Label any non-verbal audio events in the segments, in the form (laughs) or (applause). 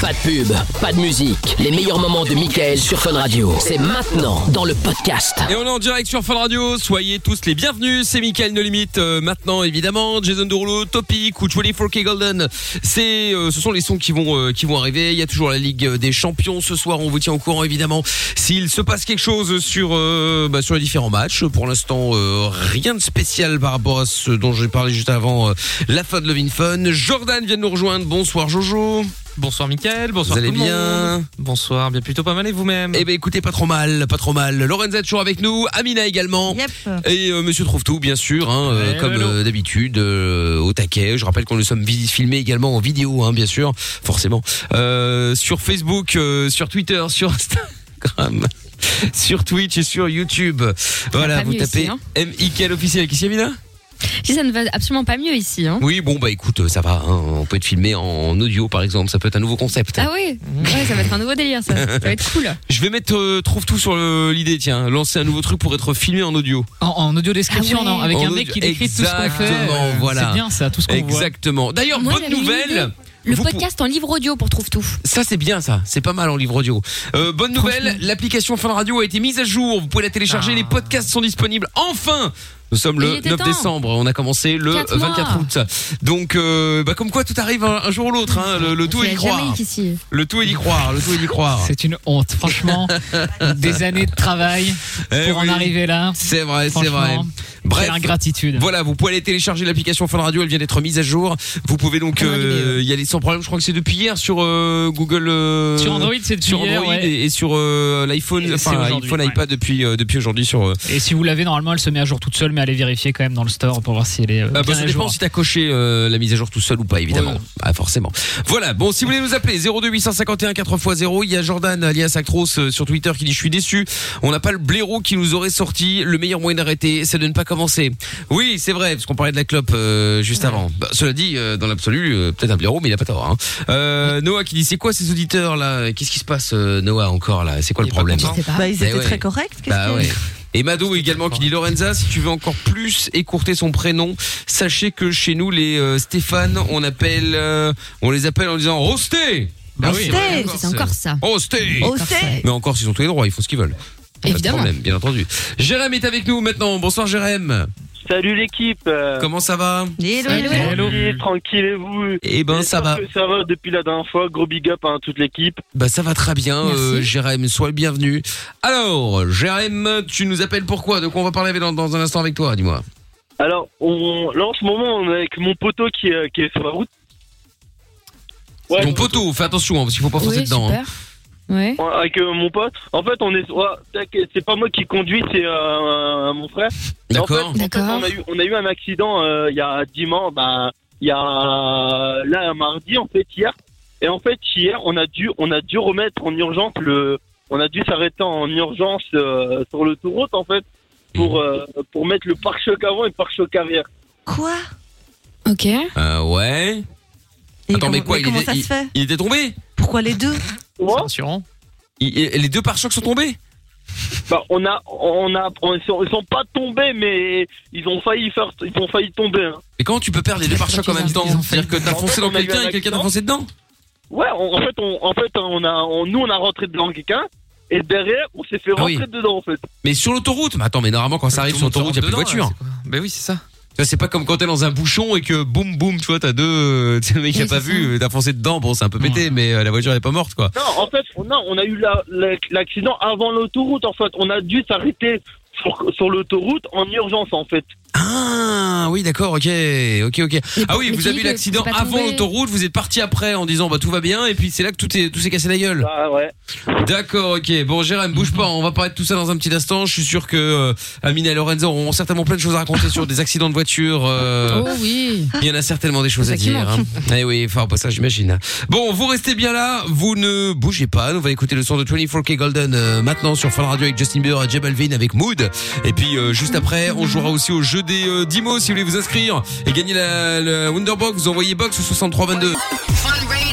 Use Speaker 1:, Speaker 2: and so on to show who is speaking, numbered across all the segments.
Speaker 1: Pas de pub, pas de musique. Les meilleurs moments de Michael sur Fun Radio. C'est maintenant dans le podcast.
Speaker 2: Et on est en direct sur Fun Radio, soyez tous les bienvenus, c'est Mickaël No Limite, euh, maintenant évidemment, Jason Derulo, Topic ou 24K Golden, c'est, euh, ce sont les sons qui vont, euh, qui vont arriver, il y a toujours la Ligue euh, des Champions ce soir, on vous tient au courant évidemment s'il se passe quelque chose sur, euh, bah, sur les différents matchs, pour l'instant euh, rien de spécial par rapport à ce dont j'ai parlé juste avant, euh, la fin de Levin Fun, Jordan vient de nous rejoindre, bonsoir Jojo
Speaker 3: Bonsoir Mickaël, bonsoir
Speaker 2: Vous allez
Speaker 3: tout le
Speaker 2: bien
Speaker 3: monde. Bonsoir, bien plutôt pas mal et vous-même
Speaker 2: Eh ben écoutez, pas trop mal, pas trop mal. Lorenza est toujours avec nous, Amina également. Et euh, Monsieur trouve tout, bien sûr, hein, euh,
Speaker 3: Ouais,
Speaker 2: comme
Speaker 3: hello.
Speaker 2: euh, d'habitude, euh, au taquet. Je rappelle qu'on nous sommes vi- filmés également en vidéo, hein, bien sûr, forcément. Euh, sur Facebook, euh, sur Twitter, (laughs) sur Instagram. Sur Twitch et sur YouTube. Voilà,
Speaker 4: pas
Speaker 2: vous
Speaker 4: mieux
Speaker 2: tapez
Speaker 4: ici, hein.
Speaker 2: M.I.K.L. officiel. Qu'est-ce qu'il y a, Amina
Speaker 4: Si ça ne va absolument pas mieux ici. Hein.
Speaker 2: Oui, bon, bah écoute, euh, ça va. hein, on peut être filmé en- en audio, par exemple. Ça peut être un nouveau concept.
Speaker 4: Ah oui ouais, ça va être un nouveau délire, ça. Ça va être cool.
Speaker 2: Je vais mettre euh, trouve tout sur le- l'idée, tiens, lancer un nouveau truc pour être filmé en audio.
Speaker 3: En, en audio description,
Speaker 4: Ah ouais.
Speaker 3: non, avec
Speaker 2: En
Speaker 3: un mec
Speaker 2: audio-
Speaker 3: qui décrit tout ce qu'on fait.
Speaker 2: Exactement,
Speaker 3: euh,
Speaker 2: voilà.
Speaker 3: C'est bien ça, tout ce qu'on voit.
Speaker 2: Exactement. (laughs) D'ailleurs,
Speaker 4: Moi,
Speaker 2: bonne
Speaker 4: j'avais une
Speaker 2: nouvelle.
Speaker 4: idée. Le
Speaker 2: Vous pou-
Speaker 4: podcast en livre audio pour Trouve Tout.
Speaker 2: Ça c'est bien ça, c'est pas mal en livre audio. Euh, bonne nouvelle,
Speaker 4: Franchement.
Speaker 2: l'application Fun Radio a été mise à jour, vous pouvez la télécharger,
Speaker 3: Ah.
Speaker 2: les podcasts sont disponibles enfin nous sommes
Speaker 4: Il
Speaker 2: le
Speaker 4: était
Speaker 2: 9
Speaker 4: temps.
Speaker 2: décembre, on a commencé le
Speaker 4: Quatre
Speaker 2: 24
Speaker 4: mois.
Speaker 2: août. Donc, euh, bah, comme quoi tout arrive un, un jour ou l'autre, hein. le, le tout
Speaker 4: Il
Speaker 2: est
Speaker 4: y
Speaker 2: d'y
Speaker 4: a jamais
Speaker 2: croire.
Speaker 4: eu qu'ici.
Speaker 2: Le tout est d'y croire, le tout est d'y croire.
Speaker 3: C'est une honte,
Speaker 2: (laughs)
Speaker 3: franchement. des années de travail
Speaker 2: Eh
Speaker 3: pour
Speaker 2: oui.
Speaker 3: en arriver là.
Speaker 2: C'est vrai, c'est
Speaker 3: Franchement,
Speaker 2: vrai. Bref,
Speaker 3: Quelle ingratitude.
Speaker 2: Voilà, vous pouvez aller télécharger l'application Fun Radio, elle vient d'être mise à jour. Vous pouvez donc
Speaker 4: Fun Radio,
Speaker 2: euh, y aller sans problème, je crois que c'est depuis hier sur euh, Google euh,
Speaker 3: Sur Android, c'est depuis
Speaker 2: sur
Speaker 3: hier,
Speaker 2: Android
Speaker 3: ouais.
Speaker 2: et, et sur euh, l'iPhone,
Speaker 3: Et c'est
Speaker 2: enfin
Speaker 3: aujourd'hui,
Speaker 2: iPhone,
Speaker 3: ouais.
Speaker 2: iPad depuis euh, depuis aujourd'hui sur. euh,
Speaker 3: Et si vous l'avez, normalement, elle se met à jour toute seule, mais allez vérifier quand même dans le store pour voir si elle est euh,
Speaker 2: Ah, bah,
Speaker 3: bien
Speaker 2: ça
Speaker 3: à
Speaker 2: dépend
Speaker 3: jour.
Speaker 2: si t'as coché euh, la mise à jour tout seul ou pas, évidemment.
Speaker 3: Ouais.
Speaker 2: Ah, forcément. Voilà. Bon, si vous voulez nous appeler, 02851 4x0. Il y a Jordan alias Actros euh, sur Twitter qui dit je suis déçu. On n'a pas le blaireau qui nous aurait sorti. Le meilleur moyen d'arrêter, c'est de ne pas commencer. Oui, c'est vrai, parce qu'on parlait de la clope euh, juste avant. Bah, cela dit, euh, dans l'absolu, euh, peut-être un blaireau, mais il a pas tort. Hein. Euh, Noah qui dit c'est quoi ces auditeurs là Qu'est-ce qui se passe, euh, Noah encore là C'est quoi
Speaker 3: Il
Speaker 2: le
Speaker 3: est pas
Speaker 2: problème
Speaker 3: content.
Speaker 4: Je sais pas.
Speaker 5: Bah, ils
Speaker 2: Mais
Speaker 5: étaient
Speaker 2: ouais.
Speaker 5: très corrects. qu'est-ce
Speaker 2: bah
Speaker 5: que-
Speaker 2: ouais. Et Mado également qui dit Lorenza, si tu veux encore plus écourter son prénom, sachez que chez nous les euh, Stéphane, on appelle, euh, on les appelle en disant Rosté.
Speaker 3: Bah oui.
Speaker 5: Rosté.
Speaker 2: ouais,
Speaker 5: Oui,
Speaker 4: C'est encore ça.
Speaker 2: Rosté.
Speaker 5: Oh,
Speaker 4: Parfait.
Speaker 5: c'est-
Speaker 2: Mais encore, ils ont tous les droits, ils font ce qu'ils veulent. Pas de
Speaker 4: Évidemment.
Speaker 2: problème, bien entendu. Jérém est avec nous maintenant. Bonsoir Jérém.
Speaker 6: Salut l'équipe. euh,
Speaker 2: Comment ça va
Speaker 5: Hello,
Speaker 4: Hello.
Speaker 5: hello.
Speaker 6: tranquille,
Speaker 3: Hello.
Speaker 6: Tranquille et vous
Speaker 2: Eh ben ça
Speaker 6: J'espère
Speaker 2: va.
Speaker 6: que Ça va depuis la dernière fois. Gros big up à toute l'équipe.
Speaker 2: Bah ça va très bien.
Speaker 4: Merci.
Speaker 2: euh, Jérém, sois le bienvenu. Alors Jérém, tu nous appelles pourquoi De quoi on va parler dans, dans un instant avec toi Dis-moi.
Speaker 6: Alors, on, là en ce moment, on est avec mon poteau qui, est- qui est sur la route. Ouais,
Speaker 2: Ton poteau, fais attention hein, parce qu'il faut pas foncer
Speaker 4: Oui,
Speaker 2: dedans. hein.
Speaker 4: super. Ouais.
Speaker 6: ouais, Avec euh, mon pote. En fait, on est. ouais, t'inquiète, c'est pas moi qui conduis, c'est euh, mon frère.
Speaker 2: D'accord.
Speaker 6: En fait,
Speaker 4: D'accord.
Speaker 6: on, a eu, on a eu un accident euh, il y a dimanche, bah, il y a euh, là mardi en fait hier. Et en fait hier, on a dû, on a dû remettre en urgence le, on a dû s'arrêter en urgence euh, sur l'autoroute en fait
Speaker 2: Mmh.
Speaker 6: pour euh, pour mettre le pare-choc avant et le pare-choc arrière.
Speaker 5: Quoi
Speaker 4: Ok.
Speaker 2: Euh, ouais.
Speaker 5: Et
Speaker 2: Attends, mais
Speaker 5: comment-
Speaker 2: quoi, il
Speaker 5: Comment
Speaker 2: est-
Speaker 5: ça se fait
Speaker 2: Il était tombé
Speaker 5: Pourquoi les deux
Speaker 3: C'est
Speaker 6: Moi,
Speaker 3: rassurant.
Speaker 2: Il- et- et Les deux pare-chocs sont tombés
Speaker 6: bah, on a, on a, on- ils sont, ils sont pas tombés, mais ils ont failli faire, ils ont failli tomber. hein.
Speaker 2: Mais comment tu peux perdre les deux pare-chocs en même temps
Speaker 3: Ils ont fait-
Speaker 2: C'est-à-dire que t'as
Speaker 6: En fait,
Speaker 2: foncé dans
Speaker 6: on a eu
Speaker 2: quelqu'un
Speaker 6: un
Speaker 2: et quelqu'un t'a
Speaker 6: accident.
Speaker 2: foncé dedans
Speaker 6: Ouais, on- en fait, on, en fait, on a, on- nous, on a rentré dedans quelqu'un. Et derrière, on s'est fait
Speaker 2: Ah oui.
Speaker 6: rentrer dedans en fait.
Speaker 2: Mais sur l'autoroute Mais attends, mais normalement quand ça arrive sur l'autoroute, il n'y a plus de voiture.
Speaker 3: Bah oui, c'est ça.
Speaker 2: Tu vois, C'est pas comme quand t'es dans un bouchon et que boum boum, tu vois, t'as deux. (laughs) euh, tu sais, le mec qui a
Speaker 4: Oui,
Speaker 2: pas
Speaker 4: c'est
Speaker 2: vu, euh, t'as foncé dedans, bon, c'est un peu pété, mais euh, la voiture elle est pas morte quoi.
Speaker 6: Non, en fait, on a, on a eu la- la- l'accident avant l'autoroute, en fait. On a dû s'arrêter sur, sur l'autoroute en urgence, en fait.
Speaker 2: Ah oui, d'accord, ok, ok, ok. Ah oui,
Speaker 4: Mais
Speaker 2: vous
Speaker 4: qui
Speaker 2: avez eu
Speaker 4: dit que
Speaker 2: l'accident
Speaker 4: c'est pas
Speaker 2: avant
Speaker 4: tombé
Speaker 2: l'autoroute, vous êtes parti après en disant bah tout va bien, et puis c'est là que tout est tout s'est cassé la gueule.
Speaker 6: Bah ouais.
Speaker 2: D'accord, ok. Bon, Jérém, bouge
Speaker 4: Mhm.
Speaker 2: pas. On va parler de tout ça dans un petit instant. Je suis sûr que euh, Amina et Lorenzo auront certainement plein de choses à raconter sur des accidents de voiture. euh,
Speaker 4: Oh oui.
Speaker 3: Ah.
Speaker 2: Il y en a certainement des choses à
Speaker 4: C'est ça qui
Speaker 2: dire.
Speaker 4: (laughs)
Speaker 2: hein. Eh oui, enfin, pas ça, j'imagine. Bon, vous restez bien là. Vous ne bougez pas. On va écouter le son de 24K Golden euh, maintenant sur Fun Radio avec Justin Bieber et J Balvin avec Mood. Et puis, euh, juste après, on jouera aussi au jeu des euh, 10 mots si vous voulez vous inscrire et gagner la, la Wonderbox. Vous envoyez box au 6322.
Speaker 7: Fun Radio.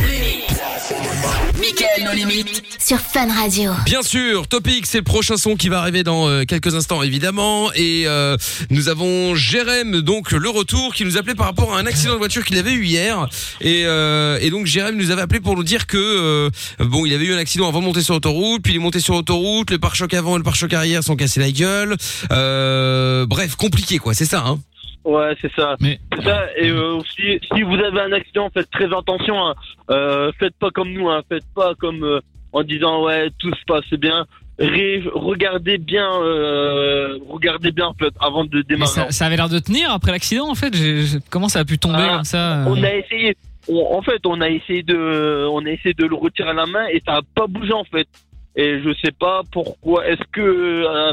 Speaker 7: Limite.
Speaker 1: Mickaël nos limites.
Speaker 5: Sur Fun Radio.
Speaker 2: Bien sûr, Topic, c'est le prochain son qui va arriver dans euh, quelques instants évidemment et euh, nous avons Jérém donc le retour qui nous appelait par rapport à un accident de voiture qu'il avait eu hier et, euh, et donc Jérém nous avait appelé pour nous dire que euh, bon il avait eu un accident avant de monter sur autoroute puis il est monté sur autoroute le pare-choc avant et le pare-choc arrière sont cassés la gueule Euh, bref compliqué quoi c'est ça hein
Speaker 6: Ouais, c'est ça.
Speaker 3: Mais-
Speaker 6: C'est ça. Et euh, aussi, si vous avez un accident, faites très attention. Hein. Euh, faites pas comme nous. Hein. Faites pas comme euh, en disant ouais tout se passe bien. Ré- regardez bien, euh, regardez bien en fait, avant de
Speaker 3: Mais
Speaker 6: démarrer.
Speaker 3: ça, ça avait l'air de tenir après l'accident en fait. J'ai- j'ai- Comment ça a pu tomber
Speaker 6: Ah,
Speaker 3: comme ça euh
Speaker 6: On a essayé. on- en fait, on a essayé de, on a essayé de le retirer à la main et ça a pas bougé en fait. Et je sais pas pourquoi. Est-ce que, euh,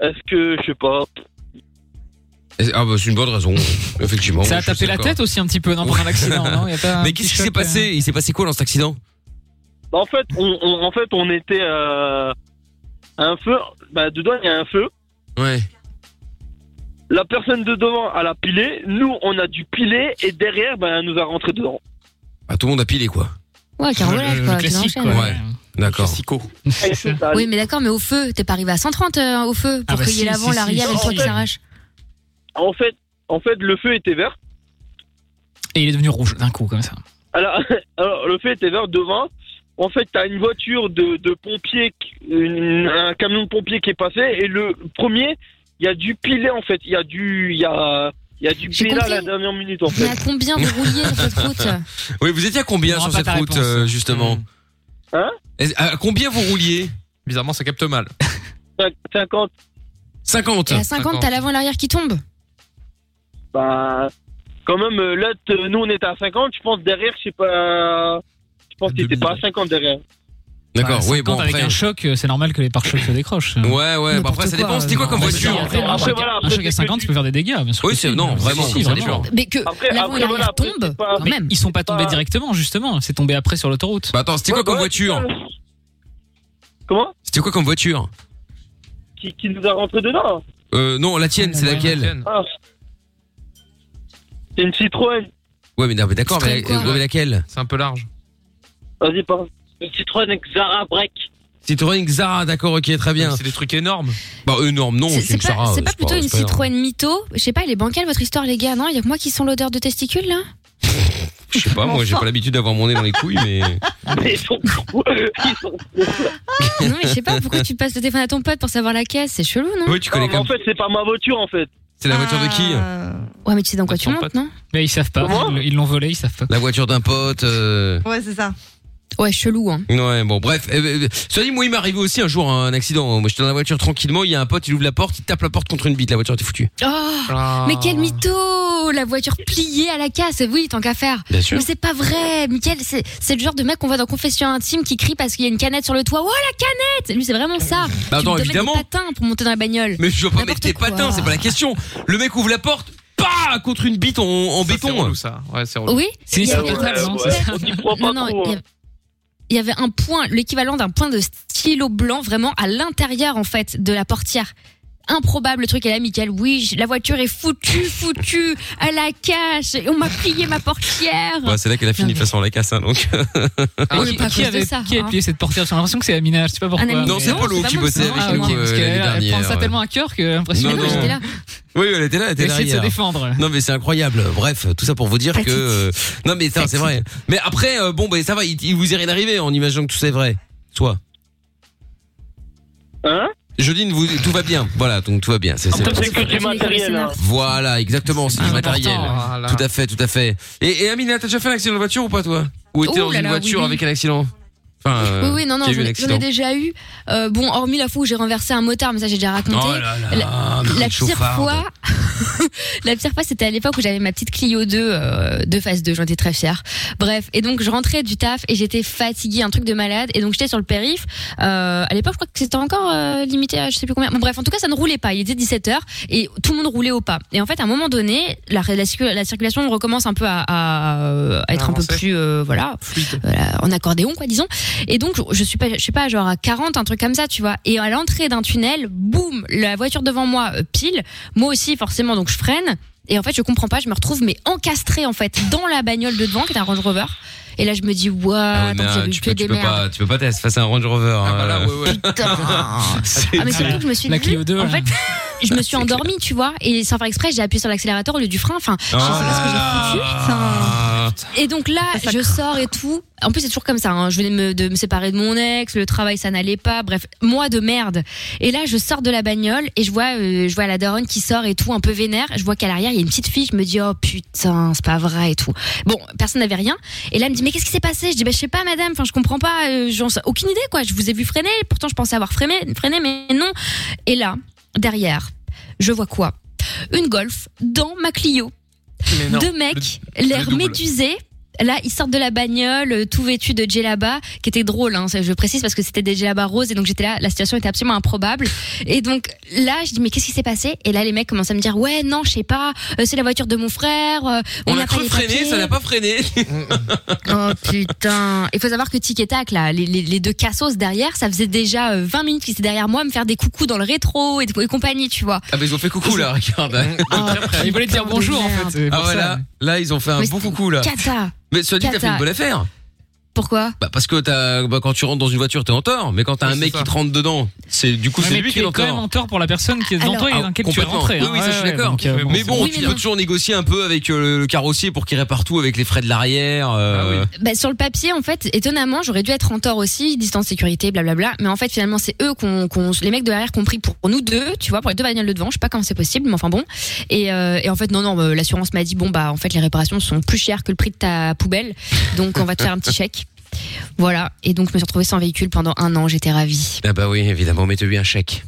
Speaker 6: est-ce que je sais pas.
Speaker 2: Et- Ah bah c'est une bonne raison (laughs) effectivement.
Speaker 3: Ça a
Speaker 2: je suis
Speaker 3: tapé la
Speaker 2: d'accord.
Speaker 3: tête aussi un petit peu non, pendant
Speaker 2: Ouais.
Speaker 3: l'accident. non Il y a pas un
Speaker 2: Mais
Speaker 3: petit
Speaker 2: qu'est-ce qui
Speaker 3: choc, euh,
Speaker 2: s'est passé Il s'est passé quoi dans cet accident
Speaker 6: Bah, en fait, on, on- en fait, on était euh, à un feu. Bah, dedans, il y a un feu.
Speaker 2: Ouais.
Speaker 6: La personne de devant, elle a pilé. Nous, on a dû piler. Et derrière, bah, elle nous a rentré dedans.
Speaker 2: Ah, tout le monde a pilé quoi.
Speaker 4: Ouais,
Speaker 3: euh,
Speaker 4: carolade,
Speaker 3: le,
Speaker 4: quoi.
Speaker 3: le
Speaker 4: tu
Speaker 3: classique
Speaker 4: l'enchaînes.
Speaker 3: quoi.
Speaker 2: Ouais. D'accord.
Speaker 6: Et (laughs) c'est ça.
Speaker 4: Oui, mais d'accord, mais au feu, t'es pas arrivé à 130 euh, au feu pour
Speaker 3: Ah bah
Speaker 4: qu'il y
Speaker 3: si,
Speaker 4: ait l'avant,
Speaker 3: si,
Speaker 4: l'arrière
Speaker 6: si,
Speaker 4: et le
Speaker 6: si.
Speaker 4: toit qui s'arrache.
Speaker 6: En fait, en fait, le feu était vert.
Speaker 3: Et il est devenu rouge d'un coup comme ça.
Speaker 6: Alors, (laughs) alors, le feu était vert devant. En fait, t'as une voiture de, de pompier, qui- une- un camion de pompier qui est passé. Et le premier, il y a du piler en fait. Il y a du, il y a, il y a du
Speaker 4: J'ai
Speaker 6: piler à la
Speaker 4: compris.
Speaker 6: dernière minute en
Speaker 4: Mais
Speaker 6: fait.
Speaker 4: à combien vous rouliez sur cette route
Speaker 2: (laughs) Oui, vous étiez à combien
Speaker 3: On
Speaker 2: sur
Speaker 3: aura pas
Speaker 2: cette
Speaker 3: ta
Speaker 2: route,
Speaker 3: réponse.
Speaker 2: euh, justement
Speaker 6: Hein
Speaker 2: Est- À combien vous rouliez
Speaker 7: Bizarrement, ça capte mal.
Speaker 6: 50.
Speaker 2: 50
Speaker 4: Et à 50, t'as l'avant, l'arrière qui tombe.
Speaker 6: Bah, quand même, euh, là, t- nous, on était à 50. Je pense derrière, je sais pas. Je pense qu'il était pas à 50 derrière.
Speaker 2: D'accord,
Speaker 3: Enfin,
Speaker 2: oui, bon,
Speaker 3: 50 avec
Speaker 2: après.
Speaker 3: un choc, euh, c'est normal que les pare-chocs se décrochent.
Speaker 2: Ouais, ouais, bah
Speaker 4: N'importe
Speaker 2: après, ça
Speaker 4: quoi,
Speaker 2: dépend. C'était quoi
Speaker 4: euh,
Speaker 2: comme
Speaker 4: non,
Speaker 2: voiture
Speaker 4: c'est
Speaker 3: après,
Speaker 6: Après,
Speaker 3: un choc,
Speaker 6: voilà,
Speaker 3: un
Speaker 6: après,
Speaker 3: choc à
Speaker 6: c'est
Speaker 3: 50, tu peux faire des dégâts, bien sûr.
Speaker 2: Oui,
Speaker 3: que
Speaker 2: c'est-
Speaker 3: si,
Speaker 2: non,
Speaker 3: bien sûr,
Speaker 2: vraiment,
Speaker 3: si,
Speaker 2: ça
Speaker 3: vraiment.
Speaker 2: dépend.
Speaker 4: Mais que
Speaker 6: Après-
Speaker 4: l'avant et
Speaker 6: après, voilà,
Speaker 4: l'arrière
Speaker 6: après,
Speaker 4: tombent
Speaker 6: c'est pas-
Speaker 4: quand
Speaker 3: Mais
Speaker 4: même.
Speaker 3: ils sont pas tombés
Speaker 6: pas-
Speaker 3: directement, justement. C'est tombé après sur l'autoroute.
Speaker 2: Bah attends, c'était quoi
Speaker 6: Ouais,
Speaker 2: comme
Speaker 6: ouais,
Speaker 2: voiture
Speaker 6: c'est ça. Comment
Speaker 2: C'était quoi comme voiture
Speaker 6: qui, qui nous a rentré dedans
Speaker 2: Euh, non, la tienne, c'est
Speaker 3: Ouais,
Speaker 2: laquelle
Speaker 6: ah. C'est une Citroën.
Speaker 2: Ouais, mais non, mais d'accord, mais, euh,
Speaker 4: Citroën, quoi.
Speaker 2: ouais, mais laquelle
Speaker 7: C'est un peu large.
Speaker 6: Vas-y, parle. Une Citroën avec Zara Break.
Speaker 2: Citroën Xara, d'accord, ok, très bien.
Speaker 7: C'est des trucs énormes.
Speaker 2: Bah énorme, non,
Speaker 4: C'est-
Speaker 2: c'est
Speaker 4: C'est
Speaker 2: une Xara.
Speaker 4: pas, c'est
Speaker 2: euh,
Speaker 4: pas plutôt une
Speaker 2: énorme.
Speaker 4: Citroën mytho Je sais pas, il est bancal votre histoire, les gars. Non, il y a que moi qui sens l'odeur de testicules là
Speaker 2: Je sais pas, moi, j'ai
Speaker 4: Enfin.
Speaker 2: pas l'habitude d'avoir mon nez dans les couilles,
Speaker 7: (laughs)
Speaker 2: mais.
Speaker 6: Ils sont gros. Ils sont gros.
Speaker 4: Non, mais je sais pas pourquoi tu passes le téléphone à ton pote pour savoir la caisse. C'est chelou, non
Speaker 2: Oui, tu
Speaker 6: Non,
Speaker 2: connais
Speaker 6: Ah, mais
Speaker 2: quand
Speaker 6: en
Speaker 2: même.
Speaker 6: fait, c'est pas ma voiture en fait.
Speaker 2: C'est la voiture de qui
Speaker 4: Ouais, mais tu sais dans quoi
Speaker 7: De
Speaker 4: tu
Speaker 7: ton
Speaker 4: montes,
Speaker 7: pote.
Speaker 4: non
Speaker 3: Mais ils savent pas.
Speaker 6: Comment
Speaker 3: Ils- Ils l'ont volé, ils savent pas.
Speaker 2: La voiture d'un pote. euh,
Speaker 8: Ouais, c'est ça.
Speaker 4: Ouais, chelou, hein.
Speaker 2: Ouais, bon, bref. Eh, eh, eh, Cela dit, moi, il m'est arrivé aussi un jour un accident. Moi, j'étais dans la voiture tranquillement, il y a un pote, il ouvre la porte, il tape la porte contre une bite, la voiture était foutue.
Speaker 4: Oh
Speaker 2: Ah.
Speaker 4: Mais quel mytho La voiture pliée à la casse, oui, tant qu'à faire.
Speaker 2: Bien sûr.
Speaker 4: Mais c'est pas vrai, Michael, c'est c'est le genre de mec qu'on voit dans Confession intime qui crie parce qu'il y a une canette sur le toit. Oh la canette Lui, c'est vraiment ça.
Speaker 2: Bah,
Speaker 4: tu
Speaker 2: attends,
Speaker 4: me devais
Speaker 2: évidemment.
Speaker 4: des patins pour monter dans la bagnole.
Speaker 2: Mais je vais pas mettre
Speaker 4: N'importe
Speaker 2: tes
Speaker 4: quoi.
Speaker 2: patins, c'est pas la question. Le mec ouvre la porte, pas contre une bite en, en
Speaker 7: Ça, C'est
Speaker 2: béton.
Speaker 7: relou, ça. Ouais, c'est relou.
Speaker 4: Oui
Speaker 3: Si,
Speaker 4: Il y
Speaker 3: c'est
Speaker 4: a-
Speaker 3: relou,
Speaker 4: il y a-
Speaker 3: non,
Speaker 4: il y a-
Speaker 6: On y croit pas
Speaker 4: Non, non,
Speaker 6: trop.
Speaker 4: il y
Speaker 6: hein.
Speaker 4: avait- il y avait un point, l'équivalent d'un point de stylo blanc vraiment à l'intérieur en fait de la portière. Improbable le truc et là Michael, oui, j- la voiture est foutue, foutue, à la cache, et on m'a plié ma portière.
Speaker 2: Bah, c'est là qu'elle a fini
Speaker 4: Non,
Speaker 2: de façon la casse, hein, donc.
Speaker 7: Ah,
Speaker 4: oui,
Speaker 7: qui-
Speaker 4: pas à cause
Speaker 3: Qui,
Speaker 4: de
Speaker 3: avait,
Speaker 4: ça,
Speaker 3: qui
Speaker 4: hein.
Speaker 3: a plié cette portière J'ai l'impression que c'est Amina, je sais pas pourquoi.
Speaker 4: Un ami.
Speaker 2: non, c'est
Speaker 4: Non,
Speaker 2: Polo
Speaker 4: c'est
Speaker 2: qui
Speaker 4: pas moi,
Speaker 2: bossait
Speaker 4: c'est
Speaker 2: avec
Speaker 4: moi.
Speaker 2: nous
Speaker 4: Ah, ok,
Speaker 2: euh,
Speaker 3: parce qu'elle
Speaker 2: l'année
Speaker 3: elle prend
Speaker 2: dernière.
Speaker 3: ça
Speaker 2: ouais.
Speaker 3: tellement à cœur que j'ai l'impression
Speaker 4: Mais
Speaker 2: non,
Speaker 4: non,
Speaker 2: non.
Speaker 4: j'étais là.
Speaker 2: Oui, elle était là, elle
Speaker 3: qu'elle
Speaker 2: était là.
Speaker 3: essaie de se
Speaker 2: hier.
Speaker 3: défendre.
Speaker 2: Non mais c'est incroyable. Bref, tout ça pour vous dire que
Speaker 4: Petite.
Speaker 2: euh, non mais ça c'est vrai. Mais après euh, bon bah ça va, il, il vous est rien arrivé en imaginant que tout c'est vrai. Soit.
Speaker 6: Hein
Speaker 2: Je dis vous tout va bien. Voilà, donc tout va bien. C'est c'est-
Speaker 4: Putain,
Speaker 6: C'est que du
Speaker 4: pas
Speaker 6: matériel,
Speaker 4: les
Speaker 6: hein.
Speaker 2: Voilà, exactement, c'est du
Speaker 3: Ah,
Speaker 2: matériel.
Speaker 3: important.
Speaker 7: Voilà.
Speaker 2: Tout à fait, tout à fait. Et, et Amina, t'as déjà fait un accident de voiture ou pas toi Ou était
Speaker 4: Oh
Speaker 2: dans
Speaker 4: là
Speaker 2: une
Speaker 4: là,
Speaker 2: voiture
Speaker 4: oui, oui.
Speaker 2: avec un accident Enfin,
Speaker 4: Oui,
Speaker 2: euh,
Speaker 4: oui, non, non,
Speaker 2: qui a eu
Speaker 4: j'en ai-
Speaker 2: un
Speaker 4: j'en ai
Speaker 2: accident.
Speaker 4: déjà eu. Euh, bon, hormis la fois où j'ai renversé un motard, mais ça j'ai déjà raconté.
Speaker 2: Oh là là, putain
Speaker 4: La pire
Speaker 2: de chauffarde.
Speaker 4: fois, (laughs) la pire fois, c'était à l'époque où j'avais ma petite Clio 2 euh, de phase 2. J'en étais très fière. Bref, et donc je rentrais du taf et j'étais fatiguée, un truc de malade. Et donc j'étais sur le périph. Euh, à l'époque, je crois que c'était encore euh, limité à je sais plus combien. Bon, bref, en tout cas, ça ne roulait pas. Il était 17 h et tout le monde roulait au pas. Et en fait, à un moment donné, la, la, la circulation recommence un peu à, à, euh, à être un peu
Speaker 7: Avancer.
Speaker 4: plus, euh, voilà,
Speaker 7: Fluide.
Speaker 4: voilà, en accordéon quoi disons et donc je- je suis pas je sais pas genre à 40 un truc comme ça tu vois et à l'entrée d'un tunnel boum la voiture devant moi euh, pile moi aussi forcément donc je freine et en fait je comprends pas je me retrouve mais encastrée en fait dans la bagnole de devant qui est un Range Rover Et là, je me dis, waouh,
Speaker 2: Ah
Speaker 4: attends, j'avais eu
Speaker 2: tu
Speaker 4: que
Speaker 2: peux, tu
Speaker 4: des
Speaker 2: peux
Speaker 4: merdes.
Speaker 2: pas, tu peux pas t'être face à un Range Rover. Ah
Speaker 7: bah là, ouais, ouais.
Speaker 2: (laughs) C'est
Speaker 4: Ah, mais surtout que je me suis
Speaker 3: La
Speaker 4: dit,
Speaker 3: Clio 2,
Speaker 2: hein.
Speaker 4: en
Speaker 3: là.
Speaker 4: fait, (laughs) je
Speaker 2: (laughs)
Speaker 4: me suis endormie, tu vois, et sans faire exprès, j'ai appuyé sur l'accélérateur au lieu du frein. Enfin, je sais pas ce que j'ai foutu.
Speaker 2: Ah,
Speaker 4: Et donc là, je sors et tout. En plus, c'est toujours comme ça. hein. Je venais me- de me séparer de mon ex, le travail, ça n'allait pas. Bref, moi de merde. Et là, je sors de la bagnole et je vois, euh, je vois la daronne qui sort et tout, un peu vénère. Je vois qu'à l'arrière, il y a une petite fille. Je me dis, oh putain, c'est pas vrai et tout. Bon, personne n'avait rien. Et là, elle me dit, mais qu'est-ce qui s'est passé Je dis, bah, je sais pas, madame. Enfin, je comprends pas. Euh, j'en sais- aucune idée, quoi. Je vous ai vu freiner. Pourtant, je pensais avoir freiné, freiné mais non. Et là, derrière, je vois quoi Une golf dans ma Clio.
Speaker 7: Mais non.
Speaker 4: Deux mecs,
Speaker 7: le
Speaker 4: l'air
Speaker 7: double.
Speaker 4: médusé. Là, ils sortent de la bagnole, euh, tout vêtus de djellaba, qui était drôle, hein, ça, je précise, parce que c'était des djellaba roses, et donc j'étais là, la situation était absolument improbable. Et donc là, je dis, mais qu'est-ce qui s'est passé Et là, les mecs commencent à me dire, ouais, non, je sais pas, euh, c'est la voiture de mon frère, euh,
Speaker 2: On,
Speaker 4: n'a
Speaker 2: a
Speaker 4: pas
Speaker 2: cru
Speaker 4: les
Speaker 2: freiner,
Speaker 4: papiers.
Speaker 2: ça n'a pas freiné.
Speaker 4: (laughs) Oh putain. Il faut savoir que Tic et Tac, là, les, les- les deux cassos derrière, ça faisait déjà euh, 20 minutes qu'ils étaient derrière moi, à me faire des coucous dans le rétro et, et compagnie, tu vois.
Speaker 2: Ah, mais ils ont fait coucou là, regarde.
Speaker 4: Oh,
Speaker 3: Il voulait te dire
Speaker 4: putain de
Speaker 3: bonjour, en
Speaker 4: merde.
Speaker 3: fait. c'est
Speaker 2: Ah,
Speaker 3: pour ça.
Speaker 2: voilà. Là, ils ont fait un
Speaker 4: Mais
Speaker 2: Bah, bon
Speaker 4: c'était
Speaker 2: coucou là.
Speaker 4: Cata.
Speaker 2: Mais soit dit, t'as fait
Speaker 4: Cata.
Speaker 2: une bonne affaire.
Speaker 4: Pourquoi
Speaker 2: Bah parce que t'as bah quand tu rentres dans une voiture t'es en tort, mais quand t'as
Speaker 7: Oui,
Speaker 2: un
Speaker 7: c'est
Speaker 2: mec
Speaker 7: ça.
Speaker 2: qui te rentre dedans, c'est du coup
Speaker 3: Ouais,
Speaker 2: c'est
Speaker 3: mais
Speaker 2: lui
Speaker 3: tu
Speaker 2: qui
Speaker 3: es
Speaker 2: est en
Speaker 3: quand même
Speaker 2: tort.
Speaker 3: en tort pour la personne qui est devant
Speaker 4: Alors-
Speaker 3: toi et
Speaker 2: Ah,
Speaker 3: dans laquelle tu es
Speaker 2: complètement.
Speaker 3: rentré.
Speaker 2: Oui,
Speaker 3: hein.
Speaker 2: oui, ça, je suis
Speaker 3: Ouais,
Speaker 2: d'accord.
Speaker 3: donc, euh,
Speaker 2: Mais bon,
Speaker 4: Oui,
Speaker 2: tu
Speaker 4: mais
Speaker 2: peux
Speaker 4: non.
Speaker 2: toujours négocier un peu avec euh, le, le carrossier pour qu'il répare tout avec les frais de l'arrière. euh,
Speaker 4: Bah, sur le papier, en fait, étonnamment, j'aurais dû être en tort aussi, distance sécurité, blablabla. Mais en fait, finalement, c'est eux qu'on, qu'on- les mecs de l'arrière qu'on pris pour nous deux, tu vois, pour les deux bagnoles de devant. Je sais pas comment c'est possible, mais enfin bon. Et, euh, et en fait, non, non, euh, l'assurance m'a dit, bon, bah, en fait, les réparations sont plus chères que le prix de ta poubelle. Donc, on va te faire un petit chèque. Voilà. Et donc, je me suis retrouvée sans véhicule pendant un an. J'étais ravie.
Speaker 2: Ah bah oui évidemment, mais t'as eu un chèque.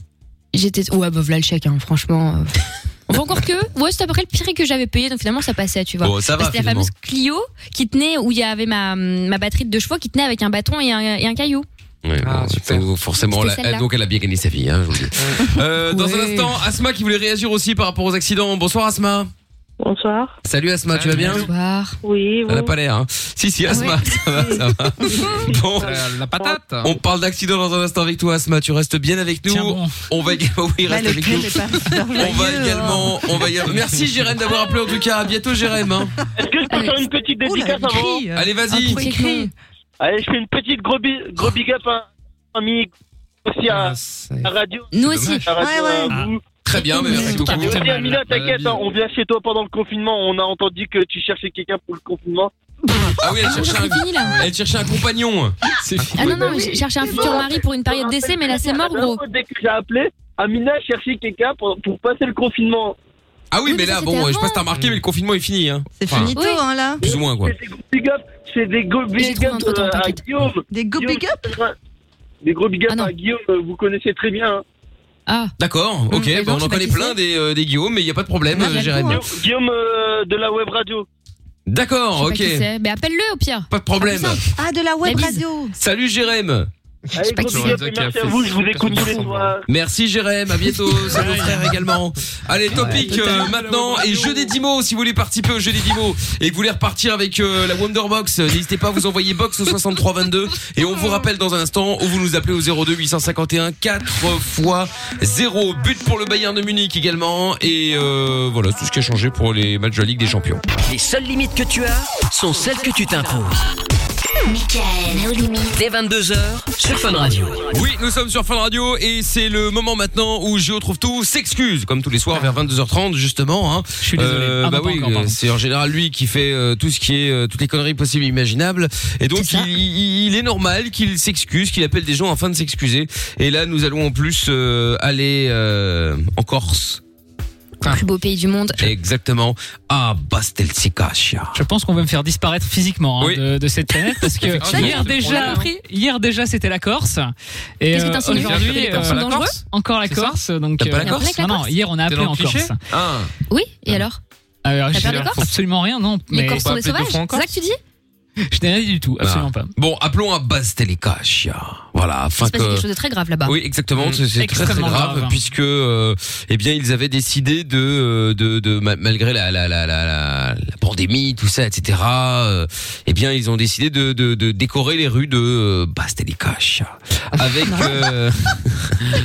Speaker 4: J'étais, ouais, bah, voilà le chèque, hein, franchement. euh. Enfin, encore que, ouais, c'est à peu près le pire que j'avais payé. Donc, finalement, ça passait, tu vois.
Speaker 2: Bon ça va
Speaker 4: C'était la
Speaker 2: finalement.
Speaker 4: fameuse Clio qui tenait où il y avait ma, ma batterie de deux chevaux qui tenait avec un bâton et un, et un caillou.
Speaker 2: Ouais,
Speaker 7: Ah,
Speaker 2: bon,
Speaker 7: super.
Speaker 2: faut- forcément
Speaker 4: C'était
Speaker 2: la-
Speaker 4: celle-là.
Speaker 2: donc elle a bien gagné sa vie. Hein, je vous le dis. Euh, Dans un
Speaker 4: Ouais.
Speaker 2: instant Asma qui voulait réagir aussi par rapport aux accidents. Bonsoir Asma.
Speaker 5: Bonsoir.
Speaker 2: Salut Asma, Bah, tu vas bien
Speaker 4: Bonsoir.
Speaker 5: Oui,
Speaker 2: Elle a
Speaker 5: bon.
Speaker 2: pas l'air. Hein. Si
Speaker 8: Ah
Speaker 2: si Asma, ça va ça
Speaker 8: (laughs)
Speaker 2: va. Bon.
Speaker 7: La, la patate.
Speaker 2: On parle d'accident dans un instant avec toi, Asma. Tu restes bien avec nous.
Speaker 3: Tiens bon.
Speaker 2: On va également. oui,
Speaker 8: Bah,
Speaker 2: reste
Speaker 8: le
Speaker 2: avec
Speaker 8: cœur
Speaker 2: nous.
Speaker 8: est pas
Speaker 2: (laughs) On va
Speaker 8: merveilleux, hein.
Speaker 2: également. On va également- Merci Jérém d'avoir appelé en tout cas. À bientôt Jérém. hein.
Speaker 6: Est-ce que je peux
Speaker 4: Allez.
Speaker 6: faire une petite
Speaker 8: Oula,
Speaker 6: dédicace
Speaker 8: il
Speaker 6: avant
Speaker 8: crie, euh,
Speaker 2: Allez, vas-y.
Speaker 8: un truc crie.
Speaker 6: Allez, je fais une petite gros, bi- gros big up à à Mick, aussi à
Speaker 7: Ah, c'est-
Speaker 6: la radio.
Speaker 4: Nous aussi.
Speaker 6: À la radio,
Speaker 8: Ouais, ouais.
Speaker 6: à vous.
Speaker 2: Ah, Très bien, mais merci
Speaker 4: Tout
Speaker 2: beaucoup.
Speaker 3: à fait.
Speaker 6: Et
Speaker 3: Pas
Speaker 6: aussi,
Speaker 3: mal,
Speaker 6: Amina,
Speaker 3: pas
Speaker 6: t'inquiète,
Speaker 7: mal.
Speaker 6: hein, on vient chez toi pendant le confinement. On a entendu que tu cherchais quelqu'un pour le confinement.
Speaker 2: Ah oui, elle cherchait
Speaker 4: C'est
Speaker 2: un,
Speaker 4: fini là.
Speaker 2: elle cherchait un compagnon. C'est fou.
Speaker 4: Ah non, non, j'ai cherché un futur mari pour une période d'essai, mais là c'est mort gros.
Speaker 6: Dès que j'ai appelé, Amina cherchait quelqu'un pour, pour passer le confinement.
Speaker 2: Ah
Speaker 4: Oui,
Speaker 2: oui, mais
Speaker 4: mais
Speaker 2: là,
Speaker 4: c'était
Speaker 2: bon, je sais
Speaker 4: avant.
Speaker 2: pas si t'as remarqué, mais le confinement est fini. Hein.
Speaker 8: C'est
Speaker 2: Enfin,
Speaker 8: finito,
Speaker 4: Oui.
Speaker 8: hein, là.
Speaker 2: Plus ou moins, quoi.
Speaker 6: C'est des gros big up. C'est des gros
Speaker 4: J'ai
Speaker 6: big
Speaker 4: trouvé
Speaker 6: up
Speaker 4: entre-temps,
Speaker 6: euh, à
Speaker 4: t'inquiète.
Speaker 6: Guillaume.
Speaker 8: Des go
Speaker 6: Guillaume,
Speaker 8: big up
Speaker 6: Des gros big up
Speaker 4: Ah non.
Speaker 6: à Guillaume, euh, vous connaissez très bien. hein.
Speaker 4: Ah,
Speaker 2: D'accord, ok.
Speaker 4: mais
Speaker 2: bah,
Speaker 4: non,
Speaker 2: on
Speaker 4: je
Speaker 2: en
Speaker 4: sais pas
Speaker 2: connaît
Speaker 4: qui
Speaker 2: plein
Speaker 4: c'est.
Speaker 2: des, euh, des Guillaume, mais il n'y a pas de problème,
Speaker 4: Non, il y a
Speaker 2: euh,
Speaker 4: le
Speaker 2: Jérém.
Speaker 4: coup, hein.
Speaker 6: Guillaume- Guillaume euh, de la web radio.
Speaker 2: D'accord,
Speaker 4: je sais
Speaker 2: ok.
Speaker 4: pas qui c'est. Mais appelle-le au pire.
Speaker 2: Pas de problème.
Speaker 4: Ah,
Speaker 8: Ah, de la web
Speaker 4: La bise.
Speaker 8: radio.
Speaker 2: Salut Jérém.
Speaker 6: Allez,
Speaker 4: pas
Speaker 6: gros
Speaker 4: qui
Speaker 6: big
Speaker 7: c'est.
Speaker 6: up et merci à vous, je vous écoute tous les soirs.
Speaker 2: Merci Jérém, à
Speaker 8: (laughs)
Speaker 2: bientôt, c'est nos frères également. (laughs) Allez, topic
Speaker 3: tout à
Speaker 2: euh,
Speaker 3: l'heure,
Speaker 2: maintenant et jeu des 10 mots si vous voulez participer au jeu des 10 mots et que vous voulez repartir avec euh, la Wonderbox, euh, n'hésitez pas à vous envoyer box au 6322 et on vous rappelle dans un instant ou vous nous appelez au 02 851 4 fois 0 but pour le Bayern de Munich également et euh, voilà, c'est tout ce qui a changé pour les matchs de la Ligue des Champions.
Speaker 1: Les seules limites que tu as sont celles que tu t'imposes. Dès 22h sur Fun Radio.
Speaker 2: Oui, nous sommes sur Fun Radio et c'est le moment maintenant où Gio trouve tout s'excuse comme tous les soirs vers 22h30 justement hein.
Speaker 3: Je suis désolé.
Speaker 2: Euh,
Speaker 3: Ah,
Speaker 2: bah
Speaker 3: non, pas
Speaker 2: oui,
Speaker 3: encore, pardon.
Speaker 2: c'est en général lui qui fait euh, tout ce qui est euh, toutes les conneries possibles et imaginables. Et donc
Speaker 4: C'est ça.
Speaker 2: il, il- il est normal qu'il s'excuse, qu'il appelle des gens afin de s'excuser. Et là, nous allons en plus euh, aller euh, en Corse.
Speaker 3: Ah.
Speaker 4: Plus beau pays du monde.
Speaker 2: Exactement. Ah, À Bastelcicacia.
Speaker 3: Je pense qu'on va me faire disparaître physiquement hein,
Speaker 2: Oui.
Speaker 3: de, de cette planète
Speaker 2: (laughs)
Speaker 3: parce que
Speaker 7: Effectivement.
Speaker 3: hier
Speaker 4: On l'a
Speaker 3: déjà,
Speaker 4: compris.
Speaker 3: hier déjà c'était la Corse et
Speaker 4: Qu'est-ce que
Speaker 3: euh,
Speaker 4: t'insinues
Speaker 3: aujourd'hui
Speaker 4: Les Corses
Speaker 3: euh,
Speaker 4: sont
Speaker 3: la
Speaker 4: dangereux
Speaker 3: Corse encore la
Speaker 7: C'est ça
Speaker 3: Corse donc euh,
Speaker 2: T'as pas la
Speaker 4: Corse
Speaker 3: non, non, hier on a
Speaker 7: T'es
Speaker 3: appelé
Speaker 7: dans le
Speaker 3: en
Speaker 7: cliché
Speaker 3: Corse.
Speaker 2: Ah.
Speaker 4: Oui, et alors
Speaker 3: Alors,
Speaker 4: T'as
Speaker 3: je-
Speaker 4: perdu la Corse
Speaker 3: absolument rien non
Speaker 4: Les
Speaker 3: mais
Speaker 4: Corses
Speaker 7: pas
Speaker 4: sont des
Speaker 7: appeler deux
Speaker 4: sauvages
Speaker 7: fois en
Speaker 4: C'est ça que tu dis
Speaker 3: (laughs) je n'ai rien dit du
Speaker 2: Bah.
Speaker 3: tout absolument pas.
Speaker 2: Ah. Bon, appelons à Bastelcicacia. Voilà,
Speaker 4: Il
Speaker 2: afin
Speaker 4: se passait
Speaker 2: que
Speaker 4: quelque chose de très grave là-bas.
Speaker 2: Oui, exactement.
Speaker 7: Mm.
Speaker 2: c'est- C'est très, très grave,
Speaker 3: Extrêmement grave.
Speaker 2: puisque, euh, eh bien, ils avaient décidé de, euh, de, de ma- malgré la, la, la, la, la, la pandémie, tout ça, etc. euh, eh bien, ils ont décidé de, de, de décorer les rues de euh, Basta di
Speaker 4: (laughs)
Speaker 2: Cascia avec. euh,
Speaker 7: (laughs)
Speaker 2: (laughs)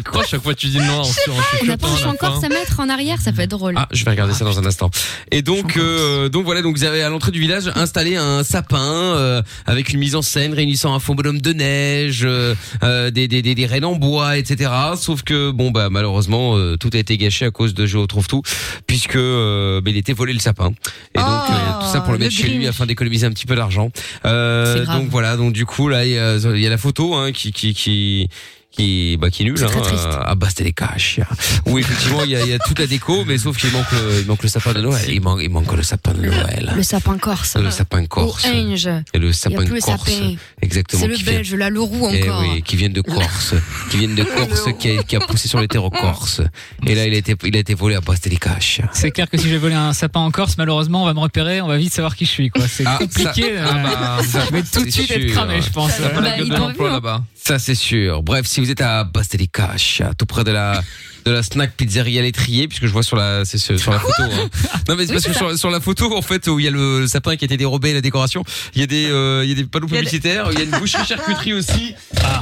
Speaker 7: Pourquoi chaque fois tu dis non en sur
Speaker 4: On n'a pas un encore ça mettre en arrière, ça peut être drôle.
Speaker 2: Ah, je vais regarder ça dans un instant. Et donc, euh, donc voilà, donc vous avez à l'entrée du village installé un sapin euh, avec une mise en scène réunissant un faux bonhomme de neige, euh, euh, des, des, des, des rennes en bois, etc. Sauf que bon bah malheureusement euh, tout a été gâché à cause de Géo trouve tout puisque euh, bah, il était volé le sapin. Et donc
Speaker 5: Oh,
Speaker 2: euh, tout ça pour le
Speaker 5: le
Speaker 2: mettre chez lui
Speaker 5: Grinch.
Speaker 2: afin d'économiser un petit peu d'argent. Euh,
Speaker 5: C'est grave.
Speaker 2: donc voilà, donc du coup là il y a, il y a la photo hein, qui qui qui qui bah qui est nulle
Speaker 5: C'est
Speaker 2: hein,
Speaker 5: très triste.
Speaker 2: euh, à Basta des Caches. Oui, effectivement, il y, a- il y a toute la déco, mais sauf qu'il manque, le- il manque le sapin de Noël. Il manque, il manque le sapin de Noël.
Speaker 4: Le sapin corse.
Speaker 2: Le sapin corse.
Speaker 4: Ou Ange.
Speaker 2: Et le
Speaker 4: Il n'y
Speaker 2: sapin
Speaker 4: a plus le
Speaker 2: corse.
Speaker 4: sapin.
Speaker 2: Exactement.
Speaker 4: C'est le
Speaker 2: qui vient-
Speaker 4: belge, la Leroux
Speaker 2: Eh
Speaker 4: encore.
Speaker 2: oui, qui viennent de Corse, qui viennent de Corse, qui a, qui a poussé sur les terres en Corse. Et là, il a été, il a été volé à Basta des Caches.
Speaker 3: C'est clair que si j'ai volé un sapin en Corse, malheureusement, on va me repérer, on va vite savoir qui je suis. quoi. C'est
Speaker 2: Ah,
Speaker 3: compliqué. euh,
Speaker 2: ça- ah
Speaker 3: (laughs)
Speaker 2: bah, ça,
Speaker 3: mais tout de
Speaker 2: c'est
Speaker 3: suite être
Speaker 2: sûr.
Speaker 3: cramé, je pense.
Speaker 7: Ça s'appelle la
Speaker 4: Bah,
Speaker 7: gueule
Speaker 4: ils
Speaker 7: de
Speaker 4: t'ont
Speaker 7: l'emploi
Speaker 4: vu, hein.
Speaker 7: là-bas.
Speaker 2: Ça c'est sûr. Bref, si vous êtes à Bastelicache, tout près de la de la snack pizzeria l'étrier, puisque je vois sur la c'est sur, sur la photo. hein. Non mais c'est parce que sur, sur la photo en fait où il y a le, le sapin qui a été dérobé, et la décoration, il y a des euh, il y a des panneaux
Speaker 5: Il y a des-
Speaker 2: publicitaires,
Speaker 3: (laughs)
Speaker 2: il y a une boucherie charcuterie aussi.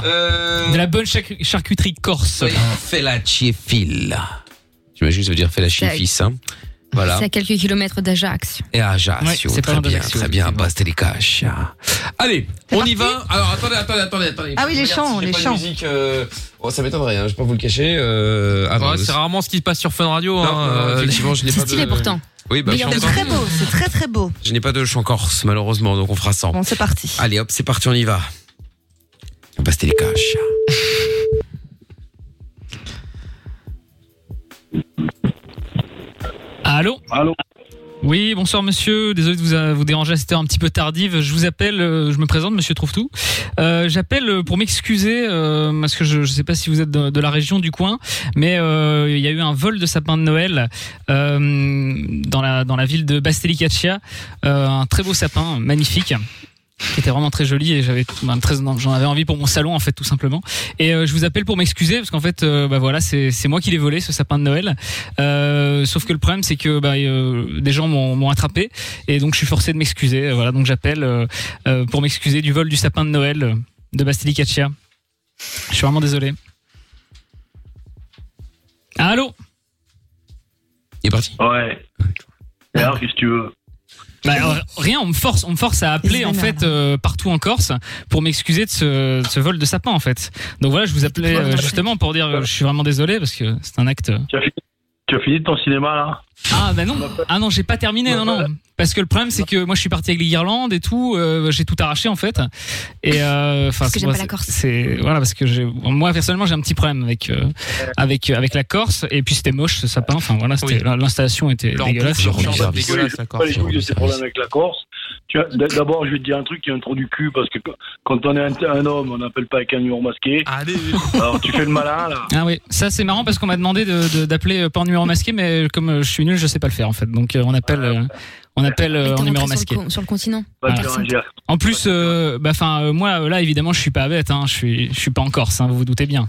Speaker 2: Euh,
Speaker 3: Ah. De la bonne chac- charcuterie corse.
Speaker 2: oui, Fellacci et Phil. J'imagine que ça veut dire Fellacci et
Speaker 4: Ça-
Speaker 2: fils. Hein. Voilà.
Speaker 4: C'est à quelques kilomètres d'Ajax.
Speaker 2: Et à Ajaccio,
Speaker 3: Ouais, c'est pas
Speaker 2: très
Speaker 3: loin
Speaker 2: bien,
Speaker 3: d'Ajaccio,
Speaker 2: très bien, à
Speaker 3: effectivement.
Speaker 2: Bastelicache. Allez, on y va. Alors attendez, attendez, attendez, attendez.
Speaker 5: Ah oui, les
Speaker 2: Regarde
Speaker 5: chants,
Speaker 2: si j'ai
Speaker 5: les
Speaker 2: pas de
Speaker 5: chants.
Speaker 2: musique, euh, oh, ça m'étonnerait, hein, je vais pas vous le cacher. euh, ah,
Speaker 7: Ouais,
Speaker 2: non,
Speaker 7: C'est rarement ce qui se passe sur Fun Radio.
Speaker 2: non,
Speaker 7: hein, euh,
Speaker 2: euh, effectivement, je n'ai
Speaker 4: C'est
Speaker 2: pas de.
Speaker 4: stylé pourtant.
Speaker 2: Oui,
Speaker 4: Mais
Speaker 2: bah, je
Speaker 4: il y
Speaker 5: C'est
Speaker 4: a
Speaker 2: suis en
Speaker 5: très
Speaker 2: train-
Speaker 5: beau, c'est très très beau.
Speaker 2: je n'ai pas de chant corse, malheureusement, donc on fera sans.
Speaker 5: Bon, c'est parti.
Speaker 2: Allez, hop, c'est parti, on y va. Bastelicache.
Speaker 3: Allô
Speaker 2: euh.
Speaker 6: Allô
Speaker 3: Oui, bonsoir monsieur. Désolé de vous, euh, vous déranger, c'était un petit peu tardive. Je vous appelle, euh, je me présente, monsieur Trouve-Tout. Euh, J'appelle euh, pour m'excuser, euh, parce que je ne sais pas si vous êtes de, de la région, du coin, mais euh, il y a eu un vol de sapin de Noël euh, dans, la, dans la ville de Bastelicaccia. Euh, un très beau sapin, magnifique qui était vraiment très joli et j'avais ben, très- non, j'en avais envie pour mon salon en fait tout simplement et euh, je vous appelle pour m'excuser parce qu'en fait euh, bah voilà c'est c'est moi qui l'ai volé ce sapin de Noël euh, sauf que le problème, c'est que bah, euh, des gens m'ont m'ont attrapé et donc je suis forcé de m'excuser. Euh, Voilà, donc j'appelle euh, euh, pour m'excuser du vol du sapin de Noël euh, de Basilicaccia. Je suis vraiment désolé. Allô
Speaker 2: Il est parti.
Speaker 6: Ouais. Et alors, qu'est-ce que tu veux
Speaker 3: Bah, alors, Rien, on me force, on me force à appeler en fait euh, partout en Corse pour m'excuser de ce, de ce vol de sapin en fait. Donc voilà, je vous appelais euh, justement pour dire euh, je suis vraiment désolé parce que c'est un acte. euh.
Speaker 6: tu as, fini, tu as fini ton cinéma là
Speaker 3: Ah bah non, ah non, j'ai pas terminé, non non. Parce que le problème c'est que moi je suis parti avec les guirlandes et tout, euh, j'ai tout arraché en fait. Et euh, enfin
Speaker 4: Parce que
Speaker 3: c'est-
Speaker 4: j'aime
Speaker 3: moi,
Speaker 4: pas la
Speaker 3: c'est-
Speaker 4: Corse.
Speaker 3: C'est voilà parce que j'ai- moi personnellement j'ai un petit problème avec euh, avec avec la Corse et puis c'était moche ce sapin. Enfin voilà, c'était-
Speaker 7: Oui.
Speaker 3: l'installation était
Speaker 7: Leur bouffe,
Speaker 3: dégueulasse.
Speaker 7: leur
Speaker 2: Bizarre,
Speaker 7: chambre, dégueulasse, la
Speaker 6: Pas les
Speaker 7: Corse.
Speaker 6: couilles de ces problèmes avec la Corse. Tu as- d- D'abord, je vais te dire un truc qui est un trou du cul parce que quand- quand on est un, un homme, on n'appelle pas avec un numéro masqué.
Speaker 7: Allez,
Speaker 6: Alors, tu fais le malin là.
Speaker 3: Ah oui, ça c'est marrant parce qu'on m'a demandé de- de- d'appeler euh, pas en numéro masqué, mais comme euh, je suis nul, je sais pas le faire en fait. Donc euh, on appelle euh, on appelle euh,
Speaker 4: Mais
Speaker 3: en
Speaker 4: t'es
Speaker 3: numéro
Speaker 4: rentré
Speaker 3: masqué.
Speaker 4: Sur le, con- sur le continent.
Speaker 6: Va te
Speaker 3: Ah,
Speaker 6: faire un
Speaker 4: c'est-
Speaker 6: geste.
Speaker 3: En plus, euh, bah enfin euh, moi là évidemment je suis pas bête, hein, je suis je suis pas en Corse, hein, vous vous doutez bien.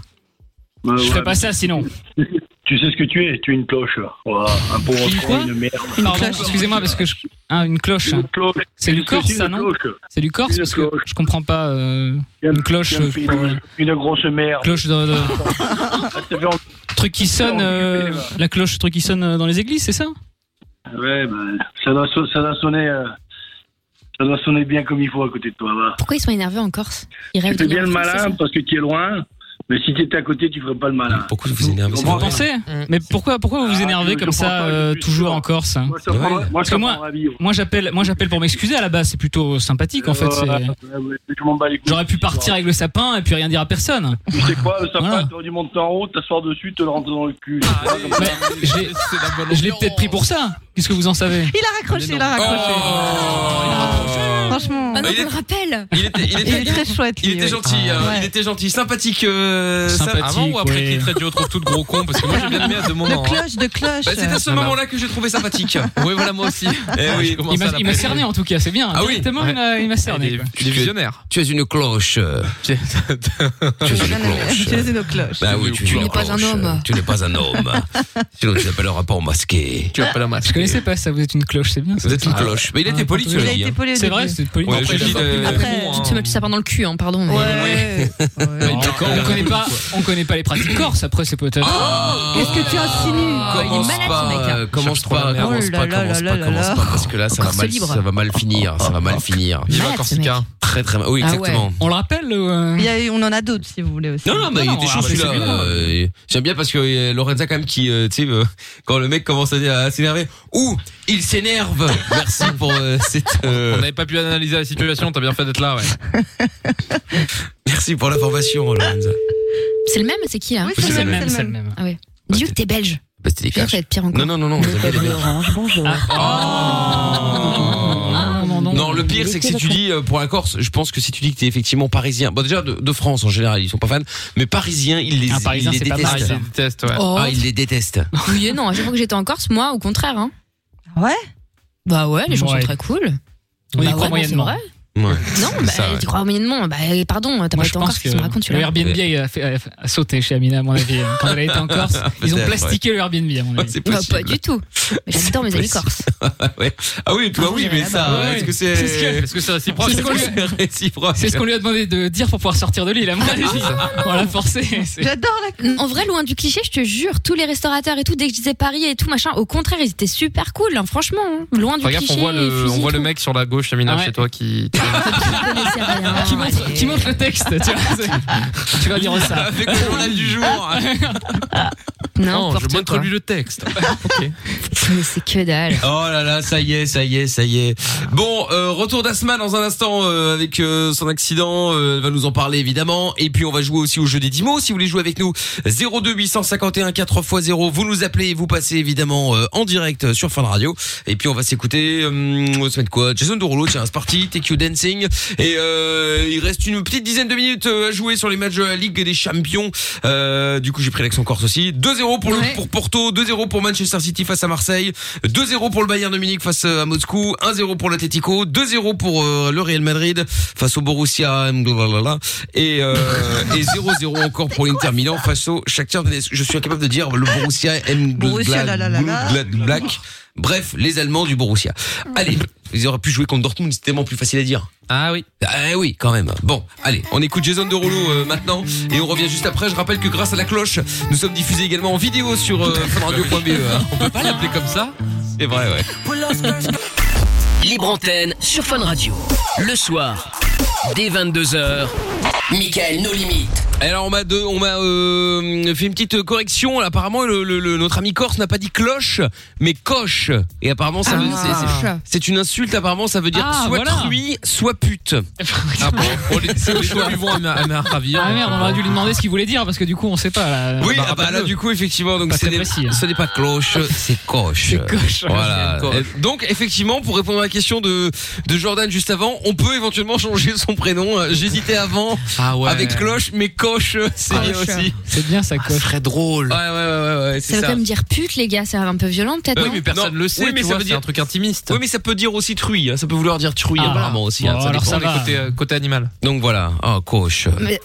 Speaker 6: Euh,
Speaker 3: Je
Speaker 6: ouais,
Speaker 3: ferais pas ça sinon.
Speaker 6: (laughs) Tu sais ce que tu es Tu es une cloche. Voilà, un pauvre
Speaker 3: Une
Speaker 6: con,
Speaker 3: quoi
Speaker 6: une merde.
Speaker 3: Pardon,
Speaker 5: cloche.
Speaker 3: excusez-moi parce que je... Ah, une cloche.
Speaker 6: Une cloche.
Speaker 3: C'est du Corse,
Speaker 6: C'est
Speaker 3: ça,
Speaker 6: une
Speaker 3: non
Speaker 6: cloche.
Speaker 3: C'est du Corse
Speaker 6: Une
Speaker 3: parce que
Speaker 6: cloche.
Speaker 3: je comprends pas. euh, une cloche,
Speaker 6: Une,
Speaker 3: euh,
Speaker 6: une grosse merde.
Speaker 3: cloche de, de-
Speaker 6: Ça te fait en-
Speaker 3: truc qui sonne, euh, la cloche, truc qui sonne euh, dans les églises, c'est ça
Speaker 6: Ouais, bah, ça doit, so- ça doit sonner. euh, Ça doit sonner bien comme il faut à côté de toi. Voilà.
Speaker 4: Pourquoi ils sont énervés en Corse Ils
Speaker 6: Tu
Speaker 4: rêvent
Speaker 6: fais
Speaker 4: de
Speaker 6: bien le
Speaker 4: venir en France,
Speaker 6: malin
Speaker 4: c'est ça
Speaker 6: parce que tu es loin, mais si tu étais à côté, tu ferais pas le malin.
Speaker 2: Pourquoi vous vous énervez
Speaker 6: Vous
Speaker 2: c'est
Speaker 3: Vous
Speaker 2: vrai.
Speaker 6: pensez-
Speaker 3: pensez
Speaker 7: Mm.
Speaker 3: Mais pourquoi, pourquoi vous vous
Speaker 6: Ah, je-
Speaker 3: énervez
Speaker 6: je
Speaker 3: comme
Speaker 6: comprends
Speaker 3: ça
Speaker 6: pas, je
Speaker 3: euh,
Speaker 6: suis
Speaker 3: toujours
Speaker 6: sûr.
Speaker 3: en Corse
Speaker 6: Moi, ça me
Speaker 2: Ouais.
Speaker 6: prendrait- moi,
Speaker 3: Parce
Speaker 6: ça
Speaker 3: que
Speaker 6: me
Speaker 3: moi-
Speaker 6: prendrait à vivre.
Speaker 3: Moi j'appelle, moi j'appelle pour m'excuser à la base, c'est plutôt sympathique en fait. c'est-
Speaker 6: Ouais, ouais, Ah ouais, je m'en bats les couilles.
Speaker 3: J'aurais pu partir avec le sapin et puis rien dire à personne.
Speaker 6: Tu sais quoi, le sapin,
Speaker 3: Voilà. Ah,
Speaker 6: t'aurais dû monter en haut, t'asseoir dessus, te le rentrer dans le cul.
Speaker 3: Mais je l'ai-
Speaker 7: c'est la bonne
Speaker 3: je l'ai
Speaker 7: ambiance.
Speaker 5: Euh,
Speaker 3: peut-être pris pour ça. Qu'est-ce que vous en savez
Speaker 5: Il a raccroché, il a raccroché.
Speaker 2: Oh, il a raccroché.
Speaker 5: Franchement.
Speaker 4: Maintenant
Speaker 2: Il
Speaker 4: qu'on
Speaker 2: est-
Speaker 4: Ah le rappelle.
Speaker 2: Il était, il était-
Speaker 5: Il est très chouette.
Speaker 2: il
Speaker 5: lui,
Speaker 2: était
Speaker 5: ouais.
Speaker 2: gentil, hein,
Speaker 5: Ouais.
Speaker 2: il était gentil, sympathique. euh, symp-
Speaker 7: Sympathique,
Speaker 2: avant ou après
Speaker 7: ouais.
Speaker 2: qu'il traite du retrouve tout de gros con Parce que moi j'ai bien aimé à deux
Speaker 5: De
Speaker 2: moments. hein.
Speaker 5: cloche, de cloche.
Speaker 2: Bah, c'est à ce
Speaker 7: Ah bah.
Speaker 2: moment-là que j'ai trouvé sympathique.
Speaker 7: Oui, voilà, moi aussi.
Speaker 3: (laughs)
Speaker 2: Eh
Speaker 7: Ouais,
Speaker 2: oui.
Speaker 7: j'ai commencé
Speaker 3: Il m'a-
Speaker 7: à l'appeler.
Speaker 3: il m'a cerné en tout cas, c'est bien.
Speaker 2: Ah oui,
Speaker 3: Directement, il m'a- il m'a cerné.
Speaker 7: Il
Speaker 3: quoi.
Speaker 7: est- il est visionnaire.
Speaker 2: Tu es une cloche. (laughs) tu es une
Speaker 5: Utiliser nos cloches.
Speaker 2: Bah oui,
Speaker 7: Tu
Speaker 2: es
Speaker 4: n'es
Speaker 2: une
Speaker 4: pas un
Speaker 2: cloche.
Speaker 4: homme.
Speaker 2: Tu n'es pas un (laughs) homme. Sinon, tu t'appelleras pas en masqué.
Speaker 7: Tu vas pas la
Speaker 3: Je connaissais pas ça, vous êtes une cloche, c'est bien. ça.
Speaker 2: Vous êtes une cloche. Mais il était
Speaker 3: Ah,
Speaker 2: poli, tu
Speaker 5: Il
Speaker 2: l'as
Speaker 5: a
Speaker 2: dit.
Speaker 5: été
Speaker 2: hein.
Speaker 5: poli au
Speaker 3: C'est
Speaker 5: début.
Speaker 3: vrai, c'est poli.
Speaker 2: Ouais,
Speaker 7: Après,
Speaker 2: je dis
Speaker 7: il
Speaker 2: euh,
Speaker 7: a-
Speaker 2: de-
Speaker 7: il a-
Speaker 4: Après,
Speaker 7: bon,
Speaker 4: tu
Speaker 7: hein.
Speaker 4: te mets ça part dans le cul, hein, pardon. mais-
Speaker 5: Ouais.
Speaker 3: Alors,
Speaker 5: Ouais.
Speaker 3: Euh, On connaît pas, on connaît pas les pratiques corses. Après, c'est peut-être.
Speaker 5: Qu'est-ce que tu insinues
Speaker 4: Ah, il est
Speaker 2: Commence
Speaker 4: malade, ce
Speaker 2: pas,
Speaker 4: mec, hein.
Speaker 2: euh, commence
Speaker 7: Cherche trop
Speaker 2: pas,
Speaker 7: la merde.
Speaker 2: commence
Speaker 5: Oh là
Speaker 2: pas,
Speaker 5: là
Speaker 2: commence
Speaker 5: là
Speaker 2: pas,
Speaker 5: là
Speaker 2: commence
Speaker 5: là.
Speaker 2: pas, parce que là, ça va
Speaker 4: Encore
Speaker 2: mal,
Speaker 4: se libre.
Speaker 2: ça va mal finir, ça va mal finir.
Speaker 7: Viva
Speaker 4: Malade, ce
Speaker 7: Corsica.
Speaker 2: Très très mal. Oui,
Speaker 4: Ah ouais.
Speaker 2: exactement.
Speaker 3: On le rappelle. ou, euh,
Speaker 5: Il y a- On en a d'autres si vous voulez aussi.
Speaker 2: Non, non, mais
Speaker 3: Non,
Speaker 2: il était
Speaker 3: non,
Speaker 2: chaud
Speaker 3: ah, mais
Speaker 2: celui-là.
Speaker 3: c'est bien.
Speaker 2: Euh, J'aime bien parce que euh, Lorenza, quand même, qui, euh, tu sais, euh, quand le mec commence à, dire- à s'énerver, ouh, il s'énerve. Merci pour euh, cette. euh,
Speaker 7: On n'avait pas pu analyser la situation, t'as bien fait d'être là, ouais.
Speaker 2: (laughs) merci pour l'information, Lorenza.
Speaker 4: C'est le même, c'est qui hein là
Speaker 5: Oui,
Speaker 3: C'est le
Speaker 5: le
Speaker 3: même,
Speaker 5: c'est
Speaker 3: c'est
Speaker 5: le
Speaker 3: le même.
Speaker 4: Dis-lui que t'es belge.
Speaker 2: Bah, c'était des
Speaker 4: Pire, ça
Speaker 2: caches.
Speaker 4: va être pire encore.
Speaker 2: Non, non, non, non. vous avez des-
Speaker 5: hein,
Speaker 3: Ah.
Speaker 7: Oh.
Speaker 3: Non, non, non.
Speaker 2: Ah, Non, le pire, c'est que si tu dis euh, pour la Corse, je pense que si tu dis que t'es effectivement parisien, bon déjà de, de France en général, ils sont pas fans, mais parisien, ils les,
Speaker 3: Un Parisien,
Speaker 2: ils les
Speaker 3: c'est pas
Speaker 2: détestent.
Speaker 7: Ah, il les déteste, ouais.
Speaker 4: Oh,
Speaker 2: Ah, ils les détestent.
Speaker 4: (laughs) oui et non. À chaque fois que j'étais en Corse, moi, au contraire. Hein.
Speaker 5: Ah Ouais.
Speaker 4: Bah ouais, les gens
Speaker 3: Ouais.
Speaker 4: sont très cool.
Speaker 3: On y
Speaker 4: bah ouais,
Speaker 3: croit
Speaker 4: non, c'est
Speaker 3: moyennement.
Speaker 4: vrai.
Speaker 2: Ouais.
Speaker 4: Non, bah,
Speaker 2: ça, ouais.
Speaker 4: tu crois moyennement. Bah, pardon, t'as
Speaker 3: Moi,
Speaker 4: pas
Speaker 3: je
Speaker 4: été en
Speaker 3: pense
Speaker 4: Corse,
Speaker 3: que
Speaker 4: qu'est-ce que tu me racontes,
Speaker 3: le
Speaker 4: celui-là
Speaker 3: Airbnb a, fait- a- a sauté chez Amina, à mon avis. (laughs) Quand elle a été
Speaker 4: (laughs)
Speaker 3: en Corse, ils ont
Speaker 2: Peut-être,
Speaker 3: plastiqué le Airbnb, à mon
Speaker 2: Ouais,
Speaker 3: avis.
Speaker 2: c'est
Speaker 4: Bah,
Speaker 2: possible.
Speaker 4: pas du tout. Mais J'adore mes amis
Speaker 2: possible.
Speaker 4: corses.
Speaker 2: (laughs) Ouais. Ah oui, toi
Speaker 4: Ah,
Speaker 2: oui,
Speaker 4: j'irai
Speaker 2: mais
Speaker 4: là-bas.
Speaker 7: bah
Speaker 2: ça,
Speaker 3: Ouais.
Speaker 2: est-ce que c'est
Speaker 3: C'est ce que-
Speaker 7: Est-ce que c'est réciproque
Speaker 3: C'est
Speaker 2: est-ce
Speaker 3: ce qu'on
Speaker 2: que
Speaker 3: lui-
Speaker 2: c'est réciproque
Speaker 3: C'est ce qu'on lui a demandé de dire pour pouvoir sortir de l'île, à mon avis. On l'a forcé. c'est-
Speaker 5: J'adore la cloche.
Speaker 4: Mm, En vrai, loin du cliché, je te jure, tous les restaurateurs et tout, dès que je disais Paris et tout, machin, au contraire, ils étaient super cool, hein, franchement. hein. Loin du
Speaker 7: Regarde,
Speaker 4: cliché.
Speaker 7: on voit le,
Speaker 4: fusil
Speaker 7: on voit
Speaker 4: et
Speaker 7: le
Speaker 4: tout.
Speaker 7: mec sur la gauche, Amina,
Speaker 3: Ah ouais.
Speaker 7: chez toi qui.
Speaker 4: Vous connaissez rien.
Speaker 3: Qui montre, qui montre le texte, tu vois. c'est- Tu vas dire ça.
Speaker 2: Avec le journal du
Speaker 3: (laughs)
Speaker 2: jour.
Speaker 7: Non, je
Speaker 4: N'importe
Speaker 7: montre
Speaker 4: quoi.
Speaker 7: lui le texte. Ok.
Speaker 4: Mais c'est que dalle.
Speaker 2: (laughs) Oh là là, ça y est, ça y est, ça y est. Bon, euh, retour d'Asma dans un instant euh, avec euh, son accident. euh, elle va nous en parler évidemment. Et puis on va jouer aussi au jeu des 10 mots. Si vous voulez jouer avec nous, 02 851 4 x 0. Vous nous appelez, et vous passez évidemment euh, en direct sur Fun Radio. Et puis on va s'écouter. Euh, on va se mettre quoi Jason Derulo, tiens, c'est parti. TQ Dancing. Et euh, il reste une petite dizaine de minutes euh, à jouer sur les matchs de la Ligue des Champions. Euh, du coup, j'ai pris l'accent corse aussi. 2-0 pour, le-
Speaker 4: Ouais.
Speaker 2: pour Porto, 2-0 pour Manchester City face à Marseille, 2-0 pour le Bayern de Munich face euh, à Moscou, 1-0 pour l'Atlético, 2-0 pour euh, le Real Madrid face au Borussia blablabla, et euh, et 0-0 encore pour l'Inter Milan face au Shakhtar Donetsk. Je suis incapable de dire le Borussia M
Speaker 5: Borussia, la, la, la, la.
Speaker 2: Black. Bref, les Allemands du Borussia. Allez, ils auraient pu jouer contre Dortmund, c'est tellement plus facile à dire.
Speaker 7: Ah oui.
Speaker 2: Eh oui, quand même. Bon, allez, on écoute Jason Derulo euh, maintenant et on revient juste après. Je rappelle que grâce à la cloche, nous sommes diffusés également en vidéo sur euh, funradio.be, hein.
Speaker 7: On peut pas l'appeler comme ça
Speaker 2: C'est vrai, ouais.
Speaker 1: Libre antenne sur Fun Radio. Le soir, dès 22h, Michael nos limites.
Speaker 2: Alors on m'a de- on m'a euh, fait une petite correction. Là, apparemment, le, le- le- notre ami corse n'a pas dit cloche, mais coche. Et apparemment, ça veut- c'est- c'est- c'est une insulte. Apparemment, ça veut dire
Speaker 3: Ah,
Speaker 2: soit
Speaker 3: voilà.
Speaker 2: truie, soit pute.
Speaker 7: Ah bon On
Speaker 2: (laughs)
Speaker 7: les c'est les choix du vent, Amina Amina Ravi.
Speaker 3: Ah merde, on aurait dû lui demander ce qu'il voulait dire parce que du coup, on sait pas. là.
Speaker 2: euh, Oui,
Speaker 3: Bah,
Speaker 2: ah bah, là
Speaker 3: rappelle-le.
Speaker 2: du coup effectivement donc
Speaker 3: Pas
Speaker 2: c'est
Speaker 3: très
Speaker 2: des-
Speaker 3: précis, hein.
Speaker 2: ce n'est pas cloche, c'est coche.
Speaker 3: C'est coche.
Speaker 2: Voilà.
Speaker 7: C'est coche.
Speaker 2: Et Donc effectivement pour répondre à la question de de Jordan juste avant, on peut éventuellement changer son prénom. Euh, J'hésitais avant
Speaker 7: Ah ouais.
Speaker 2: avec cloche mais coche c'est bien
Speaker 5: Coche.
Speaker 2: aussi.
Speaker 3: Ah, C'est bien
Speaker 2: Ah,
Speaker 3: ça coche.
Speaker 7: serait drôle.
Speaker 2: Ouais ouais ouais ouais, ouais
Speaker 4: Ça
Speaker 2: c'est
Speaker 4: veut
Speaker 2: ça.
Speaker 4: quand même dire pute, les gars, c'est un peu violent peut-être.
Speaker 2: Euh,
Speaker 4: non
Speaker 7: Oui, mais personne
Speaker 2: Non.
Speaker 7: le sait,
Speaker 2: Oui, mais
Speaker 7: tu
Speaker 2: ça
Speaker 7: vois,
Speaker 2: veut
Speaker 7: c'est
Speaker 2: dire-
Speaker 7: un truc intimiste.
Speaker 2: Oui mais ça peut dire aussi truie, hein. ça peut vouloir dire truie
Speaker 3: Ah.
Speaker 2: apparemment aussi. hein.
Speaker 3: Bon,
Speaker 2: Ça
Speaker 3: alors
Speaker 2: dépend.
Speaker 3: ça
Speaker 7: Pour les
Speaker 3: va.
Speaker 7: côtés, euh, côté animal.
Speaker 2: Donc voilà, ah coche.
Speaker 4: mais,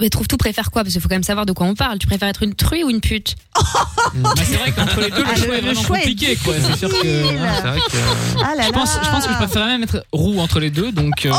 Speaker 4: mais trouve tout préfère quoi Parce qu'il faut quand même savoir de quoi on parle. Tu préfères être une truie ou une pute
Speaker 5: Oh,
Speaker 3: Bah, c'est vrai qu'entre les deux, le
Speaker 5: Ah,
Speaker 3: choix est
Speaker 5: le
Speaker 3: vraiment
Speaker 5: choix est
Speaker 3: compliqué, quoi. C'est sûr que.
Speaker 5: difficile.
Speaker 7: C'est vrai que. euh,
Speaker 5: Ah là
Speaker 3: Je pense,
Speaker 5: là.
Speaker 3: je pense que je préférais même être roux entre les deux, donc. euh,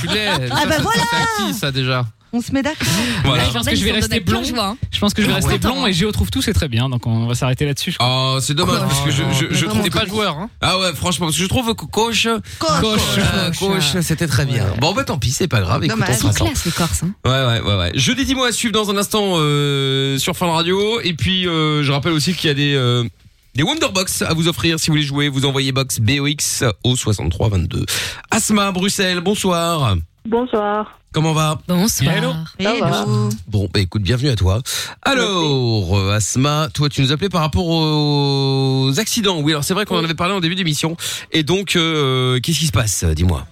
Speaker 7: Tu l'es. ça,
Speaker 5: bah
Speaker 7: ça,
Speaker 5: voilà.
Speaker 7: C'est acquis, ça déjà.
Speaker 5: On se met d'accord.
Speaker 3: Là,
Speaker 2: Voilà.
Speaker 3: je
Speaker 4: Bah,
Speaker 3: pense que je vais rester blond.
Speaker 4: Je vois.
Speaker 3: Je pense que je vais
Speaker 4: Ah
Speaker 3: rester
Speaker 4: ouais.
Speaker 3: blond et Géo trouve tout, c'est très bien. Donc on va s'arrêter là-dessus. je crois.
Speaker 2: Ah c'est dommage parce que je je, je
Speaker 5: Mais
Speaker 2: trouve
Speaker 5: vraiment,
Speaker 7: T'es pas joueur, hein
Speaker 2: ah ouais franchement parce que je trouve que coche
Speaker 5: Coche.
Speaker 2: euh, coche c'était très bien. Bon bah tant pis c'est pas grave. Écoute, on
Speaker 5: Dommage.
Speaker 2: se
Speaker 4: C'est
Speaker 2: rattrape.
Speaker 4: classe, les Corses. Hein.
Speaker 2: Ouais, ouais, ouais, ouais. Je dis 10 mots à suivre dans un instant euh, sur Fun Radio. Et puis, euh, je rappelle aussi qu'il y a des, euh, des Wonderbox à vous offrir si vous voulez jouer. Vous envoyez box BOX au 6322. Asma, Bruxelles, bonsoir.
Speaker 8: Bonsoir.
Speaker 2: Comment va
Speaker 4: Bonsoir.
Speaker 3: Hello.
Speaker 5: Hello.
Speaker 2: Bon, bah, écoute, bienvenue à toi. Alors, euh, Asma, toi, tu nous appelais par rapport aux accidents. Oui, alors c'est vrai qu'on en avait parlé en début d'émission. Et donc, euh, qu'est-ce qui se passe Dis-moi.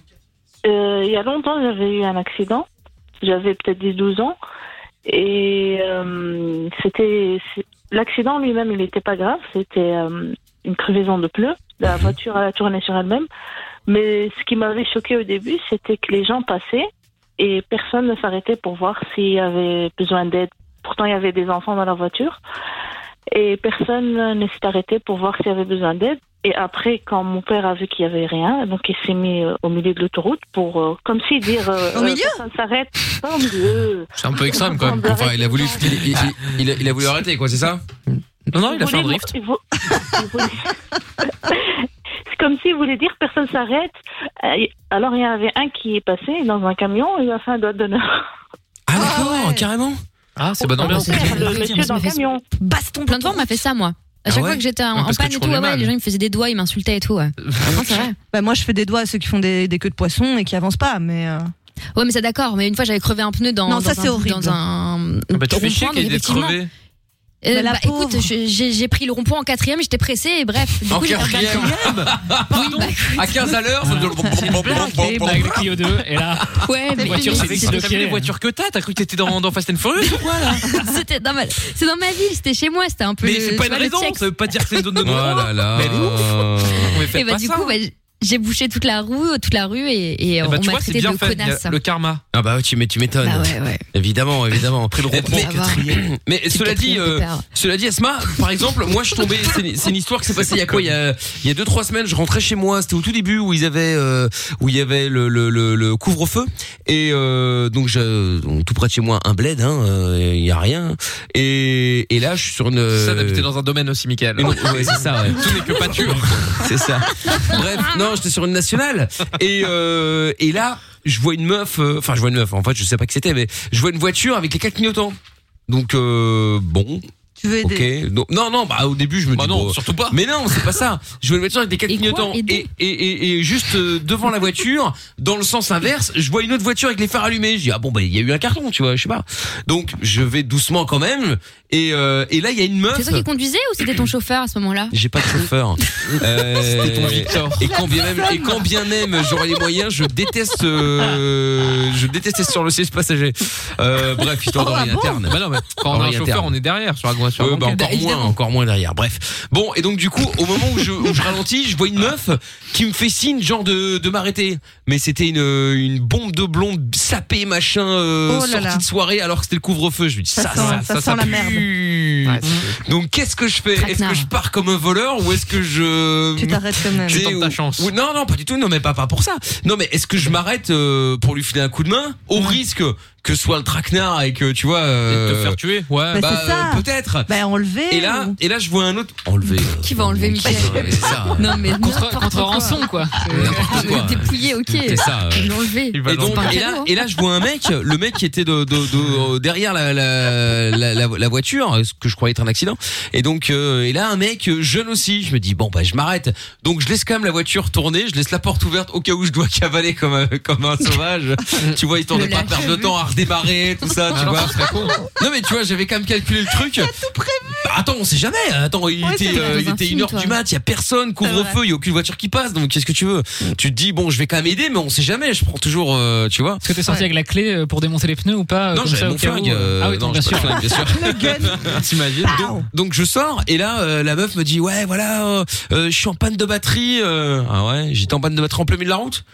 Speaker 9: Euh, il y a longtemps, j'avais eu un accident. J'avais peut-être 10-12 ans. Et euh, c'était. c'est- L'accident lui-même, il n'était pas grave. C'était euh, une crevaison de pneu. La
Speaker 5: Mhm.
Speaker 9: voiture a tourné sur elle-même. Mais ce qui m'avait choqué au début, c'était que les gens passaient et personne ne s'arrêtait pour voir s'il y avait besoin d'aide. Pourtant, il y avait des enfants dans la voiture. Et personne ne s'est arrêté pour voir s'il y avait besoin d'aide. Et après, quand mon père a vu qu'il n'y avait rien, donc il s'est mis euh, au milieu de l'autoroute pour, euh, comme si dire, euh,
Speaker 5: Au
Speaker 9: euh,
Speaker 5: milieu
Speaker 9: personne s'arrête, pas au milieu.
Speaker 10: C'est un peu extrême quand même. Enfin, il a voulu, il, il- il- il a, il a voulu arrêter quoi, c'est ça
Speaker 2: Non, non, il a
Speaker 9: Vous
Speaker 2: fait un
Speaker 9: voulez-
Speaker 2: drift.
Speaker 9: vous- vous- vous- C'est comme s'il voulait dire personne s'arrête. Euh, Alors il y en avait un qui est passé dans un camion, il a fait un doigt d'honneur.
Speaker 2: Ah
Speaker 5: Ah
Speaker 2: d'accord,
Speaker 5: ouais.
Speaker 2: carrément. Ah, c'est bonne
Speaker 4: Ah,
Speaker 2: ambiance.
Speaker 4: c'est bien.
Speaker 9: Le monsieur dans le camion.
Speaker 5: Baston
Speaker 4: Plein de fois, on m'a fait ça, moi.
Speaker 2: Ah
Speaker 4: À chaque
Speaker 2: ouais
Speaker 4: fois que j'étais en,
Speaker 2: Ah,
Speaker 4: en
Speaker 2: parce que
Speaker 4: panne
Speaker 2: tu
Speaker 4: et tout,
Speaker 2: roulais
Speaker 4: ouais,
Speaker 2: mal.
Speaker 4: les gens ils me faisaient des doigts, ils m'insultaient et tout. Ouais, Non, c'est vrai.
Speaker 5: Bah moi je fais des doigts à ceux qui font des, des queues de poisson et qui avancent pas, mais euh,
Speaker 4: Ouais, mais c'est d'accord. Mais une fois, j'avais crevé un pneu dans,
Speaker 5: Non, ça,
Speaker 4: dans
Speaker 5: c'est
Speaker 4: un,
Speaker 5: horrible.
Speaker 4: dans
Speaker 5: Hum,
Speaker 4: un
Speaker 2: Bah, tu fais chier
Speaker 4: rond-point,
Speaker 2: qu'il y
Speaker 4: donc
Speaker 2: ait des
Speaker 4: effectivement.
Speaker 2: crevés.
Speaker 4: Euh,
Speaker 5: Mais la
Speaker 4: bah,
Speaker 5: pauvre.
Speaker 4: écoute, je- j'ai j'ai pris le rond-point en quatrième, j'étais pressée et bref. Du
Speaker 2: Ah,
Speaker 10: En
Speaker 4: coup, j'ai perdu un
Speaker 10: quatrième
Speaker 4: point. Oui, bah,
Speaker 10: À 15 à l'heure, ça
Speaker 3: Ok, blague de Clio 2, et là,
Speaker 4: ouais, mais-
Speaker 3: voitures, c'est
Speaker 4: mais-
Speaker 3: excellent.
Speaker 2: T'as vu les voitures que t'as T'as cru que t'étais dans, dans Fast and Furious ou quoi là
Speaker 4: (laughs) c'était dans ma- C'est dans ma ville, c'était chez moi, c'était un peu.
Speaker 2: Mais
Speaker 4: le-
Speaker 2: c'est pas
Speaker 4: tu
Speaker 2: une
Speaker 4: vois, le
Speaker 2: raison,
Speaker 4: check.
Speaker 2: ça veut pas dire que c'est une zone de
Speaker 10: Oh
Speaker 2: droit.
Speaker 10: là là.
Speaker 2: Mais elle est ouf. Mais
Speaker 4: Et
Speaker 2: faites
Speaker 4: bah,
Speaker 2: pas
Speaker 4: du
Speaker 2: ça.
Speaker 4: coup, bah, j'ai bouché toute la rue, toute la rue et, et
Speaker 2: Eh
Speaker 4: on
Speaker 2: bah, tu
Speaker 4: m'a
Speaker 2: vois, c'est
Speaker 4: traité
Speaker 2: bien
Speaker 4: de
Speaker 2: fait,
Speaker 4: connasse.
Speaker 2: le karma.
Speaker 10: Ah bah ouais, tu m'é- tu m'étonnes.
Speaker 4: Bah ouais, Bah ouais.
Speaker 10: Évidemment, évidemment. Après le
Speaker 4: Ça va.
Speaker 10: Mais,
Speaker 2: Mais
Speaker 4: C'est
Speaker 2: cela
Speaker 4: le
Speaker 2: dit,
Speaker 4: quatrième
Speaker 2: euh,
Speaker 4: pépère.
Speaker 2: Cela dit, Esma, par exemple, moi je suis tombé. C'est une- c'est une histoire qui s'est passée il y a quoi Il y a, il y a deux trois semaines. Je rentrais chez moi. C'était au tout début où ils avaient euh, où il y avait le, le, le, le couvre-feu et euh, donc, je, donc, tout près de chez moi un bled. hein, euh, Il y a rien. Et, et là, je suis sur une. (laughs) euh,
Speaker 10: ça d'habiter dans un domaine aussi, Michael.
Speaker 2: une- ouais, c'est
Speaker 10: (laughs)
Speaker 2: ça. ouais.
Speaker 10: Tout n'est que pâture.
Speaker 2: C'est ça. Bref, non, j'étais sur une nationale et euh, et là, je vois une meuf. euh, Enfin, je vois une meuf. En fait, je sais pas qui c'était, mais je vois une voiture avec les quatre clignotants. Donc euh, bon,
Speaker 5: tu veux aider.
Speaker 2: ok. Donc, non, non. Bah au début, je me dis. bon,
Speaker 10: surtout pas.
Speaker 2: mais non, c'est pas ça. Je vois une voiture avec des quatre
Speaker 4: Et quoi
Speaker 2: clignotants.
Speaker 4: Et donc
Speaker 2: Et, et, et, et juste euh, devant la voiture, dans le sens inverse, je vois une autre voiture avec les phares allumés. Je dis, ah bon, bah, il y a eu un carton, tu vois, je sais pas. Donc, je vais doucement quand même. Et, euh, et là, il y a une meuf.
Speaker 4: C'est toi qui conduisais ou c'était ton chauffeur à ce moment-là
Speaker 2: J'ai pas de chauffeur. Euh, Et quand bien même, et quand bien même j'aurais les moyens, je déteste, euh, je déteste sur le siège passager. Euh, bref,
Speaker 10: Oh,
Speaker 2: histoire
Speaker 10: ah
Speaker 2: d'envie interne. Bah non, mais
Speaker 10: Quand on a un
Speaker 2: d'envie
Speaker 10: chauffeur,
Speaker 2: interne.
Speaker 10: on est derrière sur la sur la
Speaker 2: Euh, bah,
Speaker 10: banquette.
Speaker 2: encore moins, encore moins derrière. Bref. Bon, et donc du coup, au moment où je, où je ralentis, je vois une meuf qui me fait signe genre de, de m'arrêter. Mais c'était une, une bombe de blonde sapée machin euh,
Speaker 5: Oh là
Speaker 2: sortie
Speaker 5: là.
Speaker 2: de soirée alors que c'était le couvre-feu. Je lui dis ça,
Speaker 5: Ça
Speaker 2: ça,
Speaker 5: sent-
Speaker 2: ça,
Speaker 5: ça sent la
Speaker 2: pue.
Speaker 5: merde.
Speaker 2: Mmh. donc qu'est-ce que je fais Est-ce que
Speaker 4: Traquenard.
Speaker 2: je pars comme un voleur ou est-ce que je
Speaker 5: Tu t'arrêtes quand même.
Speaker 2: tu sais,
Speaker 10: tentes ta
Speaker 2: ou-
Speaker 10: chance.
Speaker 2: ou- non, non, pas du tout. Non, mais pas, pas pour ça. Non, mais est-ce que je m'arrête euh, pour lui filer un coup de main au
Speaker 5: Mmh.
Speaker 2: risque que ce soit le traquenard et que tu vois
Speaker 10: Et de
Speaker 2: euh,
Speaker 10: te faire tuer. Ouais.
Speaker 5: Bah,
Speaker 2: bah,
Speaker 5: c'est ça.
Speaker 2: euh, peut-être.
Speaker 5: Bah enlever.
Speaker 2: Et là,
Speaker 5: ou-
Speaker 2: et là, je vois un autre enlevé. euh,
Speaker 4: Qui va enlever Michel
Speaker 2: Ouais, c'est ça.
Speaker 4: Non, mais
Speaker 3: contre,
Speaker 4: n'importe
Speaker 3: contre
Speaker 4: quoi. Euh,
Speaker 3: rançon, quoi.
Speaker 2: N'importe quoi.
Speaker 4: Dépouillé,
Speaker 2: C'est
Speaker 4: ok.
Speaker 2: ça. euh.
Speaker 4: Ils l'ont enlevé.
Speaker 10: Il va
Speaker 2: Et
Speaker 10: dans
Speaker 2: donc,
Speaker 4: le cadeau,
Speaker 2: et là,
Speaker 4: hein.
Speaker 2: et là, je vois un mec, le mec qui était de, de, de- derrière la, la, la, la- la voiture, ce que je croyais être un accident. Et donc, euh, et là, un mec euh, jeune aussi. Je me dis bon bah je m'arrête. Donc je laisse quand même la voiture tourner, je laisse la porte ouverte au cas où je dois (laughs) cavaler comme un, comme
Speaker 4: (laughs)
Speaker 2: un sauvage. tu vois, histoire de
Speaker 4: Le
Speaker 2: pas
Speaker 4: lâche
Speaker 2: perdre de
Speaker 4: vu.
Speaker 2: temps à redémarrer, tout ça. Tu vois. Non mais tu vois, j'avais quand même calculé le truc. Bah, attends, on sait jamais. Attends, il
Speaker 5: Ouais,
Speaker 2: était,
Speaker 5: c'est vrai,
Speaker 2: euh,
Speaker 4: dans
Speaker 2: il
Speaker 4: un
Speaker 2: était
Speaker 4: film,
Speaker 2: une heure
Speaker 4: toi.
Speaker 2: du mat, il y a personne,
Speaker 5: C'est
Speaker 2: couvre-feu,
Speaker 5: vrai.
Speaker 2: il y a aucune voiture qui passe. Donc qu'est-ce que tu veux Tu te dis bon, je vais quand même aider, mais on sait jamais. Je prends toujours, euh, tu vois.
Speaker 3: Est-ce que t'es sorti avec la clé euh, pour démonter les pneus ou pas euh,
Speaker 2: Non,
Speaker 3: comme
Speaker 2: j'avais
Speaker 3: ça,
Speaker 2: mon
Speaker 3: au cas où,
Speaker 2: flingue.
Speaker 3: euh,
Speaker 2: euh,
Speaker 3: Ah oui,
Speaker 2: non,
Speaker 3: donc, bien
Speaker 2: j'ai pas
Speaker 3: sûr.
Speaker 2: de flingue, bien
Speaker 3: (laughs)
Speaker 2: sûr.
Speaker 5: Le gun.
Speaker 2: (laughs) T'imagines donc, donc je sors et là euh, la meuf me dit ouais voilà euh, euh, je suis en panne de batterie. euh. Ah ouais, j'étais en panne de batterie en plein milieu de la route.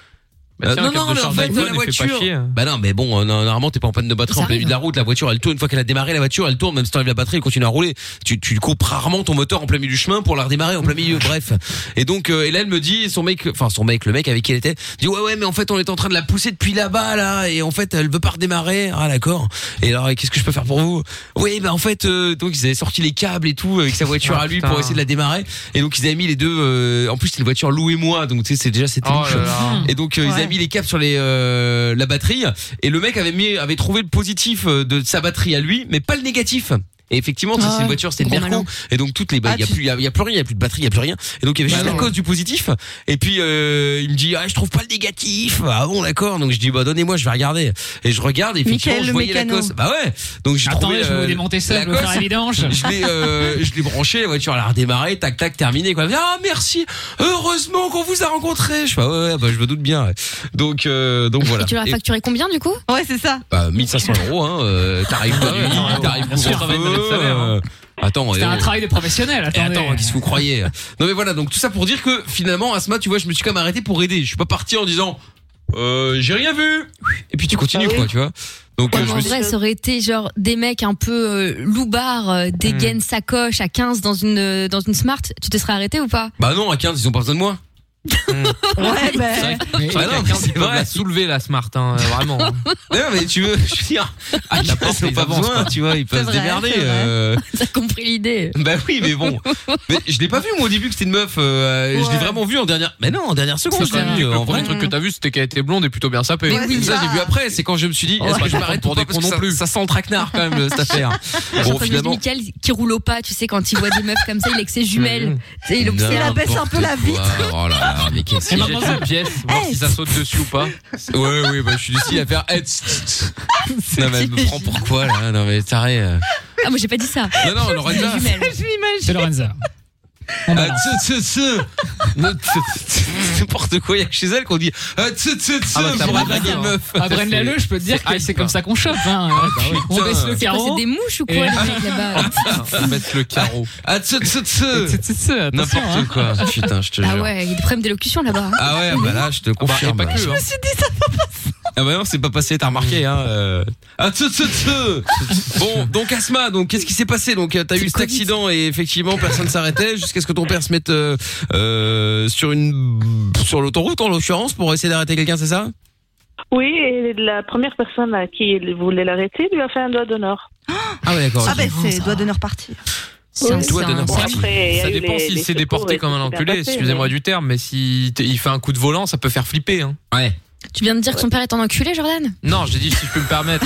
Speaker 10: Bah,
Speaker 2: Euh,
Speaker 10: tiens,
Speaker 2: non
Speaker 10: un câble
Speaker 2: non
Speaker 10: de
Speaker 2: mais en
Speaker 10: charge
Speaker 2: fait
Speaker 10: d'iPhone,
Speaker 2: la
Speaker 10: il fait pas
Speaker 2: voiture.
Speaker 10: chier, hein.
Speaker 2: Bah non, mais bon, euh, non, normalement, t'es pas en panne de batterie
Speaker 4: Ça
Speaker 2: en plein
Speaker 4: arrive.
Speaker 2: milieu de la route. La voiture, elle tourne. Une fois qu'elle a démarré, la voiture, elle tourne. Même si t'enlèves la batterie, elle continue à rouler. Tu, tu coupes rarement ton moteur en plein milieu du chemin pour la redémarrer en plein
Speaker 10: (laughs)
Speaker 2: milieu. Bref. Et donc, euh, et là, elle me dit, son mec, enfin, son mec, le mec avec qui elle était, dit, ouais, ouais, mais en fait, on est en train de la pousser depuis là-bas, là. Et en fait, elle veut pas redémarrer. Ah, d'accord. Et alors, qu'est-ce que je peux faire pour vous? Oui, bah, en fait, euh, donc, ils avaient sorti les câbles et tout euh, avec sa voiture
Speaker 10: Ah,
Speaker 2: à lui
Speaker 10: putain.
Speaker 2: pour essayer de la démarrer. Et donc, ils avaient mis les deux, euh, en plus, c'est une voiture Lou et moi. Donc, tu sais, c'est déjà, c'était
Speaker 10: Oh
Speaker 2: louche.
Speaker 10: là là.
Speaker 2: Et donc euh, ils
Speaker 5: Ouais.
Speaker 2: avaient mis les câbles sur les euh, la batterie et le mec avait mis avait trouvé le positif euh, de sa batterie à lui mais pas le négatif. Et effectivement, ça,
Speaker 11: Ah
Speaker 2: c'est
Speaker 11: ouais,
Speaker 2: une voiture, c'était une
Speaker 11: gros
Speaker 2: Merco.
Speaker 11: malin. Ah,
Speaker 2: Et donc toutes les, bah, il y a plus, il y a- il y a plus rien, il y a plus de batterie, il y a plus rien. Et donc il y avait
Speaker 11: Bah
Speaker 2: juste la
Speaker 11: non.
Speaker 2: cause du positif. Et puis euh, il me dit, ah, je trouve pas le négatif. Ah bon, d'accord. Donc je dis, bah donnez-moi, je vais regarder. Et je regarde. Et effectivement,
Speaker 3: Michael,
Speaker 2: je
Speaker 3: le
Speaker 2: voyais la
Speaker 3: mécano.
Speaker 2: cause. Bah ouais. Donc j'ai
Speaker 3: Attendez,
Speaker 2: trouvé.
Speaker 3: je vais vous
Speaker 2: euh,
Speaker 3: démonter ça, je vais vous
Speaker 2: cause.
Speaker 3: faire la vidange.
Speaker 2: Je
Speaker 3: (laughs)
Speaker 2: l'ai, euh, je l'ai branché, la voiture elle a redémarré, tac tac, terminé quoi. Elle me dit, Ah merci, heureusement qu'on vous a rencontré. Je fais ah, ouais, ouais, bah je me doute bien. ouais. Donc euh, donc voilà.
Speaker 4: Et tu leur as
Speaker 2: Et-
Speaker 4: facturé combien du coup
Speaker 5: Ouais, c'est ça.
Speaker 2: bah, 1500 euros, hein, euh, tarif
Speaker 3: Ah Ouais,
Speaker 2: nuit,
Speaker 3: ouais,
Speaker 2: tarif
Speaker 3: bien sûr,
Speaker 2: couvre-feu,
Speaker 3: travail de notre salaire, hein.
Speaker 2: euh, Attends,
Speaker 3: C'était
Speaker 2: euh,
Speaker 3: un travail de professionnel.
Speaker 2: et
Speaker 3: Attendez.
Speaker 2: attends, qu'est-ce que vous croyez Non mais voilà, donc tout ça pour dire que finalement, Asma, tu vois, je me suis quand même arrêté pour aider. Je suis pas parti en disant, euh, j'ai rien vu. Et puis tu continues
Speaker 4: Ah oui.
Speaker 2: quoi, tu vois. Donc euh,
Speaker 4: Ouais, mais
Speaker 2: je
Speaker 4: en
Speaker 2: me suis-
Speaker 4: vrai, ça aurait été genre des mecs un peu euh, loubards, euh,
Speaker 2: Hmm.
Speaker 4: dégaine sacoche à 15 dans une euh, dans une smart. Tu te serais arrêté ou pas
Speaker 2: Bah non, à 15, ils ont pas besoin de moi.
Speaker 4: (laughs)
Speaker 5: Ouais,
Speaker 7: Mais
Speaker 2: Bah non, mais c'est
Speaker 7: ils peuvent
Speaker 2: vrai.
Speaker 7: la soulever la Smart, hein, vraiment.
Speaker 2: Non, mais tu veux, je veux dire, à 15, ils
Speaker 7: ils
Speaker 2: ont Ah, pas
Speaker 7: avancent,
Speaker 2: besoin,
Speaker 7: quoi.
Speaker 2: tu vois, ils peuvent se
Speaker 4: vrai,
Speaker 2: démerder.
Speaker 4: c'est vrai.
Speaker 2: euh, (laughs)
Speaker 4: T'as compris l'idée
Speaker 2: Bah oui, mais bon. Mais je l'ai pas vu moi au début que c'était une meuf. euh, Je l'ai
Speaker 7: Ouais.
Speaker 2: vraiment vu en dernière. Mais non, en dernière seconde.
Speaker 7: C'est
Speaker 2: Je l'ai
Speaker 7: vrai.
Speaker 2: vu. euh, En
Speaker 7: Le
Speaker 2: vrai,
Speaker 7: premier truc que t'as vu, c'était qu'elle était blonde et plutôt bien sapée.
Speaker 2: Mais oui, ça j'ai vu après. C'est quand je me suis dit,
Speaker 7: Ouais.
Speaker 2: est-ce que je
Speaker 7: Pas
Speaker 2: m'arrête
Speaker 7: pour
Speaker 2: pour des
Speaker 7: des
Speaker 2: cons
Speaker 7: cons
Speaker 2: non
Speaker 7: non
Speaker 2: plus
Speaker 7: plus.
Speaker 2: Ça s'entraque nard quand même euh,
Speaker 7: (laughs)
Speaker 4: (laughs)
Speaker 2: cette affaire. Bon,
Speaker 4: J'entends juste
Speaker 2: finalement.
Speaker 4: Michael qui roule au pas, tu sais, quand il voit des meufs comme ça, il est que ses jumelles. Tu sais, il observe.
Speaker 2: vitre. Oh là là, mais qu'est-ce
Speaker 7: Elle
Speaker 2: que
Speaker 7: m'a pensé une pièce, voir si ça saute dessus ou pas.
Speaker 2: Ouais, ouais, bah je suis du style à faire. Eh, tss, tss, tss. Non mais elle me prend pourquoi là Non mais taré. euh.
Speaker 4: Ah, moi j'ai pas dit ça.
Speaker 2: Non non, Lorenza.
Speaker 4: Les jumelles.
Speaker 3: C'est Lorenza.
Speaker 2: Ah, tss, tss, tss. Non, tss, tss, tss. N'importe quoi, il y a que chez elle qu'on dit. Ah, tss, tss, tss,
Speaker 7: Ah, bah, t'as
Speaker 2: pour
Speaker 7: pas
Speaker 2: draguer
Speaker 7: raison,
Speaker 2: meuf.
Speaker 3: À Braine Lalleud, je peux te dire que c'est comme ça qu'on chope.
Speaker 2: Ah
Speaker 3: hein. On
Speaker 2: bah putain. Ah,
Speaker 3: baisse
Speaker 4: Quoi,
Speaker 3: le
Speaker 2: C'est
Speaker 4: C'est
Speaker 3: carreau.
Speaker 4: des mouches ou quoi
Speaker 3: Et-
Speaker 4: les mecs là-bas
Speaker 2: Mettre le carreau. Ah, tss, tss, tss.
Speaker 3: C'est- c'est- c'est- attention, hein.
Speaker 2: N'importe quoi. (laughs) Putain, je te
Speaker 4: Ah
Speaker 2: jure.
Speaker 4: ouais, il y a des problèmes d'élocution là-bas. hein.
Speaker 2: Ah ouais, bah là, je te confirme.
Speaker 7: pas que, hein.
Speaker 2: Ah bah non, c'est pas passé, t'as remarqué, hein. euh. Ah, tse, tse, tse. Bon, donc Asma, donc qu'est-ce qui s'est passé Donc euh, t'as eu cet accident et effectivement personne s'arrêtait jusqu'à ce que ton père se mette euh, euh, sur une sur l'autoroute en l'occurrence pour essayer d'arrêter quelqu'un, c'est ça
Speaker 8: Oui, et la première personne à qui il voulait l'arrêter lui a fait un doigt d'honneur.
Speaker 2: Ah ouais, d'accord.
Speaker 5: Ah,
Speaker 2: ok.
Speaker 5: ben c'est doigt d'honneur parti.
Speaker 4: C'est un-
Speaker 2: Le doigt
Speaker 4: c'est un-
Speaker 2: d'honneur
Speaker 4: c'est un-
Speaker 2: parti.
Speaker 8: Après, il y a
Speaker 7: Ça
Speaker 8: eu
Speaker 7: dépend
Speaker 8: les-
Speaker 7: s'il
Speaker 8: les
Speaker 7: s'est
Speaker 8: secours
Speaker 7: déporté
Speaker 8: et
Speaker 7: comme un
Speaker 8: tout s'est bien
Speaker 7: enculé,
Speaker 8: passé,
Speaker 7: excusez-moi
Speaker 8: mais-
Speaker 7: du terme, mais s'il t- il fait un coup de volant, ça peut faire flipper. Hein.
Speaker 2: Ouais.
Speaker 4: Tu viens de dire que son père est un enculé, Jordan
Speaker 7: Non, j'ai dit si je peux me permettre.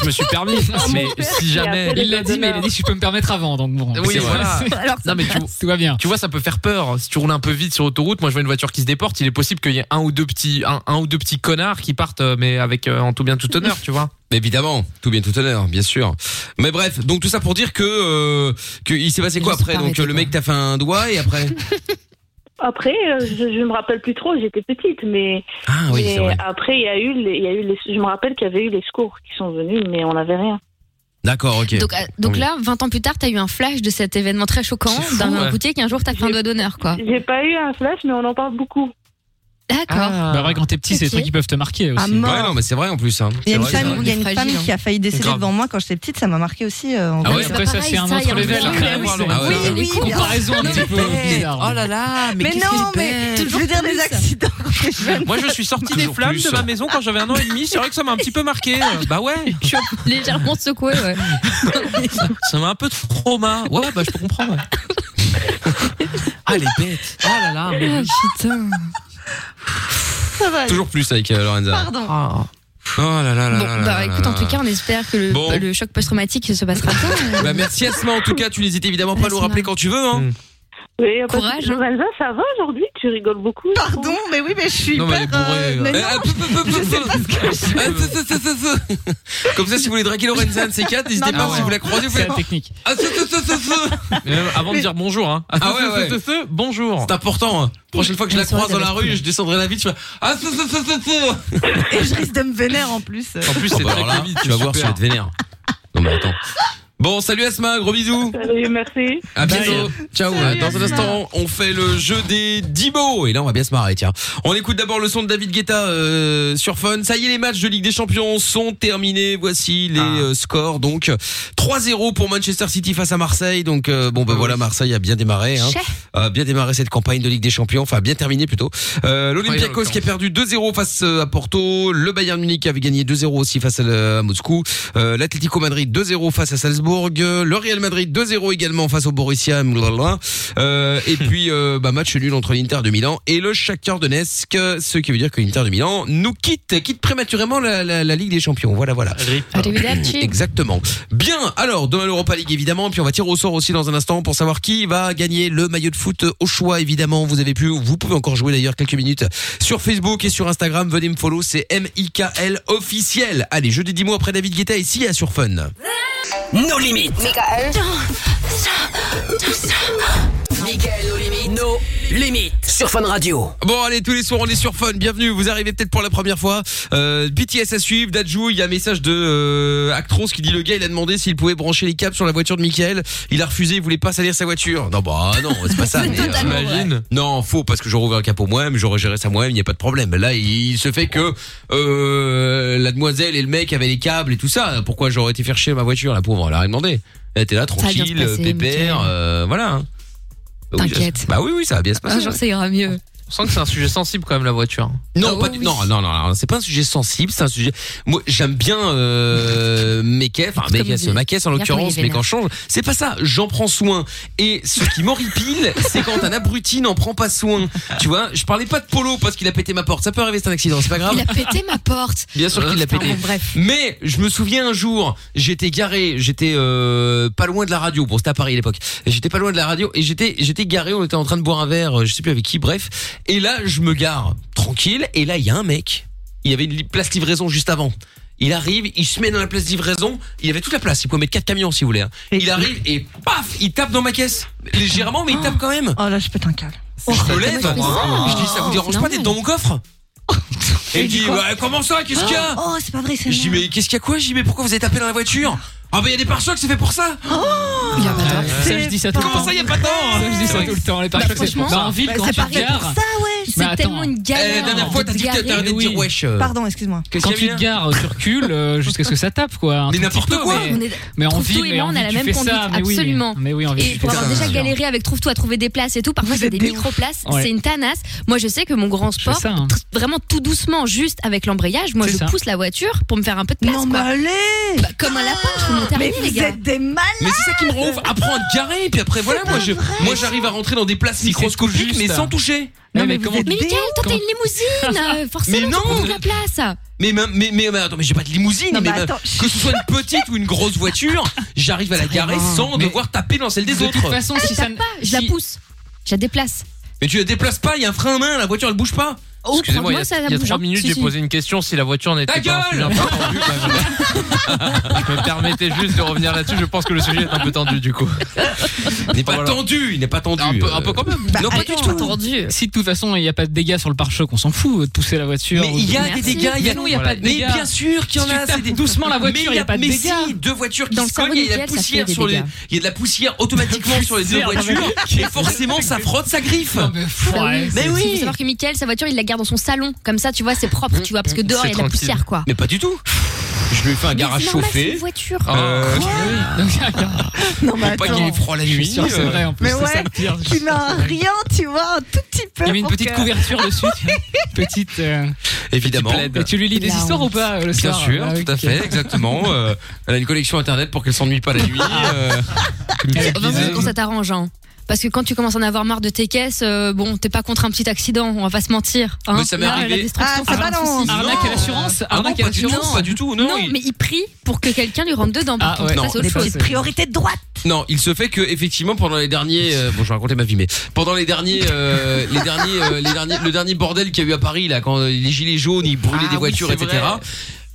Speaker 7: Je me suis permis, mais si jamais.
Speaker 3: Il l'a dit, mais il a dit si je peux me permettre avant. Donc bon.
Speaker 7: Oui,
Speaker 3: C'est-
Speaker 7: voilà.
Speaker 3: (laughs)
Speaker 5: Alors,
Speaker 7: Non, mais tu,
Speaker 3: Tout va bien.
Speaker 7: tu vois, ça peut faire peur. Si tu roules un peu vite sur l'autoroute, moi je vois une voiture qui se déporte, il est possible qu'il y ait un ou deux petits, un, un ou deux petits connards qui partent, euh, mais avec euh, en tout bien tout honneur, tu vois.
Speaker 2: Mais Évidemment, tout bien tout à l'heure, bien sûr. Mais bref, donc tout ça pour dire que euh, que il s'est passé
Speaker 4: Il
Speaker 2: quoi
Speaker 4: s'est
Speaker 2: après
Speaker 4: pas
Speaker 2: Donc
Speaker 4: arrêté,
Speaker 2: euh, le mec t'a fait un doigt et après
Speaker 8: Après, euh, je, je me rappelle plus trop, j'étais petite, mais,
Speaker 2: Ah oui,
Speaker 8: mais
Speaker 2: c'est vrai.
Speaker 8: après, il y a eu, les, il y a eu les, je me rappelle qu'il y avait eu les secours qui sont venus, mais on n'avait rien.
Speaker 2: D'accord, ok.
Speaker 4: Donc, euh, donc
Speaker 2: Oui.
Speaker 4: là, 20 ans plus tard, t'as eu un flash de cet événement très choquant
Speaker 7: C'est fou,
Speaker 4: d'un
Speaker 7: ouais.
Speaker 4: routier qui un jour t'a fait un doigt d'honneur, quoi.
Speaker 8: J'ai pas eu un flash, mais on en parle beaucoup.
Speaker 2: Ah.
Speaker 4: D'accord.
Speaker 3: Bah, vrai, quand t'es petit, c'est des
Speaker 4: Ok.
Speaker 3: trucs qui peuvent te marquer
Speaker 5: Ah,
Speaker 3: aussi.
Speaker 5: mort.
Speaker 2: Ouais, non, mais c'est vrai en plus. Hein.
Speaker 5: Il y a
Speaker 2: C'est
Speaker 5: une
Speaker 2: vrai, c'est
Speaker 5: femme,
Speaker 2: vrai.
Speaker 5: il y a une
Speaker 4: Fragile,
Speaker 5: femme
Speaker 4: hein.
Speaker 5: qui a failli décéder
Speaker 7: Grave.
Speaker 5: devant moi quand j'étais petite, ça m'a marqué aussi. euh, en
Speaker 2: Ah
Speaker 5: vrai.
Speaker 2: ouais,
Speaker 4: c'est
Speaker 3: Après,
Speaker 4: pas
Speaker 3: ça,
Speaker 4: pareil,
Speaker 3: c'est un
Speaker 4: ça, il y a
Speaker 3: autre
Speaker 4: un
Speaker 3: level.
Speaker 4: vrai
Speaker 3: Rien à
Speaker 4: lien, oui,
Speaker 3: voir,
Speaker 4: c'est
Speaker 3: Laurent.
Speaker 2: vrai.
Speaker 3: C'est
Speaker 5: Oui,
Speaker 3: une
Speaker 5: oui,
Speaker 3: comparaison un
Speaker 5: oui.
Speaker 3: petit peu
Speaker 5: Mais-
Speaker 3: bizarre.
Speaker 11: là là,
Speaker 5: Mais non, mais je veux dire des accidents.
Speaker 7: (laughs) Moi je suis sorti des
Speaker 2: Toujours
Speaker 7: flammes
Speaker 2: plus.
Speaker 7: de ma maison quand j'avais un an et demi, c'est vrai que ça m'a un petit peu marqué. Euh, Bah ouais,
Speaker 4: Je suis légèrement secouée,
Speaker 2: (laughs)
Speaker 4: ouais.
Speaker 7: ça m'a un peu de trauma. Ouais, ouais, bah je peux comprendre. ouais. Ah les bêtes. Oh là là, mais oui.
Speaker 4: Ah, Putain.
Speaker 5: Ça va.
Speaker 2: Toujours plus avec euh, Lorenza.
Speaker 5: Pardon.
Speaker 7: Ah.
Speaker 2: Oh là là là
Speaker 4: Bon,
Speaker 2: là là
Speaker 4: bah
Speaker 2: là
Speaker 4: écoute, en
Speaker 2: là
Speaker 4: tout
Speaker 2: là.
Speaker 4: cas, on espère que le,
Speaker 2: Bon.
Speaker 4: le choc post-traumatique se passera
Speaker 2: (laughs)
Speaker 4: bien. euh,
Speaker 2: Bah merci Asma en tout cas, tu n'hésites évidemment pas à nous
Speaker 4: Asma.
Speaker 2: rappeler quand tu veux hein.
Speaker 7: Mm.
Speaker 8: Oui, après,
Speaker 4: Courage, hein.
Speaker 8: Lorenza, ça va aujourd'hui Tu rigoles beaucoup. je trouve.
Speaker 5: Pardon, mais oui, mais je suis
Speaker 7: Non, mais elle
Speaker 5: hyper.
Speaker 7: est
Speaker 5: euh, mais
Speaker 7: bourrée,
Speaker 2: Eh,
Speaker 5: non,
Speaker 2: ah, peu, peu, peu, peu,
Speaker 5: je sais
Speaker 2: peu.
Speaker 5: pas ce que je-
Speaker 2: Ah, ça, ça, ça, ça, ça. Comme ça si vous voulez draguer Lorenza c 4 n'hésitez Ah
Speaker 5: Non,
Speaker 2: pas
Speaker 5: non.
Speaker 2: si vous la croisez vous
Speaker 3: C'est
Speaker 2: faites
Speaker 3: la technique.
Speaker 2: Ah, ça, ça, ça, ça,
Speaker 9: (laughs)
Speaker 2: ça.
Speaker 7: Mais même avant de dire bonjour, hein.
Speaker 2: Ah ouais, ouais.
Speaker 7: Ce, ce, ce, Bonjour.
Speaker 2: C'est important. hein. Prochaine fois que je la
Speaker 4: Bonne soirée,
Speaker 2: croise dans la
Speaker 4: David.
Speaker 2: rue, je descendrai la vitre, je fais Ah ça, ça, ça, ça, ça.
Speaker 5: Et je risque de me vénère en plus.
Speaker 7: En plus, c'est
Speaker 2: Bon, bah,
Speaker 7: très
Speaker 2: alors là,
Speaker 7: Covid,
Speaker 2: tu vas voir,
Speaker 7: super.
Speaker 2: tu vas être vénère. Non mais attends. Bon, salut Asma, gros bisous.
Speaker 8: Salut, merci.
Speaker 2: À
Speaker 3: Bye.
Speaker 2: bientôt. Ciao.
Speaker 5: Salut,
Speaker 2: dans un
Speaker 5: Asma.
Speaker 2: instant, on fait le jeu des 10 mots. Et là, on va bien se marrer, tiens. On écoute d'abord le son de David Guetta euh, sur Fun. Ça y est, les matchs de Ligue des Champions sont terminés. Voici les
Speaker 7: Ah.
Speaker 2: euh, scores. Donc, 3-0 pour Manchester City face à Marseille. Donc, euh, bon, bah voilà, Marseille a bien démarré. Hein.
Speaker 4: Chef.
Speaker 2: A bien démarré cette campagne de Ligue des Champions. Enfin, bien terminé plutôt. Euh, L'Olympiakos
Speaker 7: Incroyable,
Speaker 2: qui a perdu 2-0 face euh, à Porto. Le Bayern Munich avait gagné 2-0 aussi face à, la- à Moscou. Euh, L'Atlético Madrid 2-0 face à Salzbourg. Wolfsburg, euh, le Real Madrid 2-0 également face au Borussia, blablabla. Euh, et puis euh, bah, match nul entre l'Inter de Milan et le Shakhtar Donetsk, euh, ce qui veut dire que l'Inter de Milan nous quitte, quitte prématurément la, la- la Ligue des Champions. Voilà, voilà.
Speaker 4: Arrivederci.
Speaker 2: (laughs) Exactement. Bien, alors demain l'Europa League évidemment, puis on va tirer au sort aussi dans un instant pour savoir qui va gagner le maillot de foot au choix évidemment. Vous avez pu, vous pouvez encore jouer d'ailleurs quelques minutes sur Facebook et sur Instagram. Venez me follow, c'est MIKL officiel. Allez, je dis 10 mots après David Guetta et Sia sur Fun.
Speaker 1: Nos limites. Michael. Michael, nos limites. Nos limites. Sur Fun Radio.
Speaker 2: Bon allez tous les soirs on est sur Fun, bienvenue, vous arrivez peut-être pour la première fois. Euh, BTS à suivre, Dajou, il y a un message de euh, Actros qui dit le gars il a demandé s'il pouvait brancher les câbles sur la voiture de Michael, il a refusé, il voulait pas salir sa voiture. Non bah non, c'est pas ça. mais, euh,
Speaker 7: Totalement
Speaker 2: j'imagine. Non, faux parce que j'aurais ouvert le capot moi-même, j'aurais géré ça moi-même, il n'y a pas de problème. Là, il se fait que euh, la demoiselle et le mec avaient les câbles et tout ça. Pourquoi j'aurais été faire chier ma voiture la pauvre, elle a rien demandé. Elle était là
Speaker 4: va bien se
Speaker 2: tranquille,
Speaker 4: passer,
Speaker 2: pépère,
Speaker 4: Michael.
Speaker 2: euh, voilà. Bah oui, ça-
Speaker 4: T'inquiète.
Speaker 2: Bah oui oui, ça va bien se passer.
Speaker 4: Un jour, ça ira mieux.
Speaker 7: On sent que c'est un sujet sensible quand même la voiture.
Speaker 2: Non,
Speaker 4: Ah
Speaker 2: pas du- non, non, non, non, c'est pas un sujet sensible, c'est un sujet. Moi, j'aime bien euh, mes caisses, enfin mes
Speaker 7: Comme
Speaker 2: caisses,
Speaker 7: il est.
Speaker 2: ma caisse en
Speaker 7: Il y a pas
Speaker 2: l'occurrence,
Speaker 7: les
Speaker 2: mais quand
Speaker 7: vénères.
Speaker 2: je change, c'est pas ça. J'en prends soin. Et ce
Speaker 4: (laughs)
Speaker 2: qui m'horripile, c'est quand un abruti n'en prend pas soin. Tu vois, je parlais pas de Polo parce qu'il a pété ma porte. Ça peut arriver, c'est un accident, c'est pas grave.
Speaker 4: Il a pété ma porte.
Speaker 2: Ah. Bien sûr qu'il l'a
Speaker 4: Putain,
Speaker 2: pété.
Speaker 4: bon, bref.
Speaker 2: Mais je me souviens un jour, j'étais garé, j'étais euh, pas loin de la radio. Bon, c'était à Paris à l'époque. J'étais pas loin de la radio et j'étais j'étais garé. On était en train de boire un verre, euh, je sais plus avec qui. Bref, et là je me gare tranquille et là il y a un mec. Il y avait une li- place livraison juste avant. Il arrive, il se met dans la place livraison. Il y avait toute la place. Il pouvait mettre quatre camions si vous voulez. hein. Il arrive et paf, il tape dans ma caisse légèrement, mais il tape quand même.
Speaker 5: Oh là, je pète un câble. Oh,
Speaker 2: Je me lève,
Speaker 5: fais ça. Oh,
Speaker 2: je dis ça vous dérange
Speaker 5: C'est
Speaker 2: pas d'être dans mon coffre Et il
Speaker 5: dit
Speaker 2: dit
Speaker 5: quoi
Speaker 2: bah, comment ça Qu'est-ce qu'il y a
Speaker 5: Oh, oh, c'est pas vrai, c'est
Speaker 2: Je dis mais qu'est-ce qu'il y a quoi Je dis mais pourquoi vous avez tapé dans la voiture Ah bah il y a des pare-chocs, c'est fait pour ça
Speaker 4: Il y a pas
Speaker 3: tort. Ça, je dis ça tout le temps.
Speaker 2: Comment ça, il y a pas tort
Speaker 3: Ça, je dis ça tout le temps. Les pare-chocs, c'est pour ça. En ville, quand tu gares. Mais attends.
Speaker 2: Eh, La dernière fois, t'as dit que t'as arrêté de dire wesh. euh,
Speaker 5: Pardon, excuse-moi.
Speaker 2: Qu'est-ce
Speaker 3: Quand
Speaker 2: qu'il y
Speaker 3: tu
Speaker 2: a
Speaker 3: te gares, tu recules
Speaker 4: (laughs)
Speaker 3: euh, jusqu'à ce que ça tape, quoi. Un
Speaker 2: Mais
Speaker 3: tout
Speaker 2: n'importe
Speaker 3: petit peu,
Speaker 2: quoi.
Speaker 3: mais-
Speaker 4: On est-
Speaker 3: Mais en
Speaker 4: Trouve-toi
Speaker 3: ville,
Speaker 4: et
Speaker 3: mais
Speaker 4: moi,
Speaker 3: en
Speaker 4: on a
Speaker 3: ville,
Speaker 4: la
Speaker 3: tu
Speaker 4: même
Speaker 3: fais
Speaker 4: conduite,
Speaker 3: ça, mais oui, mais-
Speaker 4: absolument.
Speaker 3: Mais oui, en ville,
Speaker 4: Et
Speaker 3: tu
Speaker 4: pour
Speaker 3: fais
Speaker 4: avoir
Speaker 3: ça.
Speaker 4: déjà galéré avec Trouve-toi à trouver des places et tout, parfois c'est des micro-places,
Speaker 3: Ouais.
Speaker 4: c'est une tanasse. Moi je sais que mon grand sport,
Speaker 3: ça, hein.
Speaker 4: tr- vraiment tout doucement, juste avec l'embrayage, moi
Speaker 3: C'est
Speaker 4: je
Speaker 3: ça.
Speaker 4: pousse la voiture pour me faire un peu de place. Non
Speaker 5: mais allez
Speaker 4: Comme un lapin, je suis terminé
Speaker 5: Mais
Speaker 4: les
Speaker 5: vous
Speaker 4: gars.
Speaker 5: êtes des malades
Speaker 2: Mais c'est ça qui me rend ouf. Apprends à te garer, et puis après voilà, moi je, moi j'arrive à rentrer dans des places microscopiques, mais sans toucher.
Speaker 4: mais, Mickaël, toi t'as une (laughs) limousine, euh, forcément
Speaker 2: Mais
Speaker 4: tu prends
Speaker 2: non.
Speaker 4: toute la place.
Speaker 2: Mais, même- mais, mais, mais attends, mais j'ai pas de limousine,
Speaker 4: Non,
Speaker 2: mais
Speaker 4: mais
Speaker 2: même-
Speaker 4: attends.
Speaker 2: que ce soit une petite ou une grosse voiture, j'arrive à la garer sans devoir taper dans celle des autres.
Speaker 4: Ah, je tape pas, je la pousse, je la déplace.
Speaker 2: Mais tu la déplaces pas, il y a un frein à main, la voiture elle bouge pas.
Speaker 4: Oh,
Speaker 7: Excusez-moi, il y a,
Speaker 4: franchement, ça
Speaker 7: il y a
Speaker 4: bouge,
Speaker 7: trois
Speaker 4: hein.
Speaker 7: minutes,
Speaker 4: Si,
Speaker 7: j'ai
Speaker 4: si.
Speaker 7: posé une question si la voiture n'était
Speaker 2: Ta
Speaker 7: pas un sujet
Speaker 2: gueule
Speaker 7: important, quand
Speaker 2: (laughs)
Speaker 7: même. Je me permettais juste de revenir là-dessus, je pense que le sujet est un peu tendu du coup.
Speaker 2: Il n'est pas tendu, il n'est pas tendu. euh.
Speaker 7: Un peu, un peu quand même.
Speaker 2: Bah,
Speaker 3: non, Bah, pas du tout. Si de toute façon il n'y a pas de dégâts sur le pare-choc, on s'en fout de pousser la voiture.
Speaker 2: Mais il y a des dégâts, il y a,
Speaker 3: Mais non, il n'y a pas de
Speaker 2: Mais
Speaker 3: dégâts.
Speaker 2: bien sûr qu'il y en
Speaker 3: Si tu
Speaker 2: a.
Speaker 3: tapes
Speaker 2: c'est des-
Speaker 3: doucement la voiture,
Speaker 2: Mais
Speaker 3: il n'y a pas de
Speaker 2: mais
Speaker 3: dégâts.
Speaker 2: si, deux voitures qui
Speaker 3: Dans le
Speaker 2: se cognent, il y a de la
Speaker 3: cerveau nickel, ça fait
Speaker 2: poussière
Speaker 3: des
Speaker 2: sur les,
Speaker 3: dégâts.
Speaker 2: il y a de la poussière automatiquement sur les deux
Speaker 3: Poussière,
Speaker 2: voitures,
Speaker 3: ouais.
Speaker 2: et forcément ça frotte, ça griffe.
Speaker 4: Ouais,
Speaker 2: Mais
Speaker 4: Bah c'est- Il faut
Speaker 2: oui.
Speaker 4: savoir que Mickaël, sa voiture, il la garde dans son salon. Comme ça, tu vois, c'est
Speaker 2: Mmh,
Speaker 4: propre, tu vois, parce que dehors, il y a de la poussière, quoi.
Speaker 2: Mais pas du tout. Je lui fais un garage
Speaker 4: c'est normal, c'est
Speaker 2: chauffé.
Speaker 4: une voiture. Ah
Speaker 2: Euh,
Speaker 3: (laughs)
Speaker 5: Non, mais
Speaker 2: Faut pas qu'il ait froid la nuit.
Speaker 3: sûr, c'est
Speaker 2: euh.
Speaker 3: vrai, en plus,
Speaker 5: Mais ouais, tu n'as rien, tu vois, un tout petit peu.
Speaker 3: Il y avait une
Speaker 5: pour
Speaker 3: petite
Speaker 5: que-
Speaker 3: couverture dessus. (laughs) tu vois. Petite. euh,
Speaker 2: Évidemment.
Speaker 3: Et tu lui lis des
Speaker 5: La
Speaker 3: histoires ou pas euh, le
Speaker 2: Bien
Speaker 3: soir
Speaker 2: sûr,
Speaker 3: Ah,
Speaker 2: tout à
Speaker 3: ok.
Speaker 2: fait, exactement. Euh, elle a une connexion internet pour qu'elle s'ennuie pas la nuit.
Speaker 3: Ah.
Speaker 2: euh, comme
Speaker 4: Eh,
Speaker 2: tu
Speaker 4: vraiment,
Speaker 2: disais.
Speaker 4: quand ça t'arrange, hein. Parce que quand tu commences à en avoir marre de tes caisses, euh, bon, t'es pas contre un petit accident, on va pas se mentir. hein.
Speaker 2: Mais ça m'est
Speaker 4: Là, la
Speaker 2: arrivé.
Speaker 4: destruction,
Speaker 5: Ah,
Speaker 4: c'est pas un souci.
Speaker 3: Arnaque à l'assurance
Speaker 2: Ah non,
Speaker 3: Arnaque à
Speaker 2: pas du tout,
Speaker 3: l'assurance
Speaker 2: pas du tout, non.
Speaker 4: Non,
Speaker 2: il-
Speaker 4: mais il prie pour que quelqu'un lui rentre dedans. par
Speaker 2: Ah,
Speaker 4: contre.
Speaker 2: ouais.
Speaker 4: Ça,
Speaker 2: Non,
Speaker 4: c'est autre
Speaker 2: ça,
Speaker 4: chose.
Speaker 2: c'est-
Speaker 5: Priorité de droite.
Speaker 2: Non, il se fait que effectivement pendant les derniers, euh, bon, je vais raconter ma vie, mais pendant les derniers, euh, les derniers, euh, les derniers, le dernier bordel qu'il y a eu à Paris là, quand euh, les gilets jaunes, ils
Speaker 4: Ah
Speaker 2: brûlaient des voitures,
Speaker 7: c'est
Speaker 2: etc.
Speaker 7: vrai.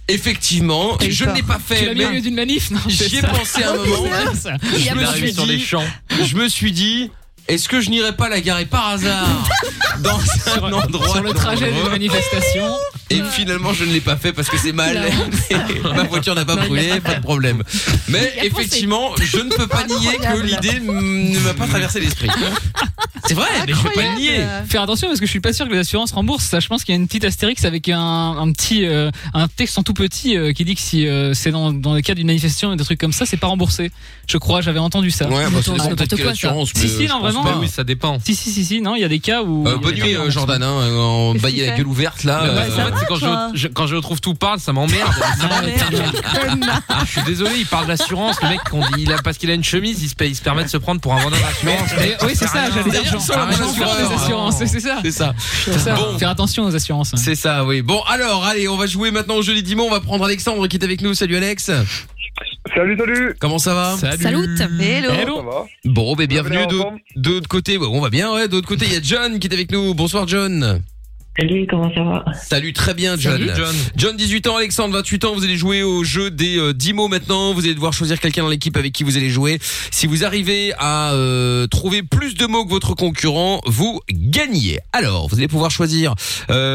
Speaker 2: Effectivement,
Speaker 3: T'as eu
Speaker 2: je
Speaker 3: peur.
Speaker 2: ne l'ai pas
Speaker 3: Tu
Speaker 2: fait.
Speaker 3: l'as mis au milieu
Speaker 2: mais
Speaker 3: d'une manif non, c'est
Speaker 2: J'y ai
Speaker 3: ça. (laughs)
Speaker 2: pensé un moment.
Speaker 3: C'est ça.
Speaker 2: Je me
Speaker 7: Il arrive
Speaker 2: suis
Speaker 7: sur des
Speaker 2: dit,
Speaker 7: champs.
Speaker 2: je me suis dit, est-ce que je n'irais pas la garer par
Speaker 3: (laughs)
Speaker 2: hasard dans
Speaker 3: Sur-
Speaker 2: un endroit
Speaker 3: Sur le trajet
Speaker 2: dangereux
Speaker 3: d'une manifestation.
Speaker 2: Et finalement, je ne l'ai pas fait parce que c'est mal. (laughs) Ma voiture n'a pas brûlé, pas de problème. Mais effectivement, je ne peux pas nier que l'idée mm, ne m'a pas traversé l'esprit. C'est vrai, mais je vais pas le nier.
Speaker 3: Faire attention parce que je suis pas sûr que les assurances remboursent. Ça, je pense qu'il y a une petite astérix avec un, un petit euh, un texte en tout petit euh, qui dit que si euh, c'est dans, dans le cas d'une manifestation et des trucs comme ça, c'est pas remboursé. Je crois, j'avais entendu ça.
Speaker 2: Ouais, bah, ça dépend peut-être quelle
Speaker 3: quoi, ça.
Speaker 2: assurance, mais,
Speaker 3: Si si, non
Speaker 2: euh, je pense
Speaker 3: vraiment.
Speaker 2: pas. Oui, ça dépend.
Speaker 3: Si si si si, non, il y a des cas où.
Speaker 2: Euh, bonne nuit euh, Jordan, hein, euh, en
Speaker 3: Qu'est-ce
Speaker 2: baillet
Speaker 3: qu'il
Speaker 2: la
Speaker 3: fait
Speaker 2: gueule ouverte là.
Speaker 7: Mais ouais, Bah,
Speaker 2: euh,
Speaker 7: ça va,
Speaker 2: tu sais,
Speaker 7: toi. quand je retrouve tout parle, ça m'emmerde. (laughs) Ah, je suis désolé, il parle d'assurance. Le mec, qu'on dit, il a- parce qu'il a une chemise, il se, paye- il se permet de se prendre pour un vendeur d'assurance.
Speaker 3: Mais- oui, c'est ça, j'allais dire, j'en parle des assurances, c'est ça.
Speaker 2: C'est ça.
Speaker 3: C'est ça. Faire attention aux assurances.
Speaker 2: C'est ça, oui. Bon, alors, allez, on va jouer maintenant au jeu des Dimon. On va prendre Alexandre qui est avec nous. Salut, Alex.
Speaker 11: Salut, salut.
Speaker 2: Comment ça va
Speaker 11: Ça va
Speaker 2: Bon, ben bienvenue
Speaker 11: Bienvenue
Speaker 2: de,
Speaker 11: ensemble.
Speaker 2: de l'autre côté. Ouais, on va bien, ouais. De l'autre côté, il y a John qui est avec nous. Bonsoir, John.
Speaker 12: Salut, comment ça va
Speaker 2: Salut, très bien, John.
Speaker 12: Salut, John.
Speaker 2: 18 ans, Alexandre, 28 ans. Vous allez jouer au jeu des euh, 10 mots maintenant. Vous allez devoir choisir quelqu'un dans l'équipe avec qui vous allez jouer. Si vous arrivez à euh, trouver plus de mots que votre concurrent, vous gagnez. Alors, vous allez pouvoir choisir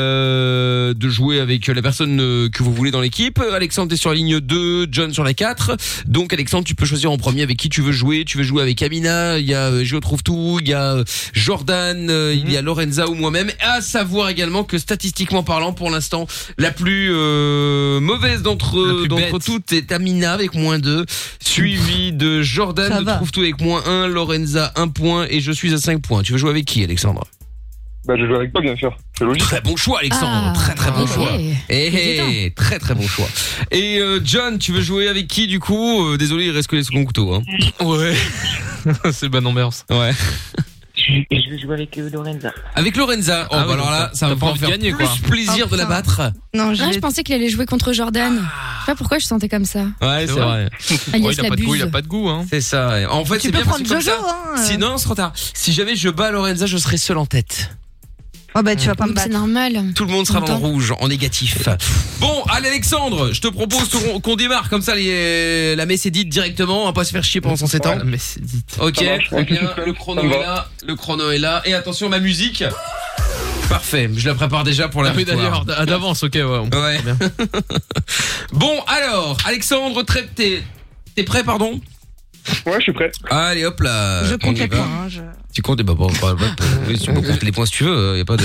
Speaker 2: euh, de jouer avec la personne euh, que vous voulez dans l'équipe. Alexandre est sur la ligne 2, John sur la 4. Donc, Alexandre, tu peux choisir en premier avec qui tu veux jouer. Tu veux jouer avec Amina, il y a euh, Gio Trouve Tout, il y a euh, Jordan, euh, il y a
Speaker 13: Mhm.
Speaker 2: Lorenza ou moi-même. À savoir également que statistiquement parlant, pour l'instant, la plus euh, mauvaise d'entre d'entre toutes est Amina avec moins 2, suivie
Speaker 13: Ça
Speaker 2: de Jordan de
Speaker 13: va.
Speaker 2: Trouve Tout avec moins 1, Lorenza 1 point et je suis à 5 points. Tu veux jouer avec qui, Alexandre
Speaker 11: Bah, je joue avec toi, bien sûr. C'est logique.
Speaker 2: Très bon choix, Alexandre. très très bon
Speaker 4: Ah,
Speaker 2: choix. Eh, eh, très très bon choix. Et euh, John, tu veux jouer avec qui du coup Euh, Désolé, il reste que les seconds couteaux. Hein. (laughs) Ouais. C'est bonne ambiance. Ouais.
Speaker 12: Et je vais jouer avec euh, Lorenza.
Speaker 2: Avec Lorenza. Oh,
Speaker 7: Ah
Speaker 2: bah
Speaker 7: oui,
Speaker 2: alors
Speaker 7: donc
Speaker 2: là,
Speaker 7: t'as-
Speaker 2: ça va
Speaker 7: t'as pas
Speaker 2: me
Speaker 7: envie de
Speaker 2: faire
Speaker 7: gagner,
Speaker 2: plus
Speaker 7: quoi.
Speaker 2: plaisir de la battre.
Speaker 5: Non,
Speaker 4: Ah, je pensais qu'il allait jouer contre Jordan. Je sais pas pourquoi je sentais comme ça.
Speaker 2: Ah. Ouais, c'est vrai.
Speaker 4: Ah, il Ouais, se il a pas de l'abuse. goût, il a
Speaker 2: pas de goût, hein. C'est ça. ouais. En fait,
Speaker 4: Tu
Speaker 2: c'est
Speaker 4: peux
Speaker 2: bien parce que
Speaker 4: prendre
Speaker 2: comme
Speaker 4: Jojo,
Speaker 2: ça,
Speaker 4: hein.
Speaker 2: Si non, c'est trop tard. Si jamais je bats Lorenza, je serai seul en tête.
Speaker 5: Oh bah tu vas pas me
Speaker 4: battre. C'est normal.
Speaker 2: Tout le monde sera dans le rouge, en négatif. Bon, allez Alexandre, je te propose qu'on- qu'on démarre comme ça les, la messe est dite directement, on va pas se faire chier pendant 107 ans.
Speaker 7: Ouais, la messe est dite.
Speaker 2: Ok,
Speaker 7: Ça marche,
Speaker 2: très bien,
Speaker 7: on fait
Speaker 2: le
Speaker 7: tout
Speaker 2: chrono
Speaker 7: seul. Ça
Speaker 2: est
Speaker 7: me va.
Speaker 2: là, le chrono est là, et attention ma musique. Parfait, je la prépare déjà pour la
Speaker 7: Ah oui, d'ailleurs,
Speaker 2: victoire.
Speaker 7: d- d'avance, ok, ouais. on-
Speaker 2: Ouais. (laughs) bon, alors, Alexandre, très- t'es t'es prêt, pardon
Speaker 11: Ouais, je suis prêt.
Speaker 2: Allez, hop là.
Speaker 5: Je
Speaker 2: on
Speaker 5: compte
Speaker 2: y
Speaker 5: les
Speaker 2: va.
Speaker 5: points. hein, je-
Speaker 2: Tu comptes bah, bah, bah, bah, oui, tu peux compter les points si tu veux, hein, y a pas de.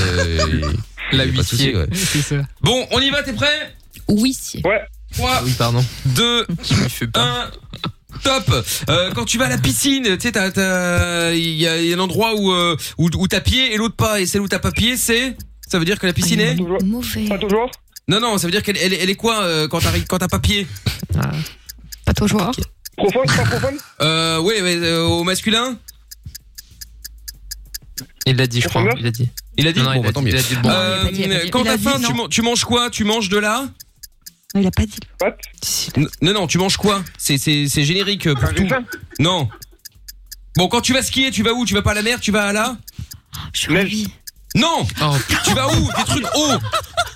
Speaker 2: La huissier, ouais.
Speaker 3: C'est ça.
Speaker 2: Bon, on y va, t'es prêt
Speaker 4: Oui.
Speaker 11: Ouais.
Speaker 2: 3,
Speaker 7: Oui, pardon.
Speaker 2: 2, 1, top Euh, Quand tu vas à la piscine, tu sais, t'as- t'as- il y, a il y a un endroit où, euh, où, où t'as pied et l'autre pas, et celle où t'as pas pied, c'est Ça veut dire que la piscine est
Speaker 4: Mauvais.
Speaker 11: Pas Ah, toujours
Speaker 2: Non, non, ça veut dire qu'elle elle, elle est quoi euh, quand t'arrives- quand t'as pas pied
Speaker 4: Pas toujours.
Speaker 11: Profond, pas profond
Speaker 2: Euh, ouais, ouais, euh, au masculin
Speaker 7: Il l'a dit, je crois. Il l'a dit.
Speaker 2: Il a dit
Speaker 7: Non, non,
Speaker 2: Bon,
Speaker 7: il
Speaker 2: bah, tant mieux.
Speaker 7: il a dit le bon.
Speaker 2: Euh,
Speaker 5: il a pas dit, il a pas dit.
Speaker 2: Quand
Speaker 5: Il a
Speaker 2: t'as
Speaker 5: dit,
Speaker 2: faim,
Speaker 5: non.
Speaker 2: tu, man- tu manges quoi Tu manges de là
Speaker 5: Il a pas dit.
Speaker 2: N- Non, non, tu manges quoi C'est c'est- c'est générique euh,
Speaker 11: Ah,
Speaker 2: pour tout. Non. Bon, quand tu vas skier, tu vas où Tu vas pas à la mer Tu vas à là
Speaker 7: Oh,
Speaker 11: Neige.
Speaker 2: Non Tu vas où Des trucs hauts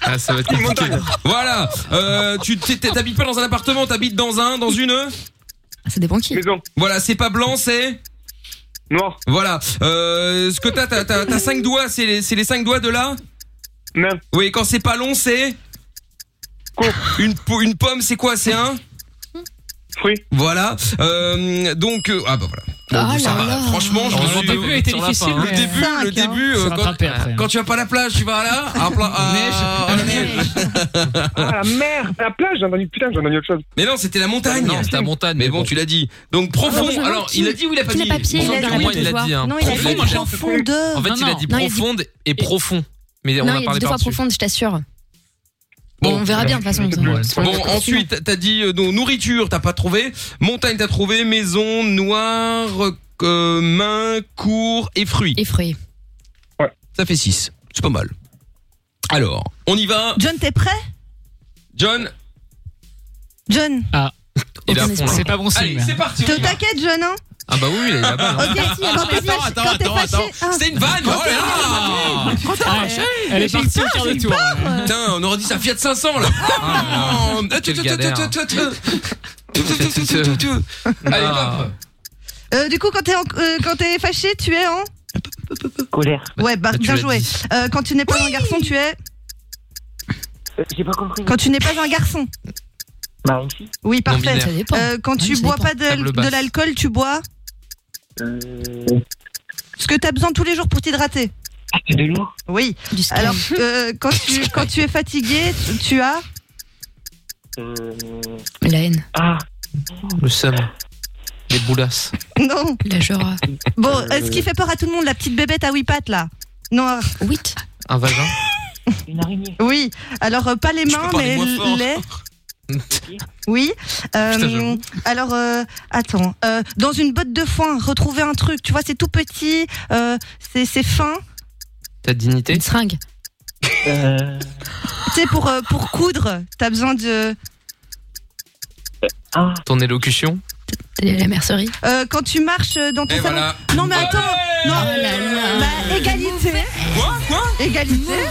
Speaker 7: Ah, ça va être compliqué.
Speaker 2: Voilà. Euh, tu t'es- t'es- t'habites pas dans un appartement, t'habites dans un, dans une.
Speaker 4: C'est des banquiers.
Speaker 11: Maison.
Speaker 2: Voilà, c'est pas blanc, c'est.
Speaker 11: Noir.
Speaker 2: Voilà. Euh, ce que t'as, t'as- t'as t'as cinq doigts, c'est les, c'est les cinq doigts de là
Speaker 11: Nain.
Speaker 2: Oui, quand c'est pas long, c'est. Une, po- une pomme, c'est quoi C'est un
Speaker 11: Fruit.
Speaker 2: Voilà. Euh, donc, euh, ah bah voilà.
Speaker 4: Oh
Speaker 2: ça
Speaker 4: là
Speaker 2: va.
Speaker 4: là.
Speaker 2: Franchement, je me
Speaker 7: Heureusement,
Speaker 2: suis-
Speaker 7: t'as vu, elle était
Speaker 2: sur la
Speaker 7: difficile,
Speaker 2: fin, hein.
Speaker 7: ouais.
Speaker 2: Le début,
Speaker 5: Cinq,
Speaker 2: le
Speaker 5: hein.
Speaker 2: début, euh,
Speaker 3: Se
Speaker 2: quand,
Speaker 3: rattraper
Speaker 7: hein.
Speaker 3: après.
Speaker 2: quand tu vas pas à la plage, tu vas à là, à, pla- à- à la neige.
Speaker 11: (laughs) Ah, la mer, la plage, j'ai entendu, putain, j'ai entendu autre chose.
Speaker 2: Mais non, c'était la montagne.
Speaker 7: Non, c'était la montagne.
Speaker 2: Mais bon, tu l'as dit. Donc profond.
Speaker 4: Ah, bah, je
Speaker 2: Alors,
Speaker 4: vois qui-
Speaker 2: il a dit ou il a pas
Speaker 4: qui
Speaker 2: dit
Speaker 4: n'a pas pied,
Speaker 2: Bon,
Speaker 4: il a
Speaker 2: c'est
Speaker 4: dit
Speaker 2: bon,
Speaker 4: rien
Speaker 7: il
Speaker 4: de
Speaker 7: l'a
Speaker 4: voir.
Speaker 7: dit. hein.
Speaker 5: Non, il a
Speaker 7: Profond,
Speaker 5: dit
Speaker 7: moi, j'ai-
Speaker 5: profondeur.
Speaker 7: En fait, il a dit
Speaker 4: non, il a dit-
Speaker 7: profonde et profond. Mais on
Speaker 4: non,
Speaker 7: a
Speaker 4: il a dit
Speaker 7: parlé
Speaker 4: deux fois
Speaker 7: par-dessus.
Speaker 4: profonde, je t'assure.
Speaker 2: Bon.
Speaker 4: Bon, on verra bien de toute façon.
Speaker 2: Bon, ensuite, t'as dit euh, non, nourriture, t'as pas trouvé. Montagne, t'as trouvé. Maison, noir, euh, main, cours et fruits.
Speaker 4: Effrayé.
Speaker 2: Ça fait 6. C'est pas mal. Alors, on y va.
Speaker 5: John, t'es prêt
Speaker 2: John,
Speaker 5: John,
Speaker 2: (laughs)
Speaker 7: Il est
Speaker 4: Aucun
Speaker 7: à fond, là.
Speaker 4: espoir.
Speaker 3: C'est pas bon signe.
Speaker 2: allez, c'est parti. on
Speaker 5: te
Speaker 2: y va.
Speaker 5: t'inquiète, John, hein
Speaker 7: Ah bah oui, il est là-bas.
Speaker 5: Ok, quand t'es
Speaker 2: Attends,
Speaker 5: fâché-
Speaker 2: attends,
Speaker 5: quand t'es
Speaker 2: attends,
Speaker 5: fâché.
Speaker 2: attends.
Speaker 5: ah,
Speaker 2: C'était une vanne. Oh là là
Speaker 3: Ah, Elle est
Speaker 5: J'ai
Speaker 3: partie au
Speaker 5: peur,
Speaker 3: quart de
Speaker 5: j'ai
Speaker 3: tour.
Speaker 2: Putain, on aurait dit ça Fiat 500 là.
Speaker 7: Ah,
Speaker 2: Oh, tu- tu- tu-
Speaker 7: galère.
Speaker 2: tu- tu- tu- tu- tu- tu- tu- Allez,
Speaker 7: Ah.
Speaker 2: hop.
Speaker 5: euh, Du coup, quand t'es en- euh, quand t'es fâché, tu es en
Speaker 12: Colère.
Speaker 5: Ouais, bah,
Speaker 7: tu
Speaker 5: bien
Speaker 7: l'as
Speaker 5: joué.
Speaker 7: dit.
Speaker 5: Euh, quand tu n'es pas un garçon, tu es
Speaker 12: Euh, J'ai pas compris.
Speaker 5: Quand tu n'es pas un garçon.
Speaker 12: Bah, une fille.
Speaker 5: Oui, parfait.
Speaker 7: binaire.
Speaker 4: Ça dépend.
Speaker 3: Ah
Speaker 5: Euh, quand tu
Speaker 4: Oui, ça
Speaker 5: bois
Speaker 4: dépend.
Speaker 5: pas de,
Speaker 7: Table basse.
Speaker 5: de l'alcool, tu bois
Speaker 12: Euh,
Speaker 5: Ce que tu as besoin tous les jours pour t'hydrater.
Speaker 12: C'est de l'eau
Speaker 5: Oui. Alors, euh,
Speaker 3: (laughs)
Speaker 5: quand, tu, quand tu es fatigué, tu- tu as.
Speaker 4: La haine.
Speaker 12: Ah,
Speaker 7: le seum. Les boulasses.
Speaker 5: Non.
Speaker 4: La Jora.
Speaker 5: Bon, euh, ce qui fait peur à tout le monde, la petite bébête à 8 pattes, là. Noire.
Speaker 4: Oui.
Speaker 7: Un vagin.
Speaker 12: une araignée.
Speaker 5: Oui. Alors, euh, pas les mains,
Speaker 7: parler
Speaker 5: mais
Speaker 7: moins fort.
Speaker 5: les.
Speaker 2: Hum.
Speaker 5: Oui. Euh,
Speaker 7: Putain, j'avoue.
Speaker 5: alors, euh, attends. Euh, dans une botte de foin, retrouver un truc. Tu vois, c'est tout petit, euh, c'est c'est fin.
Speaker 7: Ta dignité.
Speaker 4: Une seringue.
Speaker 12: Euh,
Speaker 5: Tu sais, pour, euh, pour coudre, t'as besoin de.
Speaker 12: ah,
Speaker 7: Ton élocution.
Speaker 4: La mercerie.
Speaker 5: Euh, quand tu marches dans ton
Speaker 7: Et
Speaker 5: salon.
Speaker 7: voilà.
Speaker 5: Non, mais attends. Non.
Speaker 4: Oh là là.
Speaker 5: Bah, égalité.
Speaker 2: Quoi Quoi
Speaker 5: Égalité.
Speaker 4: Mauvaise.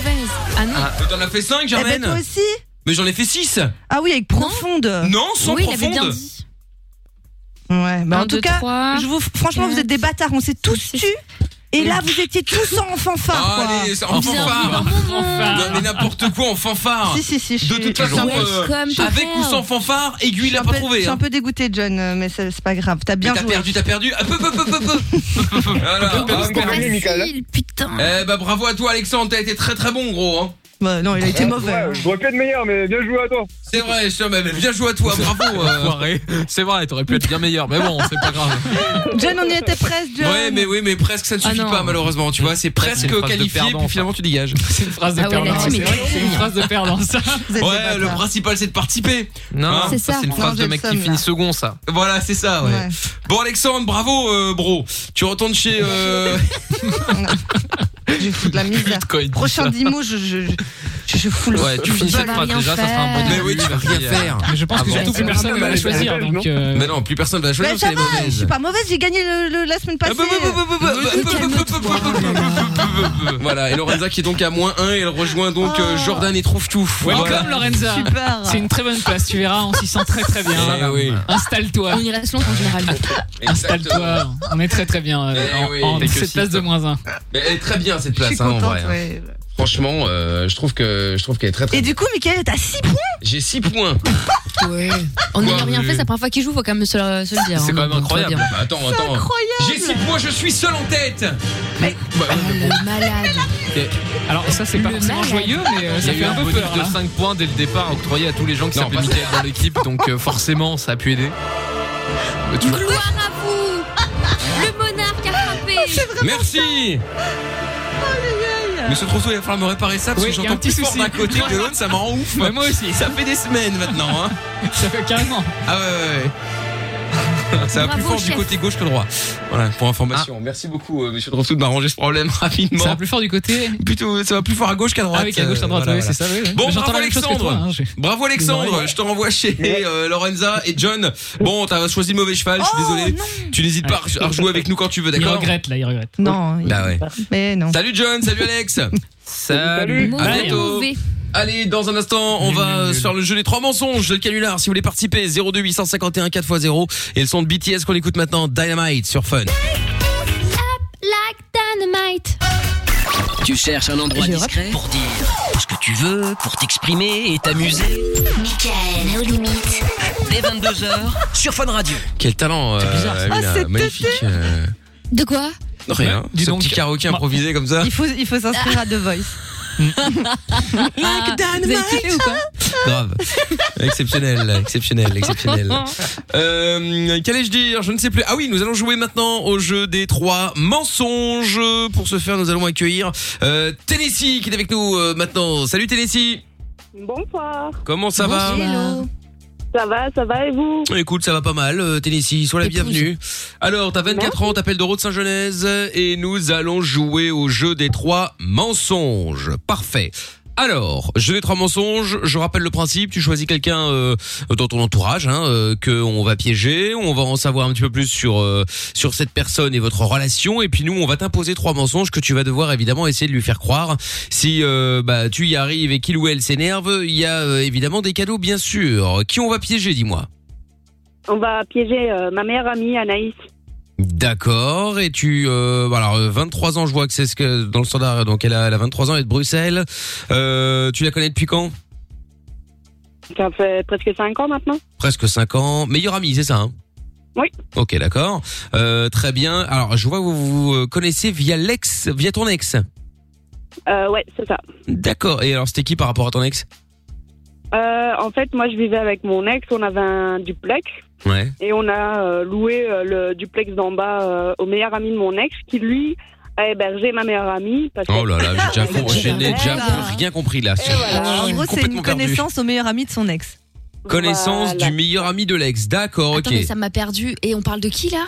Speaker 4: Ah non.
Speaker 2: Mais T'en as fait 5,
Speaker 5: Eh ben, toi
Speaker 2: Germaine
Speaker 5: aussi. Euh.
Speaker 2: Mais j'en ai fait 6
Speaker 5: Ah oui, avec profonde.
Speaker 2: Non, sans
Speaker 4: oui, il avait bien
Speaker 2: profonde
Speaker 4: dit.
Speaker 5: Ouais, bah
Speaker 4: Un,
Speaker 5: en tout
Speaker 4: deux,
Speaker 5: cas,
Speaker 4: trois.
Speaker 5: je vous, franchement, vous êtes des bâtards, on s'est tous
Speaker 4: Six.
Speaker 5: tus. Et là, vous étiez tous en fanfare. quoi.
Speaker 2: Allez, c'est en
Speaker 4: Bien
Speaker 2: fanfare
Speaker 4: dit, maman.
Speaker 2: Non, mais n'importe quoi en fanfare
Speaker 5: Si, si, si, je
Speaker 2: De
Speaker 5: suis-
Speaker 2: toute façon,
Speaker 5: je suis un peu-
Speaker 2: euh,
Speaker 4: Welcome to
Speaker 2: avec ou
Speaker 4: hell.
Speaker 2: sans fanfare, aiguille
Speaker 5: je suis
Speaker 2: l'a
Speaker 5: un
Speaker 2: pas
Speaker 5: peu- Je
Speaker 2: trouvé
Speaker 5: suis un
Speaker 2: hein.
Speaker 5: peu dégoûté, John, euh, mais c'est c'est pas grave. T'as
Speaker 2: Mais
Speaker 5: bien
Speaker 2: T'as
Speaker 5: joué.
Speaker 2: perdu, t'as perdu Ah, peu, peu, peu, peu, peu, (laughs) peu. Voilà.
Speaker 4: Oh,
Speaker 2: bravo.
Speaker 4: c'était
Speaker 11: Michael.
Speaker 4: facile, putain.
Speaker 2: Eh bah bravo à toi Alexandre, t'as été très très bon gros hein.
Speaker 5: Bah, non, il a été mauvais. hein.
Speaker 11: Ouais, je dois être meilleur, mais bien joué à toi.
Speaker 2: C'est vrai, je- mais bien joué à toi, bravo euh.
Speaker 7: Enfoiré. C'est vrai, t'aurais pu être bien meilleur, mais bon, c'est pas grave.
Speaker 5: John, on y était presque, John.
Speaker 2: Ouais mais oui mais presque ça ne
Speaker 4: Ah
Speaker 2: suffit
Speaker 4: non.
Speaker 2: pas malheureusement tu vois c'est
Speaker 7: C'est
Speaker 2: presque
Speaker 7: une phrase de
Speaker 2: qualifié
Speaker 7: perdant,
Speaker 2: puis finalement tu dégages
Speaker 7: (laughs) C'est une phrase
Speaker 4: Ah ouais, la team est
Speaker 3: C'est une phrase de perdant, ça.
Speaker 5: Vous êtes
Speaker 2: Ouais
Speaker 5: des
Speaker 2: le
Speaker 5: bâtards.
Speaker 2: principal c'est de participer
Speaker 7: Non,
Speaker 2: Hein,
Speaker 4: c'est ça.
Speaker 7: c'est une
Speaker 5: Non,
Speaker 7: phrase
Speaker 5: j'ai
Speaker 7: de
Speaker 5: le
Speaker 7: mec qui
Speaker 5: seum,
Speaker 7: finit
Speaker 5: là.
Speaker 7: second, ça.
Speaker 2: Voilà c'est ça ouais.
Speaker 5: Ouais.
Speaker 2: Bon Alexandre bravo euh, bro Tu retournes chez euh,
Speaker 5: (laughs) Je fous de la misère.
Speaker 7: Quand il dit
Speaker 5: Prochain
Speaker 7: ça.
Speaker 5: dimo, je, je, je, je- je fous le
Speaker 7: Ouais, tu
Speaker 5: je-
Speaker 7: finis
Speaker 4: Tu
Speaker 7: cette
Speaker 4: vas
Speaker 7: phrase
Speaker 4: rien
Speaker 7: déjà, ça sera un bon
Speaker 4: faire.
Speaker 2: Mais
Speaker 7: début.
Speaker 2: oui tu vas rien
Speaker 7: Merci.
Speaker 2: faire
Speaker 3: Mais je pense
Speaker 7: Ah
Speaker 3: que
Speaker 7: bon
Speaker 5: Bah,
Speaker 3: surtout plus
Speaker 4: C'est
Speaker 3: personne
Speaker 4: vraiment
Speaker 3: ne va la
Speaker 4: mal
Speaker 3: choisir.
Speaker 11: fait,
Speaker 3: Donc,
Speaker 11: non
Speaker 3: euh,
Speaker 2: Mais non plus personne va la
Speaker 5: Mais
Speaker 2: choisir
Speaker 5: Bah, ça
Speaker 2: c'est les
Speaker 5: va, je
Speaker 2: mauvaises
Speaker 5: suis pas mauvaise, j'ai gagné le, le- la semaine
Speaker 2: Ah, bah,
Speaker 5: passée.
Speaker 2: Voilà, et Lorenza qui est donc à moins 1 et elle rejoint donc euh,
Speaker 5: Oh.
Speaker 2: Jordan et Trouve-Touf.
Speaker 3: Welcome
Speaker 2: Voilà.
Speaker 3: Lorenza.
Speaker 5: Super.
Speaker 3: C'est une très bonne place, tu verras, on s'y sent très très bien.
Speaker 2: Eh oui,
Speaker 3: Installe-toi,
Speaker 4: On y reste longtemps en général.
Speaker 2: exactement.
Speaker 3: installe-toi. On est très très bien euh,
Speaker 2: Eh
Speaker 3: en-
Speaker 2: oui,
Speaker 3: en
Speaker 2: t'es que
Speaker 3: cette
Speaker 2: six,
Speaker 3: place de
Speaker 2: toi.
Speaker 3: moins 1.
Speaker 2: Mais elle est très bien cette
Speaker 5: Je
Speaker 2: place,
Speaker 5: suis
Speaker 2: hein, en
Speaker 5: contente,
Speaker 2: vrai. hein.
Speaker 5: ouais.
Speaker 2: Franchement, euh, je trouve que je trouve qu'elle est très très.
Speaker 5: Et du coup, Michael, t'as 6 points.
Speaker 2: J'ai 6 points.
Speaker 4: Ouais. On
Speaker 2: Ouais,
Speaker 4: n'a rien
Speaker 2: mais-
Speaker 4: fait, c'est la première fois qu'il joue, faut quand même se le, se le dire. hein,
Speaker 7: C'est quand même
Speaker 4: donc,
Speaker 7: incroyable.
Speaker 4: on va
Speaker 2: Bah, attends, attends.
Speaker 5: Incroyable.
Speaker 2: J'ai 6 points, je suis seul en tête. Bah,
Speaker 4: dire. Ah, le malade.
Speaker 3: Alors ça c'est pas
Speaker 4: Le
Speaker 3: forcément
Speaker 4: malade.
Speaker 3: joyeux, mais euh,
Speaker 7: Il y
Speaker 3: ça
Speaker 7: a eu
Speaker 3: fait
Speaker 7: un
Speaker 3: un peu
Speaker 7: bonus
Speaker 3: peur.
Speaker 7: de
Speaker 3: là.
Speaker 7: 5 points dès le départ octroyé à tous les gens qui
Speaker 2: Non,
Speaker 7: s'appelaient
Speaker 2: pas
Speaker 7: Mickaël dans l'équipe, donc euh, forcément ça a pu aider. Euh, toujours-
Speaker 4: Gloire à vous Le monarque a frappé
Speaker 5: Oh,
Speaker 2: Merci. Monsieur Trousseau, il va falloir me réparer ça parce
Speaker 3: Oui,
Speaker 2: que
Speaker 3: il y a
Speaker 2: j'entends
Speaker 3: un petit
Speaker 2: plus fort
Speaker 3: souci.
Speaker 2: d'un côté que de l'autre, ça me rend ouf.
Speaker 3: Ouais, moi aussi,
Speaker 2: Ça fait des semaines (laughs) maintenant. Hein.
Speaker 3: ça fait carrément.
Speaker 2: Ah ouais, ouais, ouais. (laughs) Ça va
Speaker 4: Bravo,
Speaker 2: plus fort du
Speaker 4: chef.
Speaker 2: côté gauche que droit. Voilà, pour
Speaker 3: Ah.
Speaker 2: information. Merci beaucoup, euh, monsieur Drossou, de m'arranger ce problème rapidement.
Speaker 3: Ça va plus fort du côté.
Speaker 2: Plutôt, ça va plus fort à gauche qu'à droite.
Speaker 3: Avec la gauche, à droite,
Speaker 2: Euh,
Speaker 3: oui,
Speaker 2: voilà, voilà.
Speaker 3: c'est ça. oui, oui.
Speaker 2: Bon,
Speaker 3: Mais j'entends
Speaker 2: bravo,
Speaker 3: la même chose que toi,
Speaker 2: Alexandre.
Speaker 3: hein, j'ai-
Speaker 2: Bravo Alexandre, je te renvoie chez euh, Lorenza et John. Bon, t'as choisi le mauvais cheval, je suis désolé. Tu n'hésites pas à re- à rejouer avec nous quand tu veux,
Speaker 3: Il
Speaker 2: d'accord
Speaker 3: regrette là, il regrette.
Speaker 5: Non, il-
Speaker 2: Bah ouais.
Speaker 5: mais non.
Speaker 2: Salut John, salut Alex.
Speaker 7: Salut.
Speaker 4: Mauvais,
Speaker 2: À bientôt.
Speaker 4: mauvais.
Speaker 2: Allez, dans un instant, on
Speaker 3: Nul,
Speaker 2: va
Speaker 3: nul,
Speaker 2: euh,
Speaker 3: nul.
Speaker 2: faire le jeu des trois mensonges de canular. Si vous voulez participer, 02 851 4x0 et le son de BTS qu'on écoute maintenant, Dynamite sur Fun.
Speaker 4: Like dynamite
Speaker 1: Tu cherches un endroit
Speaker 4: Je
Speaker 1: discret pour dire ce que tu veux, pour t'exprimer et t'amuser.
Speaker 13: Michael, nos limites.
Speaker 1: Dès 22h sur Fun Radio.
Speaker 2: Quel talent, euh, Amina, magnifique. euh,
Speaker 4: De quoi
Speaker 2: non, rien,
Speaker 3: dis
Speaker 2: ce
Speaker 3: donc.
Speaker 2: petit karaoké
Speaker 3: Bah.
Speaker 2: improvisé comme ça. Mm.
Speaker 5: Il faut, il faut s'inscrire à The Voice. (laughs)
Speaker 4: Like dynamite ou quoi
Speaker 2: Grave. exceptionnel, exceptionnel, exceptionnel. Euh, Qu'allais-je dire Je ne sais plus. Ah oui, nous allons jouer maintenant au jeu des trois mensonges. Pour ce faire, nous allons accueillir euh, Tennessee qui est avec nous euh, maintenant. Salut Tennessee
Speaker 8: Bonsoir.
Speaker 2: Comment ça va
Speaker 4: Hello.
Speaker 8: Ça va, ça va et vous
Speaker 2: Écoute, ça va pas mal, euh, Tennessee, sois la
Speaker 4: Épouse.
Speaker 2: bienvenue. Alors, t'as 24 ans, t'appelles Doro de Saint-Genèse et nous allons jouer au jeu des trois mensonges. Parfait. Alors, jeu des trois mensonges, je rappelle le principe, tu choisis quelqu'un euh, dans ton entourage hein, euh, que on va piéger, on va en savoir un petit peu plus sur euh, sur cette personne et votre relation et puis nous on va t'imposer trois mensonges que tu vas devoir évidemment essayer de lui faire croire. Si euh, bah tu y arrives et qu'il ou elle s'énerve, il y a euh, évidemment des cadeaux bien sûr. Qui on va piéger, dis-moi
Speaker 8: On va piéger euh, ma meilleure amie Anaïs.
Speaker 2: D'accord. Et tu, euh, bon, alors, euh, 23 ans, je vois que c'est ce que dans le standard. Donc elle a, elle a 23 ans, elle est de Bruxelles. Euh, tu la connais depuis quand
Speaker 8: Ça fait presque 5 ans maintenant.
Speaker 2: Presque 5 ans. Meilleure amie, c'est ça. hein Oui. Ok, d'accord. Euh, très bien. Alors, je vois que vous vous connaissez via l'ex, via ton ex.
Speaker 9: Euh, ouais, c'est ça.
Speaker 2: D'accord. Et alors, c'était qui par rapport à ton ex
Speaker 9: Euh, en fait, moi, je vivais avec mon ex. On avait un duplex
Speaker 2: Ouais.
Speaker 9: et on a euh, loué euh, le duplex d'en bas euh, au meilleur ami de mon ex, qui lui a hébergé ma meilleure amie. Parce que-
Speaker 2: Oh là là, j'ai déjà,
Speaker 5: (laughs)
Speaker 2: compris- je n'ai déjà plus rien compris là.
Speaker 5: En gros, c'est une
Speaker 2: complètement perdu.
Speaker 5: connaissance au meilleur ami de son ex.
Speaker 2: Connaissance du meilleur ami de l'ex. D'accord, ok.
Speaker 4: Attends, mais ça m'a perdu. Et on parle de qui là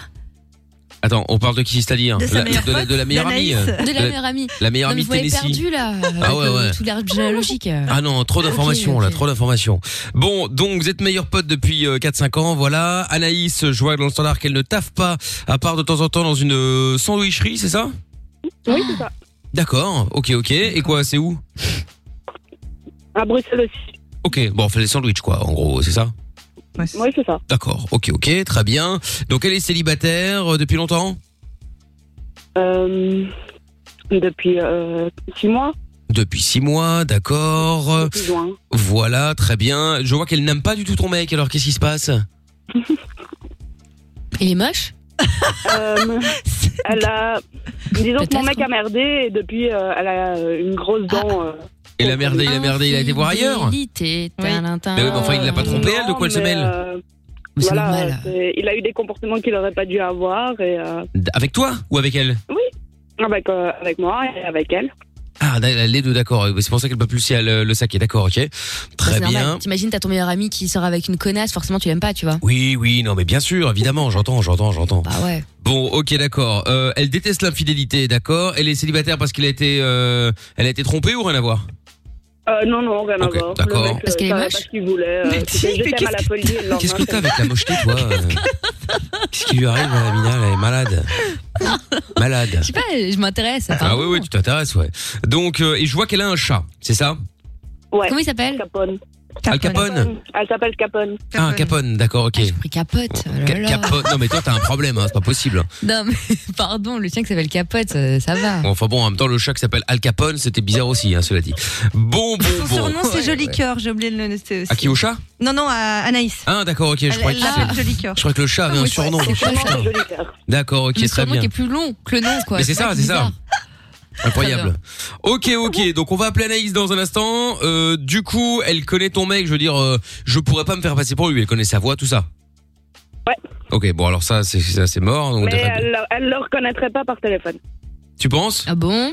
Speaker 2: Attends, on parle de qui, c'est-à-dire
Speaker 4: De sa
Speaker 2: La-
Speaker 4: meilleure
Speaker 2: de, la- de la meilleure amie. euh,
Speaker 4: De la meilleure amie.
Speaker 2: La meilleure
Speaker 4: Non, mais
Speaker 2: amie de
Speaker 4: vous l'avez
Speaker 2: Tennessee.
Speaker 4: perdu là.
Speaker 2: Ah ouais, ouais.
Speaker 4: Tout l'arbre généalogique.
Speaker 2: Ah non, trop d'informations là, trop d'informations. Bon, donc vous êtes meilleurs potes depuis euh, 4-5 ans, voilà. Anaïs, euh, je vois dans le standard qu'elle ne taffe pas, à part de temps en temps dans une euh, sandwicherie, c'est ça Oh.
Speaker 9: Oui, c'est ça.
Speaker 2: D'accord, ok, ok. Et quoi, c'est où
Speaker 9: À Bruxelles aussi.
Speaker 2: Ok, bon, on fait les sandwichs quoi, en gros, c'est ça
Speaker 9: Oui, c'est ça.
Speaker 2: D'accord, ok, ok, très bien. Donc elle est célibataire euh, depuis longtemps
Speaker 9: Euh, depuis euh, six mois.
Speaker 2: Depuis 6 mois, d'accord.
Speaker 9: Depuis juin.
Speaker 2: Voilà, très bien. Je vois qu'elle n'aime pas du tout ton mec, alors qu'est-ce qui se passe
Speaker 4: Il est moche (laughs)
Speaker 9: Euh, elle a. Disons que mon mec a merdé et depuis, euh, elle a euh, une grosse
Speaker 4: Ah.
Speaker 9: dent. euh,
Speaker 2: Il a merdé, il a merdé, il a été voir ailleurs
Speaker 4: Fidélité, talentin.
Speaker 2: Mais oui, mais enfin, il l'a pas trompé, elle, de quoi elle se
Speaker 9: Euh, mais,
Speaker 2: mêle
Speaker 9: euh, voilà, c'est- il a eu des comportements qu'il n'aurait pas dû avoir et euh,
Speaker 2: D- Avec toi ou avec elle
Speaker 9: avec euh, avec moi et avec elle.
Speaker 2: Ah, d- les deux, d'accord. C'est pour ça qu'elle peut plus si euh, le, le saquer, d'accord, ok. Très
Speaker 4: Bah, C'est normal.
Speaker 2: bien.
Speaker 4: T'imagines, t'as ton meilleur ami qui sort avec une connasse, forcément, tu l'aimes pas, tu vois.
Speaker 2: Oui, oui, non, mais bien sûr, évidemment, j'entends, j'entends, j'entends.
Speaker 4: Bah ouais.
Speaker 2: Bon, ok, d'accord. Euh, elle déteste l'infidélité, d'accord. Elle est célibataire parce qu'elle a été, euh, elle a été trompée ou rien à voir
Speaker 9: Euh, non, non, rien à voir.
Speaker 2: d'accord.
Speaker 9: Le mec,
Speaker 2: Parce
Speaker 9: euh,
Speaker 2: qu'elle est
Speaker 9: savait
Speaker 2: moche
Speaker 9: pas ce qu'il voulait. euh, c'était je t'aime à la folie. le lendemain,
Speaker 2: Qu'est-ce que t'as
Speaker 9: c'est-
Speaker 2: avec la mocheté, toi euh Qu'est-ce qui lui arrive à Amina Elle est malade. Malade.
Speaker 4: Je sais pas, je m'intéresse.
Speaker 2: Ah oui, oui, tu t'intéresses, ouais. Donc, euh, et je vois qu'elle a un chat, c'est ça
Speaker 9: Ouais.
Speaker 4: Comment il s'appelle
Speaker 9: Capone.
Speaker 2: Al Capone
Speaker 9: Elle s'appelle Capone.
Speaker 2: Ah, Capone, d'accord, ok.
Speaker 4: Pris capote. oh là
Speaker 2: Ca-
Speaker 4: là.
Speaker 2: Capone. Non, mais toi, t'as un problème, hein, c'est pas possible.
Speaker 4: Non, mais (laughs) pardon, le tien qui s'appelle Capote, ça, ça va.
Speaker 2: Bon, Enfin bon, en même temps, le chat qui s'appelle Al Capone, c'était bizarre aussi, hein, cela dit. Bon, bon,
Speaker 5: Son
Speaker 2: bon.
Speaker 5: surnom, c'est Joli
Speaker 2: ouais.
Speaker 5: Cœur. J'ai oublié le noter aussi.
Speaker 2: À qui, au chat
Speaker 5: Non, non, à Anaïs.
Speaker 2: Ah, d'accord, ok, je
Speaker 5: Elle-
Speaker 2: crois
Speaker 5: elle
Speaker 2: que
Speaker 5: l'appelle
Speaker 2: c'est-
Speaker 5: Joli Cœur.
Speaker 2: Je crois que le chat avait un surnom.
Speaker 5: Ah c'est
Speaker 2: Putain.
Speaker 5: vraiment
Speaker 2: D'accord, ok,
Speaker 4: Le
Speaker 2: très
Speaker 4: surnom
Speaker 2: bien.
Speaker 4: qui est plus long que le nom, quoi.
Speaker 2: Mais c'est ça,
Speaker 4: qui
Speaker 2: c'est
Speaker 4: est bizarre.
Speaker 2: ça. Incroyable. Ok, ok. Donc on va appeler Anaïs dans un instant. Euh, du coup, elle connaît ton mec. Je veux dire, euh, je pourrais pas me faire passer pour lui. Elle connaît sa voix, tout ça.
Speaker 9: Ouais.
Speaker 2: Ok, bon alors ça, c'est ça, c'est mort. donc
Speaker 9: Mais
Speaker 2: t'as-
Speaker 9: elle, elle le reconnaîtrait pas par téléphone.
Speaker 2: Tu penses
Speaker 4: Ah bon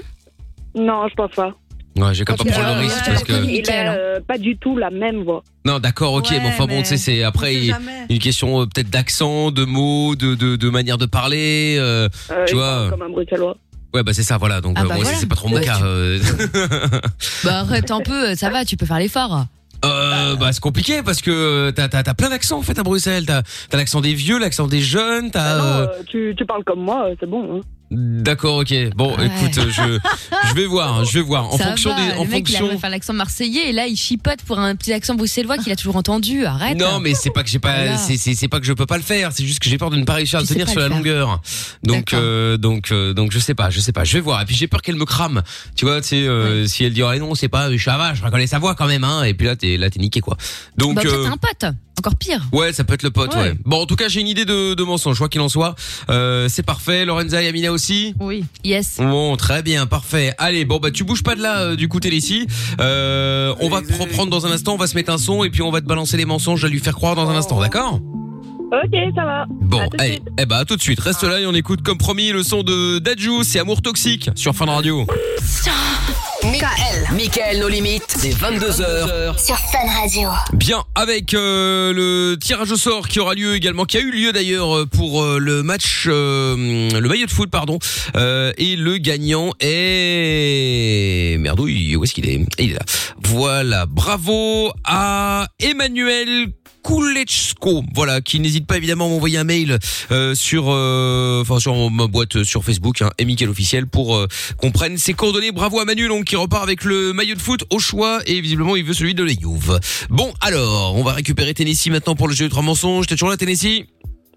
Speaker 9: Non, je pense pas.
Speaker 2: Ouais, j'ai quand même pas prendre
Speaker 4: euh,
Speaker 2: le risque parce que. hein.
Speaker 9: Il a euh, pas du tout la même voix.
Speaker 2: Non, d'accord, ok, mais enfin bon, tu sais, c'est après il- une question euh, peut-être d'accent, de mots, de, de, de manière de parler, euh,
Speaker 9: Euh,
Speaker 2: tu
Speaker 9: il
Speaker 2: vois.
Speaker 9: parle Comme un bruxellois.
Speaker 2: Ouais, bah c'est ça, voilà. Donc
Speaker 4: Ah
Speaker 2: euh,
Speaker 4: bah
Speaker 2: moi,
Speaker 4: voilà.
Speaker 2: c'est pas trop mon
Speaker 4: Ouais,
Speaker 2: cas.
Speaker 4: tu- (laughs)
Speaker 2: euh. (laughs)
Speaker 4: Bah arrête un peu, ça va, tu peux faire l'effort.
Speaker 2: Euh, bah c'est compliqué parce que euh, t'as t'as t'as plein d'accents en fait à Bruxelles. T'as t'as l'accent des vieux, l'accent des jeunes. T'as
Speaker 9: Euh,
Speaker 2: euh,
Speaker 9: tu, tu parles comme moi, euh, c'est bon. hein.
Speaker 2: d'accord, ok. Bon, écoute, euh, je je vais voir, hein, je vais voir. En
Speaker 4: Ah ça
Speaker 2: fonction
Speaker 4: va,
Speaker 2: des, en
Speaker 4: le mec il
Speaker 2: fonction.
Speaker 4: arrive à faire l'accent marseillais et là il chipote pour un petit accent bruxellois qu'il a toujours entendu, arrête.
Speaker 2: Non, mais c'est pas que j'ai pas,
Speaker 4: Voilà.
Speaker 2: c'est c'est c'est pas que je peux pas le faire. C'est juste que j'ai peur de ne pas réussir à le
Speaker 4: Tu sais
Speaker 2: tenir
Speaker 4: pas
Speaker 2: sur la
Speaker 4: le faire.
Speaker 2: longueur. Donc euh, donc euh, donc je sais pas, je sais pas. Je vais voir. Et puis j'ai peur qu'elle me crame. Tu vois, tu sais, euh, si elle dit ah non, c'est pas, je va, je reconnais sa voix quand même. Hein. Et puis là t'es là t'es niqué quoi. Donc
Speaker 4: Bah, au pire,
Speaker 2: euh,
Speaker 4: t'es un pote, encore pire.
Speaker 2: Ouais, ça peut être le pote, ouais.
Speaker 4: Ouais.
Speaker 2: Bon, en tout cas, j'ai une idée de, de mensonge, quoi qu'il en soit. Euh, c'est parfait. Lorenza et Amina aussi
Speaker 4: Oui. Yes.
Speaker 2: Bon, très bien, parfait. Allez, bon, bah, tu bouges pas de là, euh, du coup, t'es ici. Euh, on va te reprendre dans un instant, on va se mettre un son et puis on va te balancer les mensonges à lui faire croire dans un instant, d'accord
Speaker 9: Ok, ça va.
Speaker 2: Bon, allez, eh bah, Oh. à tout de suite. Reste là et on écoute, comme promis, le son de Dajou, c'est Amour Toxique, sur Fun Radio.
Speaker 1: Michael. Michael, nos limites. C'est 22h.
Speaker 13: Sur Fun Radio.
Speaker 2: Bien, avec euh, le tirage au sort qui aura lieu également, qui a eu lieu d'ailleurs euh, pour euh, le match, euh, le maillot de foot, pardon, Euh, et le gagnant est merdouille, où est-ce qu'il est Il est là. Voilà, bravo à Emmanuel. Koulechko, voilà, qui n'hésite pas évidemment à m'envoyer un mail euh, sur, euh, enfin sur ma boîte euh, sur Facebook, hein, et Mickaël officiel pour euh, qu'on prenne ses coordonnées. Bravo à Manu, donc qui repart avec le maillot de foot au choix et visiblement il veut celui de la Juve. Bon, alors, on va récupérer Tennessee maintenant pour le jeu de trois mensonges. T'es toujours là, Tennessee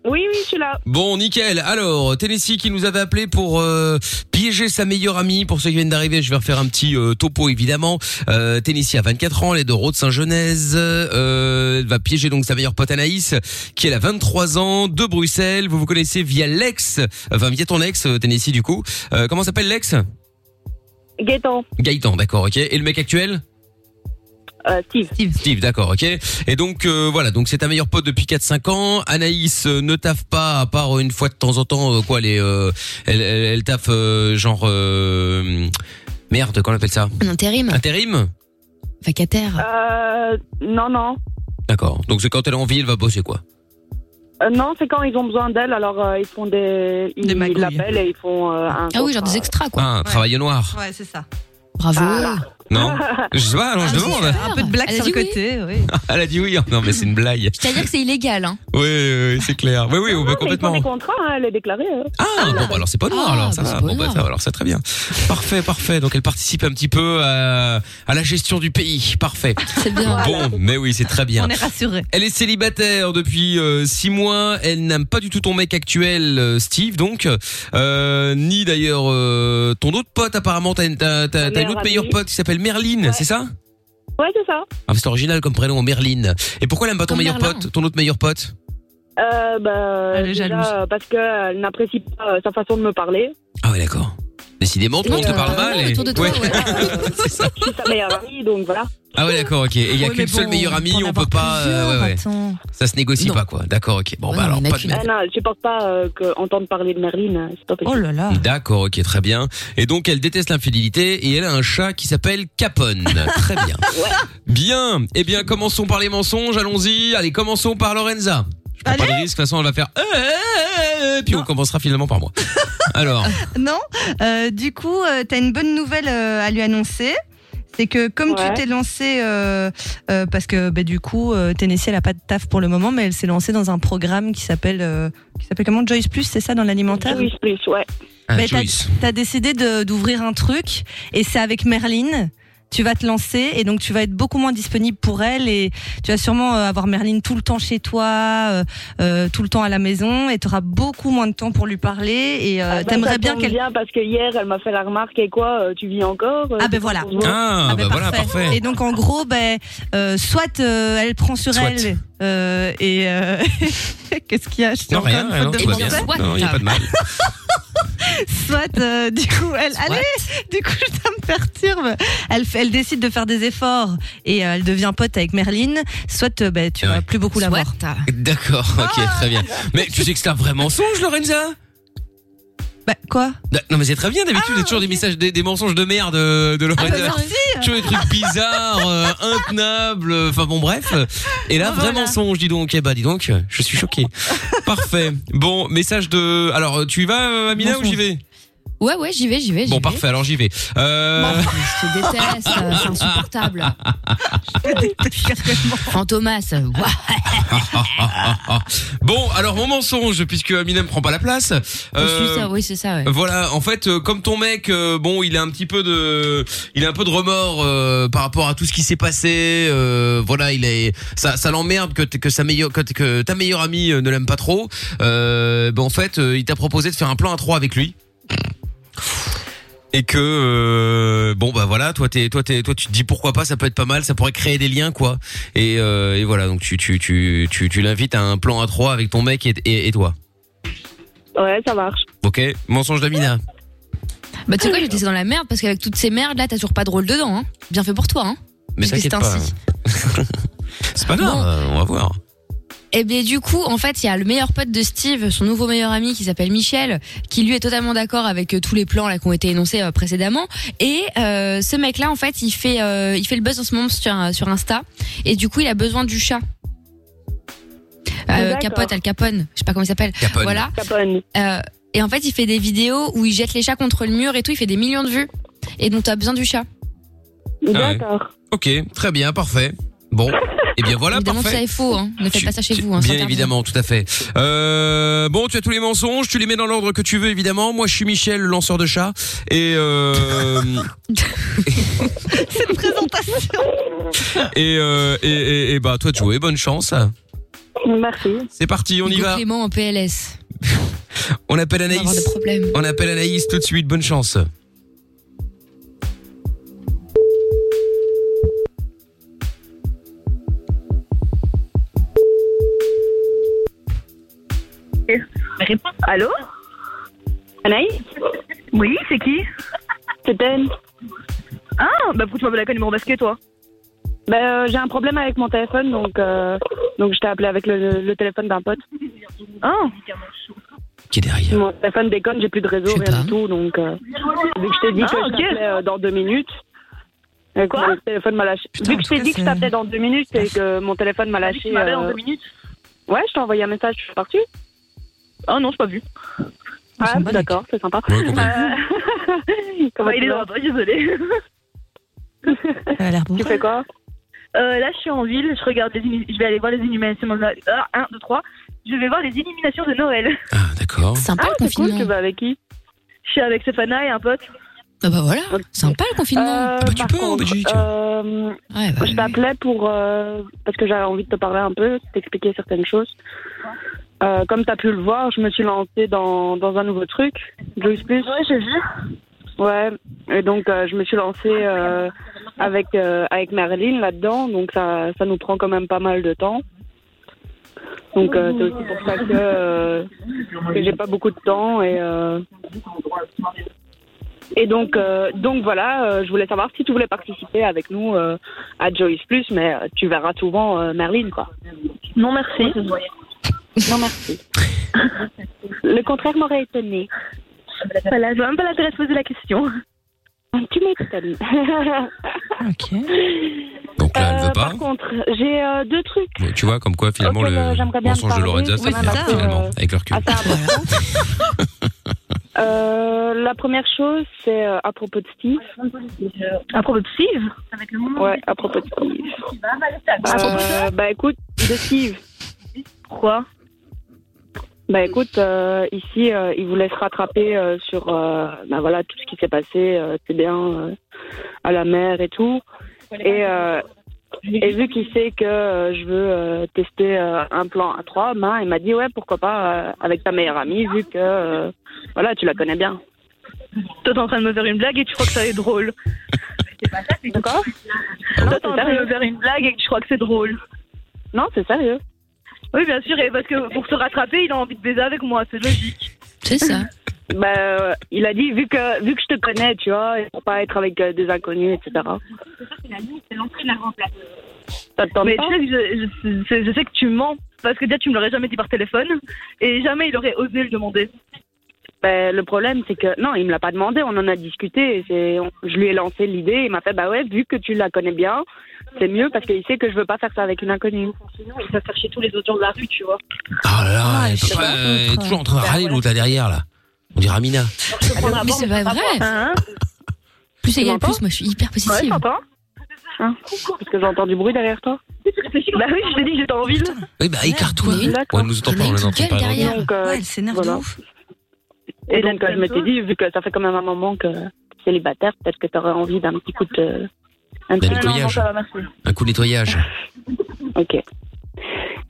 Speaker 9: Oui, oui, je suis là.
Speaker 2: Bon, nickel. Alors, Tennessee qui nous avait appelé pour euh, piéger sa meilleure amie. Pour ceux qui viennent d'arriver, je vais refaire un petit euh, topo, évidemment. Euh, Tennessee a 24 ans, elle est de Rhode-Saint-Genèse. Euh, elle va piéger donc sa meilleure pote Anaïs, qui elle a 23 ans, de Bruxelles. Vous vous connaissez via l'ex, euh, enfin via ton ex, euh, Tennessee, du coup. Euh, comment s'appelle l'ex
Speaker 9: Gaëtan,
Speaker 2: Gaëtan, d'accord, ok. Et le mec actuel
Speaker 9: Euh, Steve.
Speaker 2: Steve, d'accord, ok. Et donc euh, voilà, donc c'est ta meilleure pote depuis 4-5 ans. Anaïs euh, ne taffe pas à part une fois de temps en temps. euh, quoi, elle, est, euh, elle, elle, elle taffe euh, genre euh, merde, comment on appelle ça
Speaker 4: Un intérim.
Speaker 2: Intérim.
Speaker 4: Vacataire.
Speaker 9: Euh, non, non.
Speaker 2: D'accord. Donc c'est quand elle a envie, elle va bosser quoi.
Speaker 9: Euh, non, c'est quand ils ont besoin d'elle, alors euh, ils font des. Ils ils l'appellent et ils font euh, un.
Speaker 4: Ah oui, genre des extras, quoi.
Speaker 2: Ah, un travail au noir.
Speaker 5: Ouais, c'est ça.
Speaker 4: Bravo.
Speaker 9: Ah. (laughs)
Speaker 2: Non, je sais pas, non, je demande.
Speaker 5: Un peu de blague
Speaker 4: Elle a
Speaker 5: sur le
Speaker 4: dit oui.
Speaker 5: côté,
Speaker 2: (laughs)
Speaker 5: oui.
Speaker 2: elle a dit oui. Non, mais c'est une blague.
Speaker 4: C'est-à-dire que c'est illégal, hein.
Speaker 2: Oui, oui, oui, c'est clair. Oui, oui, on
Speaker 9: Ah Mais ils
Speaker 2: va
Speaker 9: font
Speaker 2: complètement.
Speaker 9: des contrats, hein, elle est déclarée. hein.
Speaker 2: Ah, bon, bah, alors c'est pas noir, alors ça va. Bon, bah, ça va, alors c'est très bien. Parfait, parfait. Donc elle participe un petit peu à, à la gestion du pays. Parfait.
Speaker 5: C'est bien.
Speaker 2: Bon, mais oui, c'est très bien.
Speaker 5: On est rassurés.
Speaker 2: Elle est célibataire depuis 6 mois. Elle n'aime pas du tout ton mec actuel, euh, Steve, donc. Euh, ni d'ailleurs euh, ton autre pote, apparemment. T'as une, t'as- t'as- t'as une autre
Speaker 9: Meilleure
Speaker 2: meilleure
Speaker 9: amie.
Speaker 2: pote qui s'appelle Merline, c'est ça
Speaker 9: Ouais, c'est ça.
Speaker 2: ah, C'est original comme prénom, Merline. Et pourquoi elle aime pas ton
Speaker 9: Comme
Speaker 2: meilleur
Speaker 9: Merlin.
Speaker 2: pote, ton autre meilleur pote
Speaker 9: Euh, bah,
Speaker 5: Elle est
Speaker 9: déjà,
Speaker 5: jalouse.
Speaker 9: euh, parce qu'elle n'apprécie pas euh, sa façon de me parler.
Speaker 2: Ah ouais, d'accord. Décidément, tout le
Speaker 4: euh,
Speaker 2: monde te
Speaker 9: euh,
Speaker 2: parle mal. et- Ouais. (laughs)
Speaker 9: Je suis sa meilleure amie, donc voilà.
Speaker 2: Ah ouais, d'accord, ok. Et il y a qu'une seule meilleure amie, on peut pas. euh, ouais, ouais. Ça se négocie pas, quoi. D'accord, ok. Bon, bah alors, pas de
Speaker 9: Ah non, je supporte pas euh, que- entendre parler de Merlin. C'est pas possible.
Speaker 5: Oh là là.
Speaker 2: D'accord, ok, très bien. Et donc, elle déteste l'infidélité et elle a un chat qui s'appelle
Speaker 5: (laughs)
Speaker 2: Capone. très bien. Bien. Eh bien, commençons par les mensonges. Allons-y. Allez, commençons par Lorenza. Je prends pas de risque. De toute façon, elle va faire. euh, euh, euh, euh, Puis on commencera
Speaker 5: (laughs)
Speaker 2: finalement par moi. Alors,
Speaker 5: Non. Euh, du coup, tu t'as une bonne nouvelle euh, à lui annoncer. C'est que comme tu
Speaker 9: Ouais.
Speaker 5: t'es lancé, euh, euh, parce que bah, du coup, euh, Tennessee, elle a pas de taf pour le moment, mais elle s'est lancée dans un programme qui s'appelle, euh, qui s'appelle comment Joyce Plus, c'est ça dans l'alimentaire
Speaker 9: Joyce Plus, ouais.
Speaker 2: Ah,
Speaker 5: Bah, t'as-
Speaker 2: Joyce.
Speaker 5: T'as décidé de- d'ouvrir un truc et c'est avec Merlin. Tu vas te lancer et donc tu vas être beaucoup moins disponible pour elle et tu vas sûrement euh, avoir Merlin tout le temps chez toi, euh, euh, tout le temps à la maison et tu auras beaucoup moins de temps pour lui parler et euh,
Speaker 9: Ah ben,
Speaker 5: t'aimerais
Speaker 9: ça
Speaker 5: bien
Speaker 9: tombe
Speaker 5: qu'elle
Speaker 9: parce que hier, elle m'a fait la remarque et quoi, euh, tu vis encore euh,
Speaker 5: Ah ben
Speaker 9: c'est
Speaker 5: voilà.
Speaker 9: pas pour moi.
Speaker 2: Ah,
Speaker 5: ben
Speaker 2: bah voilà, parfait.
Speaker 5: Et donc en gros, ben euh, soit euh, elle prend sur
Speaker 2: Soit.
Speaker 5: elle euh, et euh, (laughs) qu'est-ce qu'il y a Je suis
Speaker 2: Non,
Speaker 5: encore
Speaker 2: rien,
Speaker 5: une
Speaker 2: rien,
Speaker 5: faute de
Speaker 2: tout va bien.
Speaker 5: français.
Speaker 2: Non, y a pas de mal.
Speaker 5: (laughs) Soit euh, du coup elle allez, du coup (laughs) ça me perturbe. Elle fait- elle décide de faire des efforts et euh, elle devient pote avec Merlin. Soit euh, ben tu vas plus beaucoup la voir.
Speaker 2: D'accord,
Speaker 5: Ah.
Speaker 2: ok, très bien. Mais tu sais que c'est un vrai mensonge, Lorenza
Speaker 5: Bah quoi
Speaker 2: Bah, Non mais c'est très bien d'habitude, il y a toujours des messages, des, des mensonges de merde euh, de Lorenza.
Speaker 5: Ah, bah, merci.
Speaker 2: Toujours des trucs bizarres, euh, intenables, euh, enfin bon bref. Et
Speaker 4: Bah,
Speaker 2: là, vrai mensonge, dis donc. Eh bah dis donc, je suis choqué. Parfait. Bon, message de... Alors, tu y vas, euh, Amina, ou j'y vais
Speaker 4: Ouais, ouais, j'y vais, j'y vais. Eh, j'y
Speaker 2: Bon,
Speaker 4: vais. bah,
Speaker 2: parfait, alors j'y vais. Euh...
Speaker 4: Je te déteste, euh, c'est insupportable.
Speaker 2: (laughs)
Speaker 4: Fantomas, euh, ouah.
Speaker 2: (laughs) bon, alors mon mensonge, puisque Amina me prend pas la place.
Speaker 4: Je
Speaker 2: euh,
Speaker 4: suis ça, oui, c'est ça, ouais.
Speaker 2: Voilà, en fait, euh, comme ton mec, euh, bon, il a un petit peu de, il a un peu de remords euh, par rapport à tout ce qui s'est passé. euh, voilà, il est, ça, ça l'emmerde que t- que sa meilleure, que, t- que ta meilleure amie euh, ne l'aime pas trop. Euh, ben en fait, euh, il t'a proposé de faire un plan à trois avec lui. Et que euh, bon bah voilà, toi t'es toi t'es toi tu te dis pourquoi pas, ça peut être pas mal, ça pourrait créer des liens quoi. Et, euh, et voilà donc tu tu tu tu, tu l'invites à un plan à trois avec ton mec et, et, et toi.
Speaker 9: Ouais, ça marche.
Speaker 2: Ok, mensonge d'Amina.
Speaker 4: Bah, tu sais quoi, j'étais dans la merde parce qu'avec toutes ces merdes là, t'as toujours pas de rôle dedans, hein. Bien fait pour toi, hein.
Speaker 2: Mais
Speaker 4: Puisque
Speaker 2: t'inquiète
Speaker 4: c'est
Speaker 2: pas. (laughs)
Speaker 4: ainsi.
Speaker 2: c'est pas grave, euh, on va voir.
Speaker 4: Et Eh bien du coup, en fait, il y a le meilleur pote de Steve, son nouveau meilleur ami qui s'appelle Michel, qui lui est totalement d'accord avec euh, tous les plans là qui ont été énoncés euh, précédemment. Et euh, ce mec-là, en fait, il fait, euh, il fait le buzz en ce moment sur, euh, sur Insta. Et du coup, il a besoin du chat. Euh,
Speaker 9: Ah, D'accord.
Speaker 4: capote, Al Capone, je sais pas comment il s'appelle.
Speaker 2: Capone.
Speaker 4: Voilà. Euh, et en fait, il fait des vidéos où il jette les chats contre le mur et tout. Il fait des millions de vues. Et donc, t'as besoin du chat.
Speaker 2: Ah ouais. Ok, très bien, parfait. Bon, et bien voilà,
Speaker 4: Évidemment,
Speaker 2: parfait.
Speaker 4: ça est faux. Hein. Ne faites pas ça chez vous. Hein, c'est
Speaker 2: Bien
Speaker 4: interdit.
Speaker 2: évidemment, tout à fait. Euh, bon, tu as tous les mensonges, tu les mets dans l'ordre que tu veux, évidemment. Moi, je suis Michel, le lanceur de chat. Et euh, (laughs)
Speaker 5: (laughs) Cette présentation.
Speaker 2: et, euh, et, et- et bah toi, de jouer. Bonne chance.
Speaker 9: Merci.
Speaker 2: C'est parti, on y
Speaker 4: Hugo
Speaker 2: va.
Speaker 4: Clément en PLS.
Speaker 2: On appelle
Speaker 4: va avoir
Speaker 2: Anaïs.
Speaker 4: des problèmes.
Speaker 2: On appelle Anaïs tout de suite. Bonne chance.
Speaker 9: Allô Anaïs Oui, c'est qui C'est Ben. Ah, bah pourquoi tu m'appelles avec un numéro masqué, toi Bah, euh, j'ai un problème avec mon téléphone, donc, euh, donc je t'ai appelé avec le, le téléphone d'un pote. Ah
Speaker 2: Qui est derrière
Speaker 9: Mon téléphone déconne, j'ai plus de réseau, rien du tout, donc... euh, vu que je t'ai dit
Speaker 14: Ah,
Speaker 9: que
Speaker 14: ok.
Speaker 9: je t'appelais euh, dans deux minutes... et que
Speaker 14: Quoi
Speaker 9: mon téléphone m'a lâché. vu que je t'ai dit que je t'appelais dans deux minutes et que mon téléphone m'a lâché...
Speaker 14: tu m'appelles dans deux
Speaker 9: minutes Ouais, je t'ai envoyé un message, je suis partie. Ah non, je pas vu. Ah, d'accord, c'est sympa.
Speaker 14: (laughs)
Speaker 9: Euh, comment
Speaker 14: Ouais, Ah, il
Speaker 9: tu
Speaker 14: est
Speaker 9: vas
Speaker 14: dans la droite, désolé.
Speaker 5: (laughs) Elle a l'air bon.
Speaker 9: Tu fais quoi
Speaker 14: Euh, là, je suis en ville, je regarde les élim- je vais aller voir les éliminations. 1, 2, 3. Je vais voir les éliminations de Noël.
Speaker 2: D'accord.
Speaker 9: Ah,
Speaker 14: Sympa le confinement. tu vas
Speaker 9: avec qui
Speaker 14: Je suis avec Stéphana et un pote.
Speaker 4: Ah bah voilà, sympa le confinement.
Speaker 9: Ah, bah,
Speaker 4: bah,
Speaker 9: tu peux en Belgique. euh, je t'appelais pour euh, parce que j'avais envie de te parler un peu, t'expliquer certaines choses. Euh, comme t'as pu le voir, je me suis lancée dans, dans un nouveau truc, Juice Plus. Ouais, j'ai vu. Ouais, et donc euh, je me suis lancée euh, avec euh, avec Marilyn là-dedans, donc ça ça nous prend quand même pas mal de temps. Donc euh, c'est aussi pour ça que, euh, que j'ai pas beaucoup de temps et euh, et donc, euh, donc voilà, euh, je voulais savoir si tu voulais participer avec nous euh, à Joyce Plus, mais euh, tu verras souvent euh, Merlin, quoi.
Speaker 14: Non, merci.
Speaker 9: Non, merci. (laughs) Le contraire m'aurait étonné.
Speaker 14: Voilà, je vois même pas l'intérêt de poser la question.
Speaker 9: Ah, Tu m'étonnes.
Speaker 5: ok.
Speaker 2: Donc là, elle
Speaker 9: Euh,
Speaker 2: veut pas.
Speaker 9: Par contre, j'ai euh, deux trucs.
Speaker 2: Ouais, Tu vois, comme quoi finalement
Speaker 9: auquel, euh,
Speaker 2: le
Speaker 9: j'aimerais bien
Speaker 2: mensonge de
Speaker 9: parler.
Speaker 2: Lorenza,
Speaker 9: Oui,
Speaker 2: ça
Speaker 9: c'est
Speaker 2: marche
Speaker 4: hein.
Speaker 9: ça,
Speaker 2: finalement
Speaker 9: euh,
Speaker 2: avec le recul.
Speaker 9: (laughs) Euh, la première chose, c'est euh, à propos de Steve. À propos de Steve Ouais, à propos de Steve. Euh, bah écoute, de Steve. Pourquoi Bah écoute, euh, ici, euh, il voulait se rattraper euh, sur euh, bah, voilà, tout ce qui s'est passé, euh, c'est bien, euh, à la mer et tout. Et, euh, et vu qu'il sait que euh, je veux euh, tester euh, un plan à trois mains, il m'a dit ouais pourquoi pas euh, avec ta meilleure amie vu que euh, voilà tu la connais bien.
Speaker 14: Toi, t'es en train de me faire une blague et tu crois que ça est
Speaker 9: (laughs)
Speaker 14: drôle.
Speaker 9: D'accord
Speaker 14: Toi, t'es en train de me faire une blague et tu crois que c'est drôle.
Speaker 9: Non, c'est sérieux.
Speaker 14: Oui, bien sûr, et parce que pour se rattraper, il a envie de baiser avec moi, c'est logique.
Speaker 4: C'est ça.
Speaker 9: (laughs) Bah, euh, il a dit vu que vu que je te connais tu vois et pour pas être avec euh, des inconnus etc. t'entends
Speaker 14: Mais
Speaker 9: pas
Speaker 14: tu sais, que je, je- je- je sais que tu mens, parce que déjà, tu me l'aurais jamais dit par téléphone, et jamais il aurait osé le demander.
Speaker 9: Bah, le problème c'est que non il me l'a pas demandé on en a discuté et c'est on- je lui ai lancé l'idée il m'a fait bah ouais vu que tu la connais bien c'est mieux parce qu'il sait que je veux pas faire ça avec une inconnue.
Speaker 14: Il va faire chez tous les autres gens de la rue, tu vois.
Speaker 2: Oh là là,
Speaker 9: Ah,
Speaker 2: elle, peut pas, euh, elle est toujours
Speaker 9: Bah,
Speaker 2: en train de râler l'autre là derrière là. On dirait Amina.
Speaker 4: Ah, Mais c'est pas vrai.
Speaker 9: Hein
Speaker 4: Plus
Speaker 9: Tu
Speaker 4: égale
Speaker 9: m'entends
Speaker 4: plus, moi je suis hyper positive.
Speaker 9: Hein Parce que j'entends du bruit derrière toi.
Speaker 14: Bah oui, je t'ai dit que j'étais en ville.
Speaker 2: Oui, bah écarte-toi. Ouais, nous entend pas, on les entend pas.
Speaker 9: Donc, euh, voilà. Et donc, euh, je m'étais dit, vu que ça fait quand même un moment que t'es célibataire, peut-être que t'aurais envie d'un petit coup de. Un
Speaker 2: D'un nettoyage.
Speaker 9: va, merci.
Speaker 2: Un coup de nettoyage.
Speaker 9: Ok.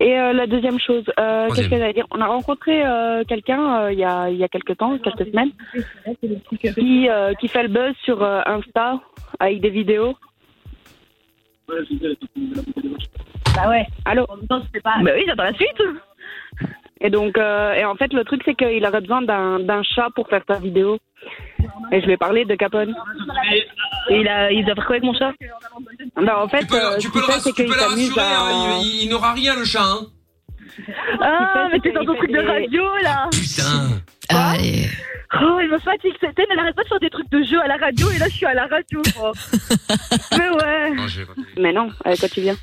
Speaker 9: Et euh, la deuxième chose, euh, qu'est-ce que j'allais dire On a rencontré euh, quelqu'un euh, il y, a, il y a quelques temps, quelques semaines, qui, euh, qui fait le buzz sur euh, Insta avec des vidéos. Bah ouais. Allô
Speaker 14: Bah oui, j'attends la suite.
Speaker 9: hein. Et donc, euh, et en fait, le truc, c'est qu'il aurait besoin d'un d'un chat pour faire sa vidéo. Et je lui ai parlé de Capone.
Speaker 14: Et il, a, il doit faire quoi avec mon chat
Speaker 9: Bah, en fait,
Speaker 14: Tu peux le-
Speaker 9: euh,
Speaker 14: tu
Speaker 9: ce
Speaker 14: peux
Speaker 9: qu'il
Speaker 14: le
Speaker 9: fait, c'est
Speaker 14: rassurer,
Speaker 9: qu'il
Speaker 14: tu peux le
Speaker 9: s'amuse
Speaker 14: rassurer,
Speaker 9: à-
Speaker 14: hein,
Speaker 2: Il, n'aura rien le chat, hein.
Speaker 14: Ah,
Speaker 9: Il fait
Speaker 14: mais
Speaker 9: ce
Speaker 14: t'es dans
Speaker 9: qu'il
Speaker 14: ton
Speaker 9: fait
Speaker 14: truc de
Speaker 9: des-
Speaker 14: radio, là
Speaker 2: Putain
Speaker 14: Oh, il me fatigue cette haine, elle arrête pas de faire des trucs de jeu à la radio, et là, je suis à la radio, moi. Mais ouais
Speaker 9: Mais non, avec quoi tu viens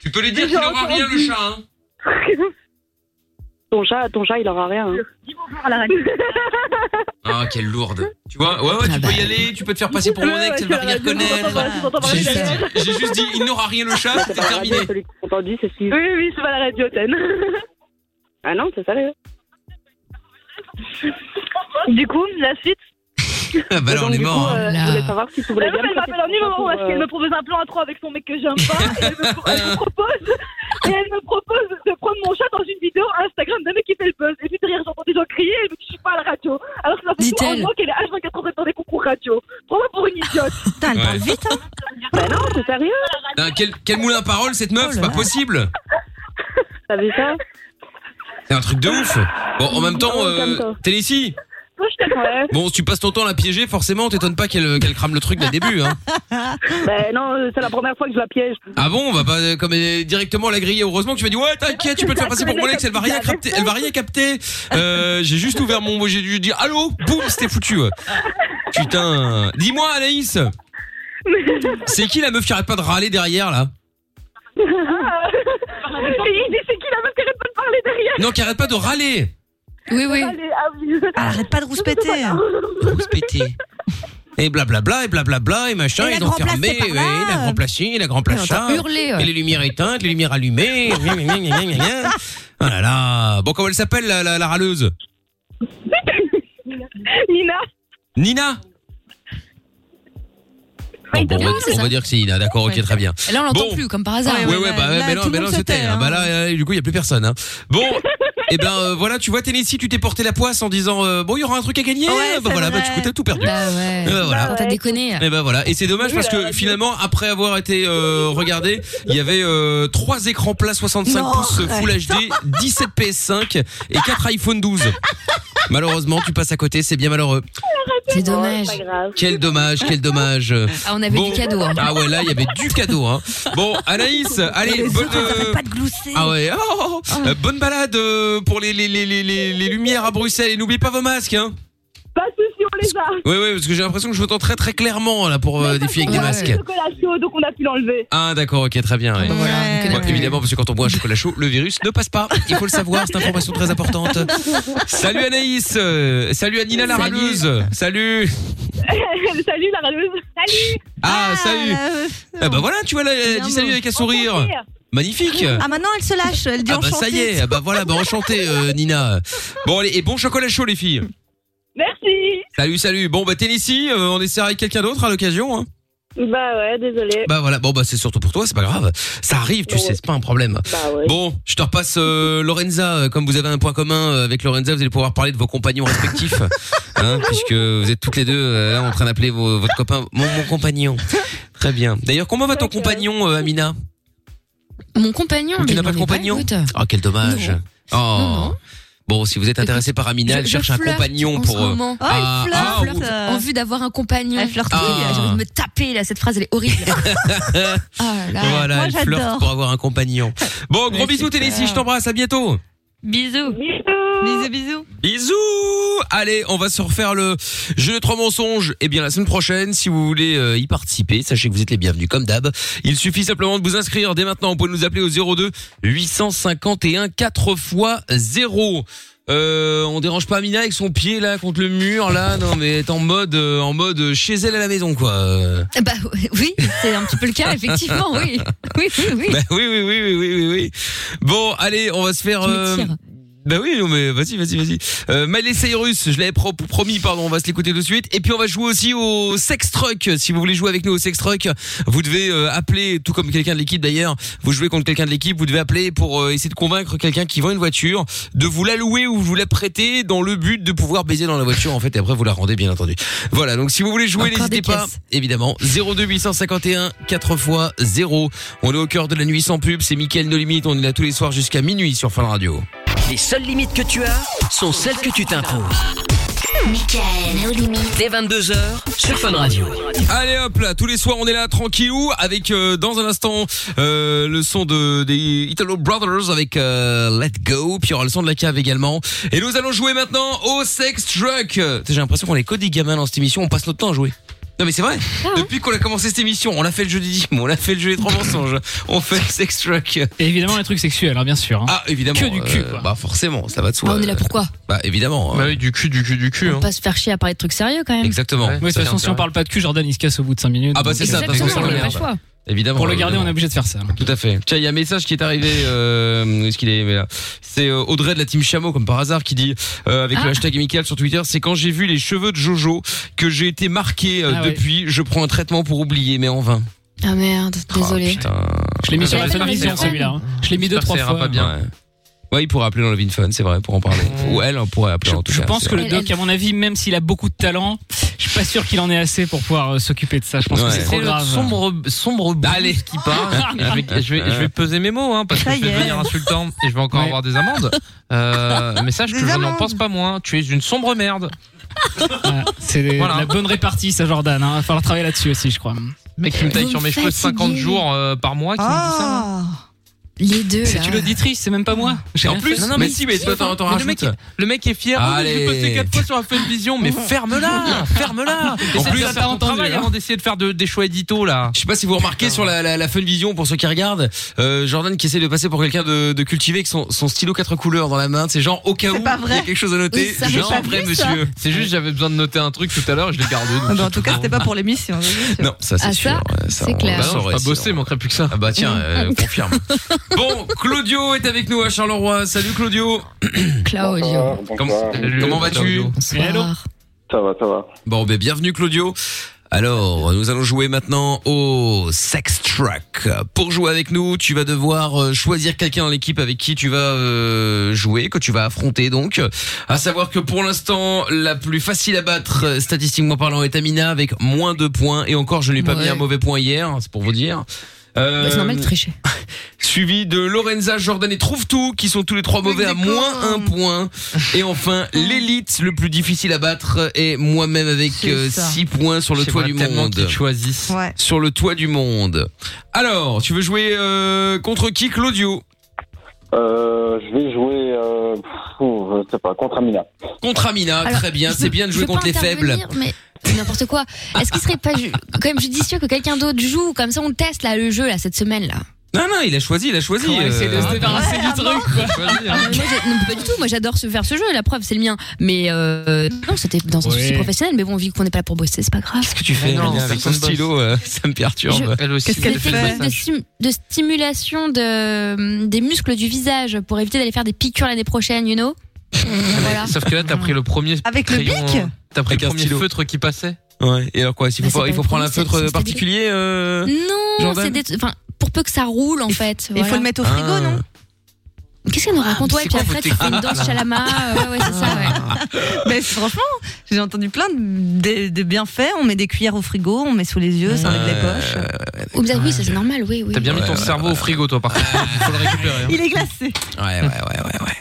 Speaker 2: Tu peux lui dire qu'il n'aura rien le chat, hein.
Speaker 9: (laughs) ton chat, ton chat, il aura rien. hein.
Speaker 14: à la radio.
Speaker 2: Ah, quelle lourde. Tu vois, ouais, ouais,
Speaker 9: Ah
Speaker 2: tu
Speaker 9: bah.
Speaker 2: peux y aller, tu peux te faire passer pour mon ex, elle va rien reconnaître.
Speaker 9: (laughs)
Speaker 2: J'ai juste, j'ai juste dit, il n'aura rien le chat,
Speaker 9: C'est
Speaker 2: c'est
Speaker 9: pas la radio,
Speaker 2: terminé.
Speaker 9: celui qu'on entend dire, c'est Steve.
Speaker 14: Oui, oui, c'est pas la radio, Ten.
Speaker 9: Ah non, c'est sérieux.
Speaker 14: Du coup, la suite
Speaker 2: Ah, bah là, on est
Speaker 5: Oh
Speaker 2: mort.
Speaker 9: euh,
Speaker 2: hein.
Speaker 9: je voulais savoir si tu voulais
Speaker 14: La meuf,
Speaker 9: bien
Speaker 14: elle m'appelle en
Speaker 9: passer
Speaker 14: un
Speaker 9: pour,
Speaker 14: moment parce qu'elle
Speaker 9: euh,
Speaker 14: me propose
Speaker 9: (laughs)
Speaker 14: un plan à trois avec son mec que j'aime pas. et elle, me, pro- elle me propose, et elle me propose de prendre mon chat dans
Speaker 9: Bah
Speaker 2: quel, quel moulin à parole cette
Speaker 9: Oh
Speaker 2: meuf, c'est pas possible.
Speaker 9: T'avais ça
Speaker 2: C'est un truc de ouf. Bon, en même temps,
Speaker 9: Non,
Speaker 2: euh,
Speaker 9: calme-toi.
Speaker 2: t'es ici. (laughs)
Speaker 9: Ouais.
Speaker 2: Bon, si tu passes ton temps à la piéger, forcément, t'étonnes pas qu'elle qu'elle crame le truc dès le début. Hein.
Speaker 9: ben non, euh, c'est la première fois que je la piège.
Speaker 2: Ah bon, on va pas euh, comme euh, directement la griller. Heureusement que tu m'as dit ouais, t'inquiète, tu peux te faire passer pour Molex, elle va rien capter. Elle va rien capter. Euh, j'ai juste ouvert mon, j'ai dû dire allô, boum, c'était foutu. ouais. Putain. Dis-moi, Anaïs, c'est qui la meuf qui arrête pas de râler derrière là
Speaker 9: Ah. (laughs) Et il dit c'est qui la meuf qui arrête pas de parler derrière ah
Speaker 2: Non, qui arrête pas de râler.
Speaker 4: Oui, oui.
Speaker 9: (laughs)
Speaker 5: Arrête
Speaker 14: euh,
Speaker 5: pas de
Speaker 14: (laughs)
Speaker 5: rouspéter.
Speaker 2: Pété. Et blablabla, et blablabla, et machin,
Speaker 5: Et la
Speaker 2: ils ont
Speaker 5: grand place,
Speaker 2: fermé,
Speaker 5: c'est par
Speaker 2: ouais,
Speaker 5: là.
Speaker 2: la grand placé, la grand
Speaker 5: Ouais, on
Speaker 2: plachat,
Speaker 5: entend hurler, ouais.
Speaker 2: et les lumières éteintes, les lumières allumées, gna, gna, gna, gna, gna. oh là là. Bon, comment elle s'appelle, la, la- la râleuse
Speaker 9: Nina
Speaker 2: Nina Bon, bon, on, va, on va dire que c'est Ina, d'accord, ok, très bien.
Speaker 4: Là, on l'entend
Speaker 2: Bon.
Speaker 4: plus, comme par hasard.
Speaker 2: Ouais, ouais, bah, ouais, mais non, mais non, c'était. hein. Bah là, euh, du coup, il n'y a plus personne. hein. Bon, et ben euh, voilà, tu vois, Tennessee, tu t'es porté la poisse en disant euh, bon, il y aura un truc à gagner. bah voilà, bah, du coup, t'as tout perdu.
Speaker 4: Bah ouais.
Speaker 2: Eh ben, voilà.
Speaker 4: T'as déconné.
Speaker 2: (laughs) Et ben voilà, et c'est dommage
Speaker 4: Oui, là,
Speaker 2: parce que
Speaker 4: là,
Speaker 2: finalement, après avoir été euh, regardé, il y avait euh, trois écrans plats 65
Speaker 4: Non,
Speaker 2: pouces Full
Speaker 4: arrête.
Speaker 2: HD, 17 PS5 et 4 iPhone 12. Malheureusement, tu passes à côté, Ah, c'est bien malheureux.
Speaker 4: C'est dommage.
Speaker 2: Quel dommage, quel dommage.
Speaker 4: Ah, on avait du cadeau, hein.
Speaker 2: Ah ouais, là, il y avait du cadeau. Hein. Bon, Anaïs, allez, bonne. euh, Ah ouais. oh, oh, oh. Euh, bonne balade euh, pour les, les, les, les, les, les lumières à Bruxelles et n'oubliez pas vos masques. Hein.
Speaker 9: Pas de soucis, on les a.
Speaker 2: Oui, oui, parce que j'ai l'impression que je m'entends très très clairement là pour euh, des filles avec des masques.
Speaker 9: Le chocolat chaud, donc on a pu l'enlever.
Speaker 2: Ah d'accord, ok, très bien. ouais. Bon, évidemment, parce que quand on boit un chocolat chaud, le virus ne passe pas. Il faut le savoir, c'est une information très importante.
Speaker 12: (laughs)
Speaker 2: Salut Anaïs, euh, salut Anina la
Speaker 9: Salut.
Speaker 2: râleuse, salut.
Speaker 9: Salut la râleuse. Salut.
Speaker 2: Ah, salut. Ah bah voilà, tu vois, là, elle
Speaker 5: Bien
Speaker 2: dit salut
Speaker 5: bon.
Speaker 2: avec un sourire.
Speaker 5: Enchanté.
Speaker 2: Magnifique.
Speaker 5: Ah maintenant elle se lâche, elle dit
Speaker 2: Ah bah ça y est, ah bah voilà, bah enchanté euh, Nina. Bon allez, et bon chocolat chaud les filles.
Speaker 9: Merci.
Speaker 2: Salut, salut. Bon bah Tennessee, euh, on essaiera avec quelqu'un d'autre à l'occasion. Hein.
Speaker 9: Bah ouais, désolé.
Speaker 2: Bah voilà, bon bah c'est surtout pour toi, c'est pas grave. Ça arrive,
Speaker 4: Bah,
Speaker 2: tu sais, c'est pas un problème. Bon, je te repasse euh, Lorenza, Euh, comme vous avez un point commun euh, avec Lorenza, vous allez pouvoir parler de vos
Speaker 4: (laughs)
Speaker 2: compagnons respectifs, hein, puisque vous êtes toutes les deux euh, là en train d'appeler vos- votre copain mon, mon compagnon. Très bien. D'ailleurs, comment va ton compagnon, euh, Amina
Speaker 4: Mon compagnon. mais
Speaker 2: Tu n'as
Speaker 4: il
Speaker 2: pas de
Speaker 4: en est
Speaker 2: compagnon
Speaker 4: écoute.
Speaker 2: Oh, quel dommage. Oh. Bon, si vous êtes intéressé par Amina, elle
Speaker 4: Je- je
Speaker 2: cherche un
Speaker 4: flirte
Speaker 2: compagnon
Speaker 4: en
Speaker 2: pour.
Speaker 4: ce
Speaker 2: euh,
Speaker 4: moment.
Speaker 2: ah, ah,
Speaker 4: (laughs) Je flirte en vue d'avoir un compagnon. Elle flirte. J'ai envie de me taper là. Cette phrase, elle est horrible. oh là là.
Speaker 2: voilà,
Speaker 4: Moi,
Speaker 2: elle
Speaker 4: j'adore.
Speaker 2: flirte pour avoir un compagnon. Bon, gros bisous Tennessee, je t'embrasse, à bientôt.
Speaker 4: Bisous.
Speaker 5: Bisous, bisous.
Speaker 2: Bisous Allez, on va se refaire le jeu de trois mensonges. Eh bien, la semaine prochaine, si vous voulez euh, y participer, sachez que vous êtes les bienvenus comme d'hab. Il suffit simplement de vous inscrire dès maintenant. Vous pouvez nous appeler au 02 851 4 x 0. Euh, on dérange pas Mina avec son pied là contre le mur là. Non mais elle est en mode euh, en mode euh, chez elle à la maison quoi. Euh,
Speaker 4: Bah (laughs) oui, c'est un petit peu le cas, effectivement, oui. (laughs) Oui, oui, oui.
Speaker 2: Bah oui, oui, oui, oui, oui, oui, oui. Bon, allez, on va se faire. euh, Bah oui, non, mais vas-y, vas-y, vas-y. Euh, Miley Cyrus, je l'avais pro- promis, pardon, on va se l'écouter tout de suite. Et puis on va jouer aussi au Sex Truck. Si vous voulez jouer avec nous au Sex Truck, vous devez euh, appeler, tout comme quelqu'un de l'équipe d'ailleurs, vous jouez contre quelqu'un de l'équipe, vous devez appeler pour euh, essayer de convaincre quelqu'un qui vend une voiture, de vous la louer ou vous la prêter dans le but de pouvoir baiser dans la voiture en fait, et après vous la rendez bien entendu. Voilà, donc si vous voulez jouer,
Speaker 7: Encore des
Speaker 2: n'hésitez pas.
Speaker 7: caisses.
Speaker 2: Évidemment, 02851 4 x 0. On est au cœur de la nuit sans pub, c'est Mickaël No Limite, on est là tous les soirs jusqu'à minuit sur Fun Radio.
Speaker 1: Les seules limites que tu as sont celles que tu t'imposes.
Speaker 13: Michael, nos limites.
Speaker 1: Dès 22h sur Fun Radio.
Speaker 2: Allez hop là, tous les soirs on est là tranquillou avec euh, dans un instant euh, le son de des Italo Brothers avec euh, Let Go, puis il y aura le son de la cave également. Et nous allons jouer maintenant au Sex Truck. Euh, J'ai l'impression qu'on est que des gamins dans cette émission, on passe notre temps à jouer. Non mais c'est vrai.
Speaker 4: Ah
Speaker 2: Depuis qu'on a commencé cette émission, on l'a fait le jeu des dîmes, on l'a fait le jeu des trois mensonges, on fait le Sex Truck.
Speaker 3: Et évidemment, les trucs sexuels, hein, bien sûr. hein.
Speaker 2: Ah évidemment.
Speaker 3: Que du cul,
Speaker 2: euh, bah forcément, ça va de soi.
Speaker 4: Ah, on est là pourquoi
Speaker 2: Bah évidemment. Bah oui, du cul, du cul, du cul.
Speaker 4: On pas se faire chier à parler de trucs sérieux quand même.
Speaker 2: Exactement.
Speaker 3: hein. Oui, de toute
Speaker 2: Ça,
Speaker 3: façon,
Speaker 2: c'est
Speaker 3: si on
Speaker 2: intéressant.
Speaker 3: parle pas de cul, Jordan il se casse au bout de 5 minutes.
Speaker 2: Ah bah
Speaker 3: Donc,
Speaker 2: c'est ça, de toute façon,
Speaker 3: Exactement, on
Speaker 2: c'est la
Speaker 3: a pas
Speaker 2: merde.
Speaker 3: le choix.
Speaker 2: Évidemment.
Speaker 3: Pour le garder, on est obligé de faire ça.
Speaker 2: Tout à fait. Tiens, il y a un message qui est arrivé. Euh, où est-ce qu'il est, mais là C'est euh, Audrey de la team Chameau, comme par hasard, qui dit euh, avec le
Speaker 7: Ah.
Speaker 2: hashtag Michael sur Twitter. C'est quand j'ai vu les cheveux de Jojo que j'ai été marqué euh,
Speaker 4: Ah ouais.
Speaker 2: depuis. Je prends un traitement pour oublier, mais en vain.
Speaker 4: Ah merde, désolé.
Speaker 2: Putain.
Speaker 3: Oh, Je l'ai mis sur la
Speaker 4: Téléphone,
Speaker 3: télévision
Speaker 4: téléphone.
Speaker 3: celui-là. hein. Je l'ai mis deux,
Speaker 2: J'espère
Speaker 3: trois
Speaker 2: que ça ira
Speaker 3: fois.
Speaker 2: pas bien. Ouais, il pourrait appeler dans la Fun, c'est vrai, pour en parler. Ou elle hein, pourrait appeler en tout
Speaker 3: Je
Speaker 2: cas,
Speaker 3: pense
Speaker 2: c'est
Speaker 3: que le
Speaker 2: vrai.
Speaker 3: doc, à mon avis, même s'il a beaucoup de talent, je suis pas sûr qu'il en ait assez pour pouvoir euh, s'occuper de ça. Je pense
Speaker 2: Ouais.
Speaker 3: que c'est trop
Speaker 2: C'est le
Speaker 3: grave.
Speaker 7: sombre, sombre
Speaker 2: Bah,
Speaker 7: (laughs)
Speaker 2: Allez.
Speaker 7: qui
Speaker 2: (laughs)
Speaker 7: part. je, vais, je vais- je vais peser mes mots, hein, parce que
Speaker 3: Ça
Speaker 7: je
Speaker 3: y
Speaker 7: vais
Speaker 3: est.
Speaker 7: devenir insultant et je vais encore avoir des amendes. Euh, mais sache que
Speaker 3: Des
Speaker 7: je n'en
Speaker 3: amendes.
Speaker 7: pense pas moins. Tu es une sombre merde.
Speaker 3: Ouais, c'est des-
Speaker 7: Voilà.
Speaker 3: la bonne répartie, ça, Jordan. Hein. Va falloir travailler là-dessus aussi, je crois.
Speaker 7: Mec, tu me tailles sur mes cheveux 50 jours euh, par mois. Qui me dit ça, hein.
Speaker 4: Ah. Les deux.
Speaker 3: C'est une auditrice, c'est même pas moi. J'ai
Speaker 7: En
Speaker 3: rien
Speaker 7: plus,
Speaker 3: fait.
Speaker 7: mais si, mais toi, t'en- t'en
Speaker 3: le mec,
Speaker 7: rajoutes. le mec est fier. Oh, J'ai posté 4 fois sur la feuille vision,
Speaker 2: (laughs)
Speaker 7: mais ferme-la, ferme-la.
Speaker 2: En
Speaker 7: Essaie de
Speaker 2: plus,
Speaker 7: faire
Speaker 2: ça t'a
Speaker 7: ton
Speaker 2: entendu,
Speaker 7: travail
Speaker 2: hein.
Speaker 7: avant d'essayer de faire de- des choix édito là.
Speaker 2: Je sais pas si vous remarquez sur la, la, la Fun Vision, pour ceux qui regardent, euh, Jordan qui essaie de passer pour quelqu'un de, de cultivé avec son, son stylo quatre couleurs dans la main. C'est genre au cas où il y a quelque chose à noter.
Speaker 7: C'est
Speaker 2: Genre vrai, monsieur.
Speaker 7: C'est juste j'avais besoin de noter un truc tout à l'heure et je l'ai gardé. donc
Speaker 5: Ah bah, en tout cas,
Speaker 7: bon.
Speaker 5: c'était pas pour l'émission.
Speaker 2: Non, ça c'est
Speaker 5: Ah, ça,
Speaker 2: sûr. ouais, ça,
Speaker 5: c'est
Speaker 2: on-
Speaker 5: clair.
Speaker 2: on
Speaker 7: Bah non,
Speaker 2: saurait
Speaker 7: j'ai pas
Speaker 2: si
Speaker 7: bossé, il manquerait plus que ça.
Speaker 2: Ah bah tiens,
Speaker 5: (laughs)
Speaker 2: euh,
Speaker 7: Mm.
Speaker 2: confirme. Bon, Claudio est avec nous à Charleroi. Salut Claudio.
Speaker 4: (coughs) Claudio.
Speaker 2: Comment, comment vas-tu
Speaker 10: Ça va, ça va.
Speaker 2: Bon, ben bienvenue Claudio. Alors, nous allons jouer maintenant au Sex Track. Pour jouer avec nous, tu vas devoir euh, choisir quelqu'un dans l'équipe avec qui tu vas euh, jouer, que tu vas affronter donc. À savoir que pour l'instant, la plus facile à battre, euh, statistiquement parlant, est Amina avec moins de points. Et encore, je n'ai pas
Speaker 4: Ouais.
Speaker 2: mis un mauvais point hier, hein, c'est pour vous dire. Euh,
Speaker 4: Bah, C'est normal de tricher.
Speaker 2: (laughs) Suivi de Lorenza, Jordan et Trouve-Tout, qui sont tous les trois mauvais à moins un point. Et enfin, l'élite, le plus difficile à battre, et moi-même avec
Speaker 7: C'est ça.
Speaker 2: 6 points sur le
Speaker 7: Je sais
Speaker 2: toit
Speaker 7: pas
Speaker 2: du
Speaker 7: tellement
Speaker 2: monde.
Speaker 7: qu'ils choisissent. Ouais.
Speaker 2: Sur le toit du monde. Alors, tu veux jouer euh, contre qui, Claudio
Speaker 10: Euh, je vais jouer, euh, pff, je sais pas, contre Amina.
Speaker 2: Contre Amina,
Speaker 4: Alors,
Speaker 2: très bien,
Speaker 4: je
Speaker 2: c'est
Speaker 4: veux-
Speaker 2: bien de
Speaker 4: je
Speaker 2: jouer
Speaker 4: veux pas
Speaker 2: contre les faibles.
Speaker 4: intervenir, Mais mais n'importe quoi. Est-ce qu'il serait pas ju- quand même judicieux que quelqu'un d'autre joue Comme ça, on teste là le jeu là cette semaine là.
Speaker 2: Non, non, il a choisi, il a choisi. euh,
Speaker 3: Ouais, c'est de se débarrasser
Speaker 4: du
Speaker 3: truc,
Speaker 4: Ah, mais moi, j'ai- non, pas du tout. Moi, j'adore se faire ce jeu. La preuve, c'est le mien. Mais euh, non, c'était dans un
Speaker 2: Ouais.
Speaker 4: souci professionnel. Mais bon, vu qu'on n'est pas là pour bosser, c'est pas grave.
Speaker 2: Qu'est-ce que tu fais
Speaker 7: Mais non,
Speaker 2: Amina,
Speaker 7: c'est
Speaker 2: avec ton
Speaker 7: son boss.
Speaker 2: stylo euh, (laughs) Ça me perturbe.
Speaker 7: Elle aussi.
Speaker 4: C'est une technique de, stim- de stimulation de, des muscles du visage pour éviter d'aller faire des piqûres l'année prochaine, you know Voilà.
Speaker 7: Sauf que là, t'as pris le premier.
Speaker 4: Avec le
Speaker 7: crayon,
Speaker 4: bic
Speaker 7: T'as pris
Speaker 2: Avec
Speaker 7: le
Speaker 2: un
Speaker 7: premier
Speaker 2: stylo.
Speaker 7: feutre qui passait.
Speaker 2: Ouais, et alors quoi Il
Speaker 7: Bah,
Speaker 2: faut,
Speaker 7: c'est
Speaker 2: pas-
Speaker 7: pas
Speaker 2: il faut
Speaker 7: le
Speaker 2: prendre un
Speaker 7: principe,
Speaker 2: feutre
Speaker 7: c'est
Speaker 2: particulier euh,
Speaker 4: Non,
Speaker 2: Jordan
Speaker 4: c'est des- enfin, pour peu que ça roule en fait. Il
Speaker 5: faut le mettre au frigo,
Speaker 2: Hein.
Speaker 5: Ah. non Ah,
Speaker 4: Qu'est-ce qu'elle nous raconte Ouais,
Speaker 5: c'est
Speaker 4: puis
Speaker 5: quoi
Speaker 4: après
Speaker 5: vos
Speaker 4: tu fais une
Speaker 5: techniques,
Speaker 4: danse
Speaker 5: là
Speaker 2: (laughs)
Speaker 4: chalama. euh, ouais, ouais, c'est
Speaker 5: (laughs)
Speaker 4: ça, ouais.
Speaker 5: Mais franchement, j'ai entendu plein de, de- de bienfaits. On met des cuillères au frigo, on met sous les yeux, ça enlève les poches.
Speaker 4: Ou bien oui, ça c'est normal, oui, oui.
Speaker 7: T'as bien mis ton cerveau au frigo, toi, par contre. (laughs) Il faut le récupérer. hein.
Speaker 5: Il est glacé.
Speaker 2: Ouais, ouais, ouais, ouais, ouais.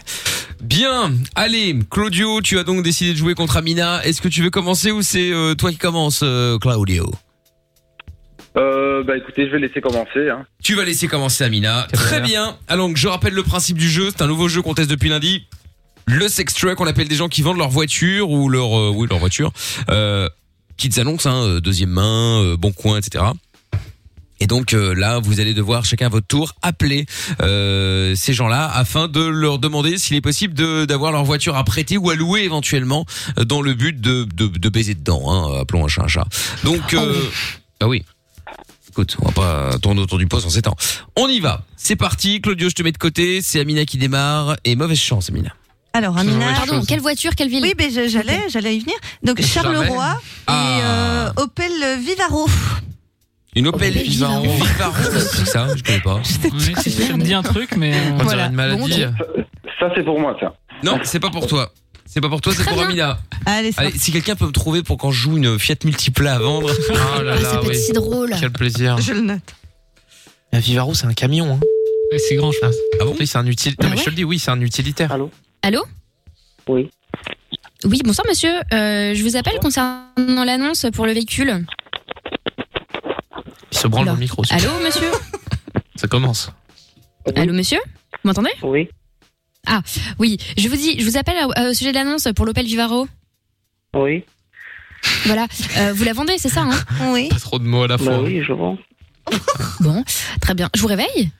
Speaker 2: Bien, allez, Claudio, tu as donc décidé de jouer contre Amina. Est-ce que tu veux commencer ou c'est euh, toi qui commence, euh, Claudio
Speaker 10: Euh, bah écoutez, je vais laisser commencer. Hein.
Speaker 2: Tu vas laisser commencer Amina. Très bien. Alors, donc, je rappelle le principe du jeu. C'est un nouveau jeu qu'on teste depuis lundi. Le sex truck, on appelle des gens qui vendent leur voiture ou leur, euh, oui, leur voiture. Euh, petites annonces, hein, euh, deuxième main, euh, bon coin, etc. Et donc euh, là, vous allez devoir chacun à votre tour appeler euh, ces gens-là afin de leur demander s'il est possible de- d'avoir leur voiture à prêter ou à louer éventuellement euh, dans le but de, de, de baiser dedans. Hein, euh, appelons un chat un chat. Donc, euh, bah oui. Écoute, on va pas tourner autour du pot en ces temps. On y va. C'est parti. Claudio, je te mets de côté. C'est Amina qui démarre. Et mauvaise chance, Amina.
Speaker 5: Alors, Amina.
Speaker 4: Pardon, quelle voiture, quelle ville
Speaker 5: Oui, mais je- j'allais, j'allais y venir. Donc, Charleroi
Speaker 7: Ah.
Speaker 5: et euh, Opel Vivaro.
Speaker 2: Ah. Une Opel Vivaro. Vivaro. C'est ça, je connais pas.
Speaker 3: ça me dit un truc, mais. euh,
Speaker 10: Ça, c'est pour moi, ça.
Speaker 2: Non, c'est pas pour toi. C'est pas pour toi, c'est pour Amina.
Speaker 5: Allez,
Speaker 2: Allez, si quelqu'un peut me trouver pour quand je joue une Fiat Multipla à vendre.
Speaker 7: Oh là Ah, ça là, peut être oui. si
Speaker 4: drôle.
Speaker 7: Quel plaisir.
Speaker 5: Je le note.
Speaker 7: La Vivaro, c'est un camion. Hein.
Speaker 3: c'est grand, je pense.
Speaker 7: Ah bon Oui, c'est un utilitaire.
Speaker 4: Ah
Speaker 7: mais je te le dis, oui, c'est un utilitaire. Allô
Speaker 4: Allô
Speaker 7: Oui.
Speaker 4: Oui, bonsoir monsieur. Euh, je vous appelle concernant l'annonce pour le véhicule.
Speaker 7: Il se branle dans le micro. aussi.
Speaker 4: Allô monsieur
Speaker 7: (laughs) Ça commence.
Speaker 4: Allô monsieur Vous m'entendez
Speaker 7: Oui.
Speaker 4: Ah oui, je vous dis, je vous appelle euh, au sujet de l'annonce pour l'Opel Vivaro.
Speaker 12: Oui.
Speaker 4: Voilà, Euh, vous la vendez, c'est ça hein Oui.
Speaker 7: Pas trop de mots à la
Speaker 12: Bah
Speaker 7: fois.
Speaker 12: oui, je vends.
Speaker 4: Bon, très bien. Je vous réveille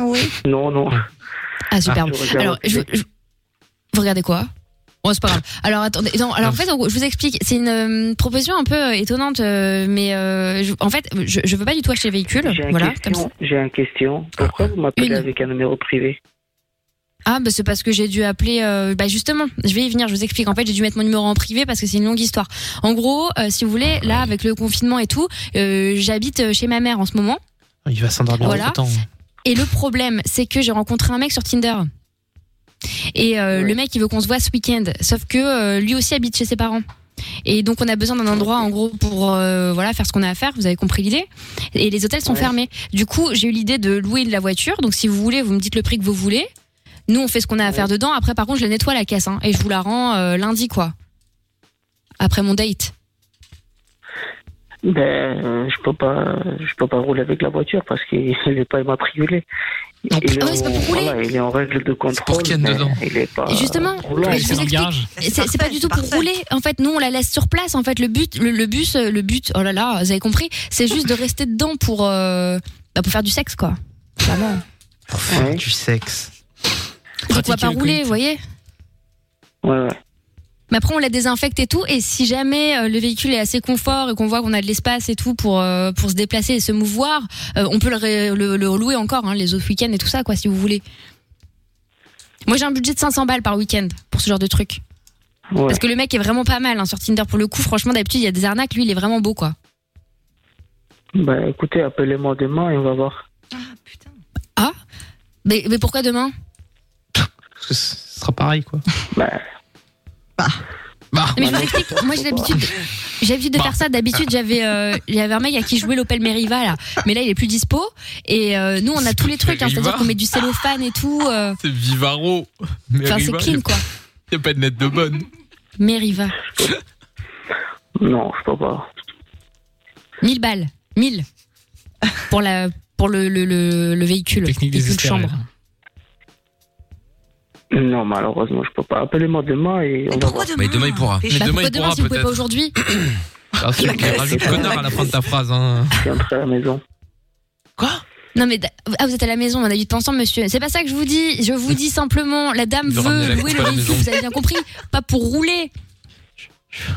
Speaker 5: Oui.
Speaker 12: Non, non.
Speaker 4: Ah superbe.
Speaker 12: Ah, je regarde.
Speaker 4: alors, je, je- vous regardez quoi Bon, c'est pas grave. Alors attendez, non, alors en fait, en gros, je vous explique. C'est une euh, proposition un peu euh, étonnante, euh, mais euh, je- en fait, je, je veux pas du tout acheter le véhicule.
Speaker 12: J'ai une
Speaker 4: Voilà. comme ça.
Speaker 12: question. J'ai une question. Pourquoi vous m'appelez avec un numéro privé
Speaker 4: Ah, bah c'est parce que j'ai dû appeler. euh, bah justement, je vais y venir. Je vous explique. En fait, j'ai dû mettre mon numéro en privé parce que c'est une longue histoire. En gros, euh, si vous voulez, là, avec le confinement et tout, euh, j'habite chez ma mère en ce moment.
Speaker 7: Ah, Il va s'endormir
Speaker 4: Voilà.
Speaker 7: autant.
Speaker 4: Et le problème, c'est que j'ai rencontré un mec sur Tinder. Et euh, le mec, il veut qu'on se voit ce week-end. Sauf que euh, lui aussi habite chez ses parents. Et donc on a besoin d'un endroit en gros pour euh, voilà faire ce qu'on a à faire. Vous avez compris l'idée. Et les hôtels sont
Speaker 15: Ouais.
Speaker 4: fermés. Du coup, j'ai eu l'idée de louer de la voiture. Donc si vous voulez, vous me dites le prix que vous voulez. Nous, on fait ce qu'on a à faire dedans. Après, par contre, je la nettoie la caisse hein, et je vous la rends euh, lundi quoi. Après mon date.
Speaker 12: Ben, euh, je peux pas, je peux pas rouler avec la voiture parce qu'il (laughs) n'est pas immatriculé.
Speaker 4: Ah,
Speaker 12: Il, est en, voilà, il est en règle de contrôle. mais Il est pas.
Speaker 4: Et justement,
Speaker 12: roulant.
Speaker 4: mais je vous explique. C'est c'est pas du tout pour rouler. En fait, nous, on la laisse sur place. En fait, le but, le, le bus, euh, le but. Oh là là, vous avez compris. C'est juste de rester dedans pour euh, bah, pour faire du sexe, quoi. Clairement.
Speaker 15: Pour faire du sexe.
Speaker 4: Donc on va pas rouler, vous voyez.
Speaker 12: Ouais, ouais.
Speaker 4: Mais après, on la désinfecte et tout. Et si jamais euh, le véhicule est assez confort et qu'on voit qu'on a de l'espace et tout pour euh, pour se déplacer et se mouvoir, euh, on peut le, ré- le, le louer encore, hein, les off week-ends et tout ça, quoi, si vous voulez. Moi, j'ai un budget de 500 balles par week-end pour ce genre de truc.
Speaker 12: Ouais.
Speaker 4: Parce que le mec est vraiment pas mal hein, sur Tinder pour le coup. Franchement, d'habitude, il y a des arnaques. Lui, il est vraiment beau, quoi.
Speaker 12: Ben, écoutez, appelez-moi demain et on va voir.
Speaker 4: Ah. Mais, mais pourquoi demain
Speaker 7: Parce que ce sera pareil, quoi.
Speaker 12: Bah.
Speaker 7: Bah.
Speaker 4: Non, mais je vous explique, moi j'ai l'habitude, j'ai l'habitude de faire ça. D'habitude, j'avais, euh, j'avais un mec à qui jouait l'Opel Meriva là, mais là il est plus dispo. Et euh, nous, on a tous les trucs, hein, c'est-à-dire
Speaker 7: Meriva
Speaker 4: qu'on met du cellophane et tout. euh,
Speaker 7: C'est Vivaro. Mais
Speaker 4: Enfin, c'est
Speaker 7: Riva,
Speaker 2: bah,
Speaker 4: clean,
Speaker 7: y a-
Speaker 4: quoi.
Speaker 7: Y a pas de net de bonne.
Speaker 4: Meriva,
Speaker 12: Non, je peux pas.
Speaker 4: 1000 balles, 1000 pour la, pour le, le, le, le véhicule, véhicule chambre.
Speaker 12: Non, malheureusement, je peux pas. Appelez-moi demain et on va voir.
Speaker 2: Mais demain il pourra.
Speaker 4: Bah, pourquoi demain si vous pouvez pas
Speaker 7: (coughs)
Speaker 4: aujourd'hui
Speaker 7: Ah, c'est
Speaker 12: Il agresse,
Speaker 7: rajoute
Speaker 12: c'est
Speaker 7: connard
Speaker 12: vrai.
Speaker 7: à la fin de ta phrase. Hein.
Speaker 12: Je suis entré à la maison.
Speaker 4: Non mais d- ah, vous êtes à la maison, on a vite ensemble monsieur. C'est pas ça que je vous dis. Je vous dis simplement, la dame
Speaker 7: De ramener
Speaker 4: veut
Speaker 7: la
Speaker 4: louer
Speaker 7: coupe à
Speaker 4: le
Speaker 7: la
Speaker 4: véhicule.
Speaker 7: maison.
Speaker 4: Vous avez bien compris, pas pour rouler.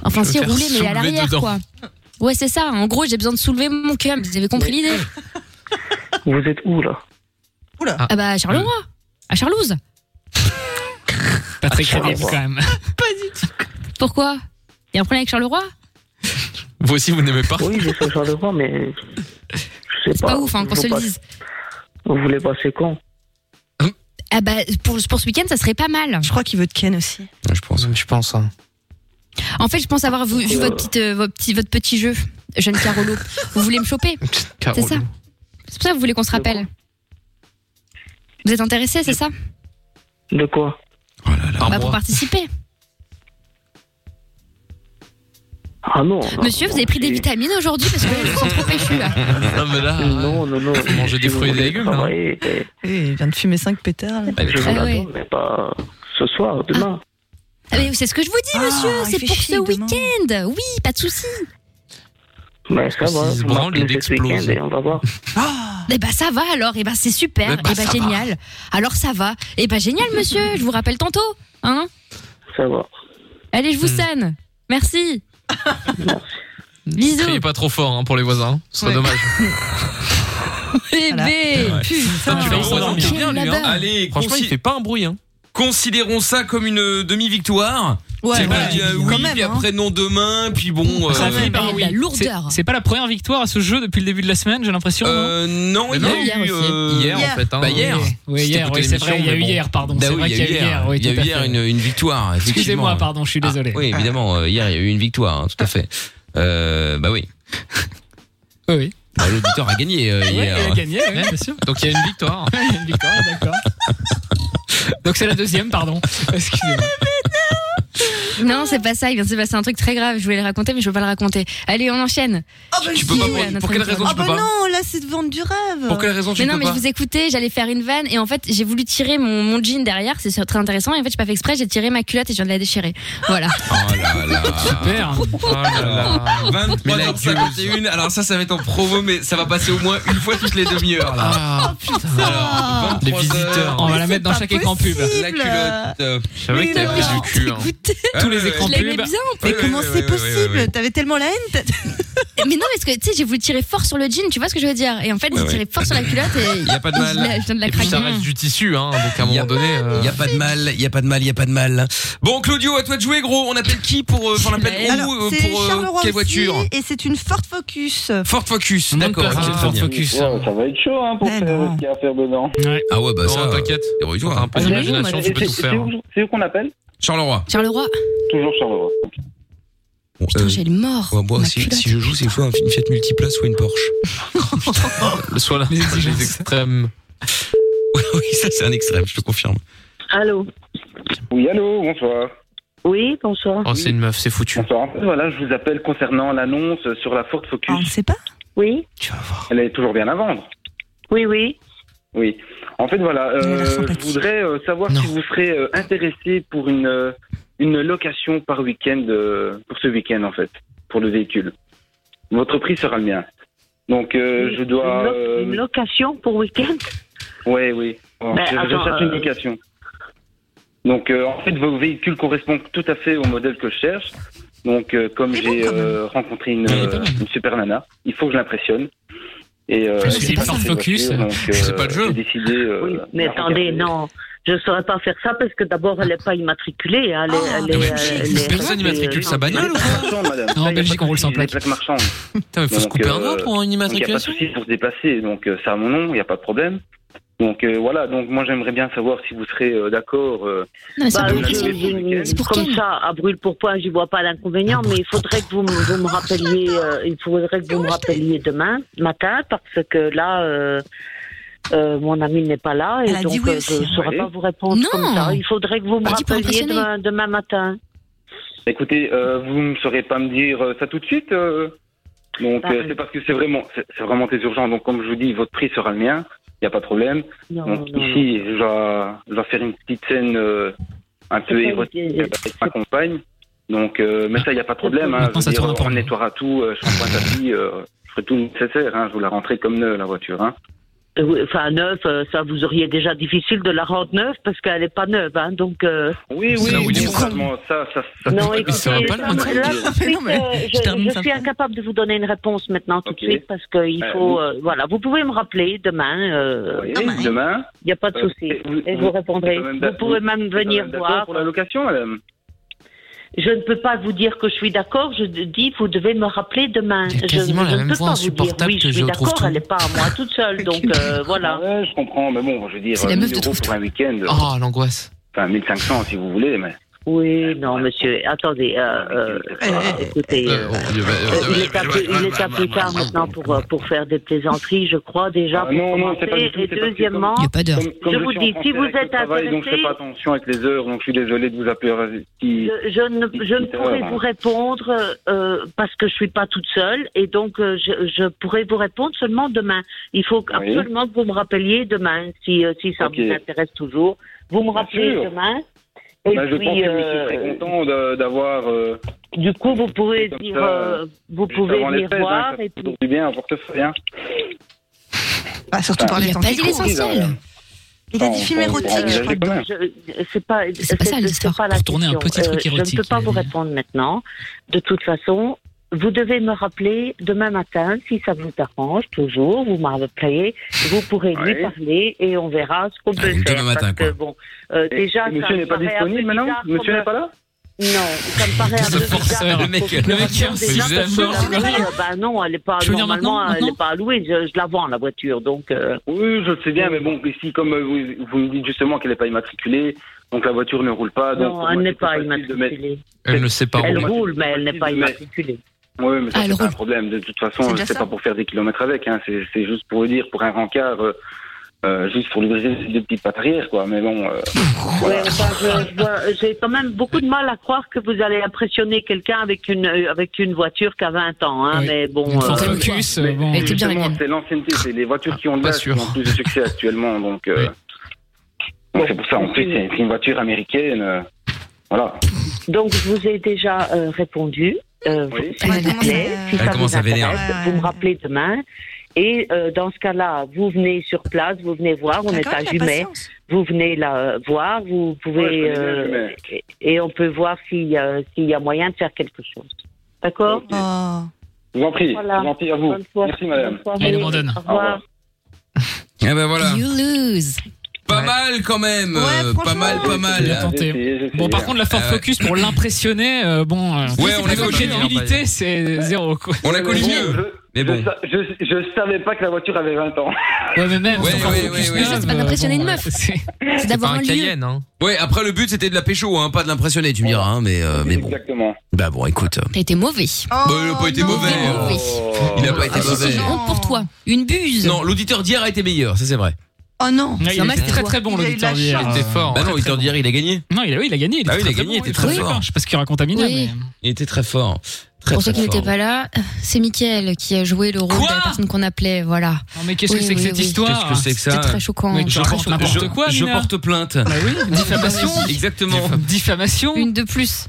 Speaker 4: Enfin
Speaker 7: Je vais
Speaker 4: si
Speaker 7: faire
Speaker 4: rouler, mais à
Speaker 7: soulever
Speaker 4: l'arrière
Speaker 7: dedans.
Speaker 4: quoi. Ouais c'est ça. En gros j'ai besoin de soulever mon cum. Vous avez compris l'idée
Speaker 12: Vous êtes où
Speaker 7: (laughs)
Speaker 12: là
Speaker 4: ah. bah à Charleroi, à Charlouse.
Speaker 7: Euh,
Speaker 3: Pas très
Speaker 12: Ah,
Speaker 3: crédible
Speaker 12: bon.
Speaker 3: quand même.
Speaker 4: Pourquoi Il y a un problème avec Charleroi
Speaker 7: Vous aussi, vous n'aimez pas
Speaker 12: Oui, je suis genre de roi, mais. je sais
Speaker 4: C'est pas ouf, hein, qu'on se le
Speaker 12: Vous
Speaker 4: dise.
Speaker 12: Vous voulez passer quand
Speaker 4: Ah bah pour, pour ce week-end ça serait pas mal.
Speaker 5: Je crois qu'il veut de Ken aussi.
Speaker 7: Je pense. Je pense. hein.
Speaker 4: En fait je pense avoir vu, vu votre, petite, euh, votre, petit, votre petit jeu, jeune Carolo. vous voulez me
Speaker 7: (laughs)
Speaker 4: choper C'est
Speaker 7: Carole.
Speaker 4: ça. C'est pour ça que vous voulez qu'on se rappelle. Vous êtes intéressé, c'est ça
Speaker 12: De quoi
Speaker 7: Par
Speaker 4: bah,
Speaker 7: mois.
Speaker 4: Pour participer.
Speaker 12: Ah non.
Speaker 4: Monsieur, vous avez pris des vitamines aujourd'hui parce que je vous sens trop péchu là.
Speaker 7: Non, Ah, mais là.
Speaker 12: Non, non, non.
Speaker 7: Manger des fruits et des légumes. Hein.
Speaker 5: Eh, il vient de fumer 5 pétards. là.
Speaker 12: ben, Je vous
Speaker 4: Ah ouais.
Speaker 12: l'attends, mais pas ce soir, demain.
Speaker 4: Ah, mais c'est ce que je vous dis, monsieur, c'est pour ce week-end. Oui, pas de souci.
Speaker 12: Mais Bah, ça
Speaker 7: Parce que
Speaker 12: va,
Speaker 7: s'ils se
Speaker 12: vous
Speaker 7: branlent,
Speaker 12: m'appelez
Speaker 7: ils
Speaker 12: ce week-end
Speaker 7: explosent.
Speaker 12: et on va voir.
Speaker 7: Ah.
Speaker 4: Eh bah ça va alors, eh bah c'est super,
Speaker 12: Eh
Speaker 4: eh
Speaker 7: ben,
Speaker 12: bah,
Speaker 4: bah,
Speaker 12: ça va.
Speaker 4: génial. Alors ça va, eh bah génial, monsieur. Je vous rappelle tantôt, hein
Speaker 12: Ça va.
Speaker 4: Allez, je vous
Speaker 7: Hmm.
Speaker 4: sonne.
Speaker 7: (laughs)
Speaker 4: Merci. Bisous.
Speaker 7: Criez pas trop fort hein, pour les voisins. hein. Ce serait
Speaker 4: Ouais.
Speaker 7: dommage.
Speaker 4: Eh Bébé,
Speaker 2: Ouais.
Speaker 4: putain.
Speaker 2: Ah, tu l'as endormi.
Speaker 4: quel
Speaker 2: Bien, lui, hein.
Speaker 4: labeur.
Speaker 2: Allez,
Speaker 7: Franchement,
Speaker 2: consi-
Speaker 7: il fait pas un bruit. Hein.
Speaker 2: Considérons ça comme une euh, demi-victoire.
Speaker 5: Ouais,
Speaker 2: C'est pas
Speaker 5: ouais,
Speaker 2: dit, euh,
Speaker 5: quand
Speaker 2: oui,
Speaker 5: même,
Speaker 2: puis
Speaker 5: hein.
Speaker 2: après non demain, puis bon. euh,
Speaker 3: Ça fait
Speaker 4: Il y a de la lourdeur.
Speaker 3: C'est pas la première victoire à ce jeu depuis le début de la semaine, j'ai l'impression.
Speaker 2: euh, non, il y
Speaker 4: non,
Speaker 2: a
Speaker 4: hier
Speaker 2: eu
Speaker 4: aussi.
Speaker 2: euh,
Speaker 7: Hier, en fait. Hein.
Speaker 2: Bah, hier.
Speaker 3: Oui, oui,
Speaker 2: Si
Speaker 3: hier,
Speaker 2: t'écoutais
Speaker 3: oui, c'est vrai,
Speaker 2: l'émission,
Speaker 3: il y a
Speaker 2: mais
Speaker 3: eu
Speaker 2: bon.
Speaker 3: hier, pardon,
Speaker 2: Bah
Speaker 3: c'est
Speaker 2: oui,
Speaker 3: vrai
Speaker 2: il y a eu
Speaker 3: qu'il
Speaker 2: hier,
Speaker 3: oui,
Speaker 2: il y a
Speaker 3: tout
Speaker 2: eu
Speaker 3: à
Speaker 2: hier
Speaker 3: fait.
Speaker 2: une, une
Speaker 3: (laughs)
Speaker 2: victoire.
Speaker 3: Excusez-moi,
Speaker 2: effectivement.
Speaker 3: pardon, je suis
Speaker 2: Ah,
Speaker 3: désolé.
Speaker 2: oui, évidemment, euh, hier il y a eu une victoire, hein, tout
Speaker 3: (laughs)
Speaker 2: à fait. Euh, bah oui.
Speaker 3: Oui, oui.
Speaker 2: Bah, L'auditeur a gagné
Speaker 3: (laughs)
Speaker 2: euh,
Speaker 3: Ouais,
Speaker 2: hier.
Speaker 3: elle a gagné, ouais, bien sûr.
Speaker 7: Donc il y a une victoire.
Speaker 3: (laughs) Il y a une victoire, d'accord. Donc c'est la deuxième, pardon. Excusez-moi.
Speaker 4: Non, c'est pas ça. Il vient de se passer un truc très grave. Je voulais le raconter, mais je peux pas le raconter. Allez, on enchaîne.
Speaker 7: Tu peux pas. pour-
Speaker 4: notre
Speaker 7: Pour quelle
Speaker 4: invité.
Speaker 7: raison
Speaker 5: bah, Ah
Speaker 7: tu peux
Speaker 5: bah
Speaker 7: pas
Speaker 5: non, là c'est de vendre du rêve.
Speaker 7: Pour quelle raison tu
Speaker 4: mais non,
Speaker 7: peux
Speaker 4: mais
Speaker 7: pas
Speaker 4: je vous écoutais, j'allais faire une vanne et en fait j'ai voulu tirer mon, mon jean derrière, c'est très intéressant. Et en fait, j'ai pas fait exprès, j'ai tiré ma culotte et je viens de la déchirer. Voilà.
Speaker 7: (laughs)
Speaker 2: Oh là là.
Speaker 3: Super.
Speaker 7: Oh là là. Mais la
Speaker 2: 23h51. Alors ça, ça va être en promo, mais ça va passer au moins une fois toutes les demi-heures là.
Speaker 7: Ah,
Speaker 5: Oh,
Speaker 2: Alors,
Speaker 7: les
Speaker 2: 23 heures,
Speaker 7: visiteurs.
Speaker 3: On va la mettre dans chaque écran pub.
Speaker 2: La culotte. euh,
Speaker 7: Je savais qu'il y avait du cul. hein.
Speaker 2: Tous
Speaker 3: les écrans
Speaker 4: Je l'aimais
Speaker 3: pubs.
Speaker 4: bien, en fait.
Speaker 5: Mais comment c'est possible T'avais tellement la haine. t'as-
Speaker 4: (laughs) Mais non, parce que tu sais, j'ai voulu tirer fort sur le jean, tu vois ce que je veux dire Et en fait,
Speaker 9: Ouais,
Speaker 4: j'ai
Speaker 9: ouais.
Speaker 4: tiré fort sur la culotte et.
Speaker 9: Il y a pas de
Speaker 4: je
Speaker 9: mal.
Speaker 4: l'ai- Je viens de la
Speaker 9: Et puis
Speaker 4: craquer.
Speaker 9: ça reste du tissu, hein. Donc à un moment donné.
Speaker 2: Il y a pas de mal, il y a pas de mal, il y a pas de mal. Bon Claudio, à toi de jouer gros. On appelle qui pour euh, enfin, on appelle
Speaker 5: Alors,
Speaker 2: où euh,
Speaker 5: c'est
Speaker 2: pour euh,
Speaker 5: Charleroi
Speaker 2: quelle
Speaker 5: aussi,
Speaker 2: voiture
Speaker 5: Et c'est une Ford Focus.
Speaker 2: Ford Focus, d'accord.
Speaker 9: personne
Speaker 2: ok,
Speaker 9: sur
Speaker 2: très
Speaker 9: Ford
Speaker 2: bien.
Speaker 9: Focus.
Speaker 10: Ouais, ça va être chaud hein, pour faire ce qu'il y a à faire dedans.
Speaker 2: Ah ouais bah
Speaker 9: Non,
Speaker 2: ça
Speaker 9: t'inquiète.
Speaker 2: Débrouille-toi. hein.
Speaker 9: peu Ah, d'imagination, mais- tu peux tout
Speaker 10: C'est-
Speaker 9: faire. hein.
Speaker 10: c'est où- C'est où qu'on appelle
Speaker 2: Charleroi.
Speaker 4: Charleroi.
Speaker 10: Toujours Charleroi.
Speaker 4: Putain, j'ai le mort.
Speaker 2: Euh, Ouais, moi, si, si je joue, c'est soit un- une Fiat Multiplace ou une Porsche.
Speaker 9: (laughs) Le soit là. Les extrêmes.
Speaker 2: (laughs) oui, ça c'est un extrême, je te confirme.
Speaker 12: Allô
Speaker 10: Oui, allô, bonsoir.
Speaker 12: Oui, bonsoir.
Speaker 9: Oh, c'est une meuf, c'est foutu.
Speaker 10: Bonsoir. Voilà, je vous appelle concernant l'annonce sur la Ford Focus.
Speaker 5: On ne sait pas
Speaker 12: Oui,
Speaker 10: Elle est toujours bien à vendre.
Speaker 12: oui, oui.
Speaker 10: Oui. En fait, voilà, euh,
Speaker 12: Elle a l'air
Speaker 10: je voudrais euh, savoir si vous serez euh, intéressé pour une, euh, une location par week-end, euh, pour ce week-end en fait, pour le véhicule. Votre prix sera le mien. Donc, euh, je dois.
Speaker 12: Une, lo-
Speaker 10: euh,
Speaker 12: une location pour week-end
Speaker 10: Oui, oui. Alors,
Speaker 12: Mais
Speaker 10: je
Speaker 12: attends,
Speaker 10: recherche
Speaker 12: euh,
Speaker 10: une location. Donc, euh, en fait, vos véhicules correspondent tout à fait au modèle que je cherche. Donc, euh, comme j'ai euh, rencontré une, euh, une super nana, il faut que je l'impressionne. Et euh,
Speaker 9: Ah,
Speaker 12: Parce que
Speaker 10: elle
Speaker 12: c'est
Speaker 10: est
Speaker 12: pas
Speaker 10: dans
Speaker 12: le
Speaker 10: ses
Speaker 12: focus.
Speaker 10: voitures, donc, euh,
Speaker 12: C'est pas le jeu.
Speaker 10: J'ai décidé. euh,
Speaker 12: Oui, mais
Speaker 10: la
Speaker 12: attendez,
Speaker 10: regarder.
Speaker 12: non. Je ne saurais pas faire ça parce que d'abord, elle n'est pas immatriculée. hein, Elle est,
Speaker 10: Ah.
Speaker 9: Ah,
Speaker 12: elle est, elle est-
Speaker 9: Personne
Speaker 12: euh,
Speaker 9: n'immatricule sa bagnole ou
Speaker 10: Non, en Belgique, on roule sans plaque. marchande.
Speaker 9: Putain, mais faut se couper un doigt pour une
Speaker 10: Il n'y euh, a pas de
Speaker 9: immatriculation.
Speaker 10: souci pour se déplacer. Donc, euh, c'est à mon nom, il n'y a pas de problème. Donc, euh, voilà. Donc, moi, j'aimerais bien savoir si vous serez euh, d'accord. euh,
Speaker 12: Bah,
Speaker 10: de
Speaker 12: oui,
Speaker 10: la
Speaker 12: j'ai-
Speaker 10: louer ce week-end.
Speaker 12: j'ai- Comme ça, à brûle pour point, j'y vois pas l'inconvénient, mais il faudrait que vous, me- vous me rappeliez, euh, il faudrait que vous me rappeliez demain matin, parce que là, euh, euh, mon ami n'est pas là, et
Speaker 5: Elle a
Speaker 12: donc
Speaker 5: dit oui
Speaker 12: euh, je
Speaker 5: aussi.
Speaker 12: ne saurais
Speaker 10: Oui.
Speaker 12: pas vous répondre
Speaker 4: Non.
Speaker 12: comme ça. Il faudrait que vous me
Speaker 4: Elle dit pour
Speaker 12: rappeliez
Speaker 4: impressionner.
Speaker 12: demain, demain matin.
Speaker 10: Écoutez, euh, vous ne saurez pas me dire euh, ça tout de suite. euh, donc,
Speaker 12: Bah,
Speaker 10: euh,
Speaker 12: oui.
Speaker 10: c'est parce que c'est vraiment, c'est c'est vraiment très urgent. Donc, comme je vous dis, votre prix sera le mien. Il n'y a pas de problème.
Speaker 12: Non,
Speaker 10: donc,
Speaker 12: non,
Speaker 10: ici, je dois, je dois faire une petite scène euh, un peu
Speaker 12: C'est pas
Speaker 10: érotique
Speaker 12: une-
Speaker 10: avec ma compagne. Donc, euh, mais ça, il n'y a pas de problème. Hein,
Speaker 9: Maintenant,
Speaker 10: Je veux
Speaker 9: ça tourne
Speaker 10: dire,
Speaker 9: un peu
Speaker 10: on nettoiera tout, euh, je prends un tapis, euh, je ferai tout le nécessaire. Hein, je vous la rentrerai comme neuve, la voiture. Hein.
Speaker 12: Euh, oui, Enfin, neuf, euh, ça vous auriez déjà difficile de la rendre neuve parce qu'elle n'est pas neuve, hein, donc. euh,
Speaker 10: Oui, Bah oui, franchement, ça, ça, ça.
Speaker 12: Non, écoutez,
Speaker 10: ça va pas le
Speaker 12: ça,
Speaker 10: montrer.
Speaker 12: là,
Speaker 10: (laughs) Non,
Speaker 12: tout de suite,
Speaker 10: mais
Speaker 12: euh,
Speaker 10: je
Speaker 12: je,
Speaker 10: termine
Speaker 12: je
Speaker 10: ça.
Speaker 12: suis incapable de vous donner une réponse maintenant tout de
Speaker 10: Ok.
Speaker 12: suite parce qu'il
Speaker 10: Euh,
Speaker 12: faut.
Speaker 10: oui.
Speaker 12: euh, voilà, vous pouvez me rappeler demain. euh,
Speaker 10: Oui,
Speaker 12: demain.
Speaker 10: demain.
Speaker 12: Il n'y a pas de
Speaker 10: Euh,
Speaker 12: souci.
Speaker 10: et vous-
Speaker 12: Et je
Speaker 10: vous-
Speaker 12: vous répondrai.
Speaker 10: vous êtes quand même
Speaker 12: Vous
Speaker 10: d'ac-
Speaker 12: pouvez
Speaker 10: vous-
Speaker 12: même
Speaker 10: vous êtes quand
Speaker 12: venir
Speaker 10: même d'accord
Speaker 12: voir.
Speaker 10: pour la location, madame.
Speaker 12: Je ne peux pas vous dire que je suis d'accord. Je d- dis, vous devez me rappeler demain.
Speaker 9: Il y a
Speaker 12: Je-
Speaker 9: quasiment
Speaker 12: je,
Speaker 9: la
Speaker 12: ne
Speaker 9: même
Speaker 12: peux
Speaker 9: voix
Speaker 12: pas vous dire,
Speaker 9: insupportable
Speaker 12: oui,
Speaker 9: que
Speaker 12: je suis
Speaker 9: je trouve
Speaker 12: d'accord,
Speaker 9: tout.
Speaker 12: elle n'est pas à moi toute seule. Donc
Speaker 10: (laughs)
Speaker 12: euh, voilà.
Speaker 10: Ouais, je comprends, mais bon, je veux dire,
Speaker 12: C'est la meuf
Speaker 10: 1000
Speaker 12: de
Speaker 10: euros pour un week-end. euh,
Speaker 9: Oh, l'angoisse.
Speaker 10: Enfin, 1500 si vous voulez, mais.
Speaker 12: Oui, non, monsieur. Attendez. euh, euh, écoutez. euh, il est un peu, il est un peu tard maintenant pour, euh, pour faire des plaisanteries, je crois déjà.
Speaker 10: Ah,
Speaker 12: pour
Speaker 10: non, non, c'est pas
Speaker 12: commencer.
Speaker 10: du tout.
Speaker 12: Et
Speaker 10: c'est parce que
Speaker 12: deuxièmement,
Speaker 10: comme- comme- comme
Speaker 12: je vous
Speaker 10: suis en
Speaker 12: dis, si
Speaker 10: concert
Speaker 12: vous
Speaker 10: avec le
Speaker 12: êtes
Speaker 10: travail, Donc, je fais
Speaker 12: intéressé,
Speaker 10: pas attention avec les heures, donc je suis désolé de vous appeler. Si...
Speaker 12: je, je ne, je ne
Speaker 10: Petite
Speaker 12: pourrai
Speaker 10: erreur,
Speaker 12: vous
Speaker 10: hein.
Speaker 12: répondre euh, euh, parce que je suis pas toute seule et donc euh, je, je pourrai vous répondre seulement demain. Il faut absolument que vous me rappeliez demain si, euh, si ça
Speaker 10: Ok.
Speaker 12: vous intéresse toujours. Vous me rappelez
Speaker 10: sûr.
Speaker 12: demain. Et
Speaker 10: Bah, je
Speaker 12: puis,
Speaker 10: pense que je
Speaker 12: euh,
Speaker 10: suis très content de- d'avoir. euh,
Speaker 12: Du coup, vous pouvez
Speaker 10: dire.
Speaker 12: euh, vous pouvez venir voir et puis-
Speaker 10: hein, Du bien, un portefeuille. Hein.
Speaker 5: Ah, surtout
Speaker 10: par
Speaker 5: Bah, Il
Speaker 10: les
Speaker 5: a
Speaker 10: temps
Speaker 5: pas
Speaker 10: qui
Speaker 5: dit
Speaker 10: courent.
Speaker 5: l'essentiel. Il a dit
Speaker 10: Enfin,
Speaker 5: film
Speaker 10: on- on-
Speaker 5: érotique,
Speaker 10: on-
Speaker 5: je
Speaker 10: on-
Speaker 5: crois.
Speaker 10: quand même.
Speaker 12: Je- C'est pas, c'est
Speaker 5: pas ça,
Speaker 12: c'est-
Speaker 5: l'histoire.
Speaker 12: c'est pas la
Speaker 5: Pour tourner un
Speaker 12: question. Euh,
Speaker 5: petit truc
Speaker 12: Je
Speaker 5: érotique,
Speaker 12: ne peux pas
Speaker 5: il
Speaker 12: vous
Speaker 5: a dit.
Speaker 12: répondre maintenant. De toute façon, vous devez me rappeler demain matin si ça vous arrange. Toujours, vous me rappelez. Vous pourrez lui
Speaker 10: Ouais.
Speaker 12: parler et on verra ce qu'on peut
Speaker 10: demain
Speaker 12: faire.
Speaker 10: matin,
Speaker 12: parce que bon, euh,
Speaker 10: Et-
Speaker 12: déjà,
Speaker 10: et monsieur
Speaker 12: ça me
Speaker 10: n'est pas
Speaker 12: paraît un peu
Speaker 10: disponible maintenant
Speaker 12: bizarre
Speaker 10: Monsieur
Speaker 12: comme-
Speaker 10: n'est pas là
Speaker 12: Non, ça me paraît un peu bizarre.
Speaker 9: Le mec,
Speaker 12: Faut
Speaker 9: le mec,
Speaker 12: dire
Speaker 9: il
Speaker 12: déjà
Speaker 9: faisait
Speaker 12: parce que
Speaker 9: fort,
Speaker 12: la
Speaker 9: quoi.
Speaker 12: voiture, bah non, elle est pas
Speaker 9: Je peux venir
Speaker 12: normalement,
Speaker 9: maintenant,
Speaker 12: elle n'est pas allouée. Je, je la vends la voiture, donc. euh,
Speaker 10: Oui, je le sais bien, mais bon, ici, comme euh, vous, vous me dites justement qu'elle n'est pas immatriculée, donc la voiture ne roule pas.
Speaker 12: Non,
Speaker 10: donc pour
Speaker 12: elle
Speaker 10: moi,
Speaker 12: n'est
Speaker 10: c'est plus
Speaker 12: pas
Speaker 10: facile de
Speaker 12: immatriculée.
Speaker 9: Elle ne sait pas
Speaker 12: Elle
Speaker 9: rouler.
Speaker 12: roule, mais elle n'est pas
Speaker 10: de mettre-
Speaker 12: immatriculée.
Speaker 10: Bah, Oui, mais ça,
Speaker 12: Ah, elle
Speaker 10: c'est pas un
Speaker 12: roule.
Speaker 10: problème. De toute
Speaker 12: C'est
Speaker 10: façon,
Speaker 12: déjà
Speaker 10: c'est
Speaker 12: ça.
Speaker 10: pas pour faire des kilomètres avec. Hein. C'est c'est juste pour vous dire, pour un rencard, euh, euh, juste pour lui briser deux petites pattes arrière, quoi. Mais bon, euh,
Speaker 12: Ouais, enfin, je- je vois- euh, J'ai quand même beaucoup de mal à croire que vous allez impressionner quelqu'un avec une euh, avec une voiture qu'à 20 ans. Hein, Mais bon, euh,
Speaker 10: mais
Speaker 3: bon. Elle était bien,
Speaker 10: justement, c'est l'ancienneté, c'est les voitures
Speaker 12: Ah,
Speaker 10: qui ont de
Speaker 9: Pas
Speaker 10: l'âge qui
Speaker 9: sûr.
Speaker 10: ont plus de succès actuellement. Donc, euh, donc c'est pour ça. En plus, c'est c'est une voiture américaine. euh, voilà.
Speaker 12: donc je vous ai déjà euh, répondu. Euh, vous- s'il vous plaît, si
Speaker 2: Elle
Speaker 12: ça
Speaker 2: commence
Speaker 12: vous
Speaker 2: à vénérer.
Speaker 12: intéresse, Vous me rappelez demain
Speaker 16: Et euh, dans ce cas-là, vous venez sur place, vous venez voir, on
Speaker 17: Ah,
Speaker 16: est
Speaker 17: quand
Speaker 16: à
Speaker 17: même, la
Speaker 16: Jumet,
Speaker 17: patience.
Speaker 16: vous venez là euh, voir, vous pouvez
Speaker 17: Ouais, je connais bien
Speaker 16: euh,
Speaker 17: Jumet.
Speaker 16: et, et on peut voir s'il euh, s'il y a moyen de faire quelque chose. D'accord
Speaker 10: Je vous en prie, je vous en prie à vous.
Speaker 16: Bonne soirée.
Speaker 10: Merci madame.
Speaker 16: Bonne soirée.
Speaker 10: Au revoir.
Speaker 2: Eh ben voilà.
Speaker 4: You lose.
Speaker 2: Pas mal quand même. euh, pas mal, pas mal.
Speaker 3: Bien tenté. Bon, par contre, la Ford
Speaker 2: Ah ouais.
Speaker 3: Focus pour l'impressionner, euh, bon, euh,
Speaker 2: Ouais, on hein. l'a
Speaker 3: niveau
Speaker 2: connu,
Speaker 3: crédibilité, c'est zéro. Quoi.
Speaker 2: On l'a connu mieux. Mais bon.
Speaker 10: Je, je savais pas que la voiture avait 20 ans.
Speaker 3: Ouais, mais même.
Speaker 2: Ouais, ouais, ouais, ouais.
Speaker 4: C'est pas d'impressionner une meuf. (laughs) C'est d'avoir un, lieu.
Speaker 9: hein.
Speaker 2: Ouais, après le but c'était de la pécho, hein, pas de l'impressionner, tu me diras, hein, mais, euh, mais bon.
Speaker 10: Exactement.
Speaker 2: Bah bon, écoute.
Speaker 4: T'as été mauvais.
Speaker 2: Bah, il a pas été mauvais. hein. Il a pas été mauvais.
Speaker 4: J'ai honte pour toi. Ah, Une buse.
Speaker 2: Non, l'auditeur d'hier a été meilleur, ça c'est vrai.
Speaker 4: Oh non.
Speaker 3: Il était très très bon, l'auditeur d'hier.
Speaker 2: Il était fort.
Speaker 3: hein,
Speaker 2: Bah non, l'auditeur d'hier il a gagné.
Speaker 3: Non, il a, oui, il a gagné.
Speaker 2: Bah oui, il a
Speaker 3: était très,
Speaker 2: gagné,
Speaker 3: très bon,
Speaker 2: il était très
Speaker 3: très fort.
Speaker 2: fort.
Speaker 3: Je sais pas ce qu'il raconte à Mina,
Speaker 4: Oui.
Speaker 3: mais.
Speaker 2: Il était très fort. Très,
Speaker 4: Pour ceux qui
Speaker 2: très
Speaker 4: n'étaient
Speaker 2: fort.
Speaker 4: pas là, c'est Mickaël qui a joué le rôle de la personne qu'on appelait, voilà.
Speaker 3: Non mais qu'est-ce que c'est que cette histoire
Speaker 2: Qu'est-ce que c'est que ça
Speaker 4: C'était très choquant.
Speaker 2: Mais je
Speaker 3: Raconte
Speaker 2: porte,
Speaker 3: n'importe
Speaker 2: je-
Speaker 3: quoi,
Speaker 2: je
Speaker 3: Mina.
Speaker 2: porte plainte.
Speaker 3: Bah
Speaker 2: (laughs)
Speaker 3: oui, diffamation.
Speaker 2: Exactement.
Speaker 3: Diffamation.
Speaker 4: Une de plus.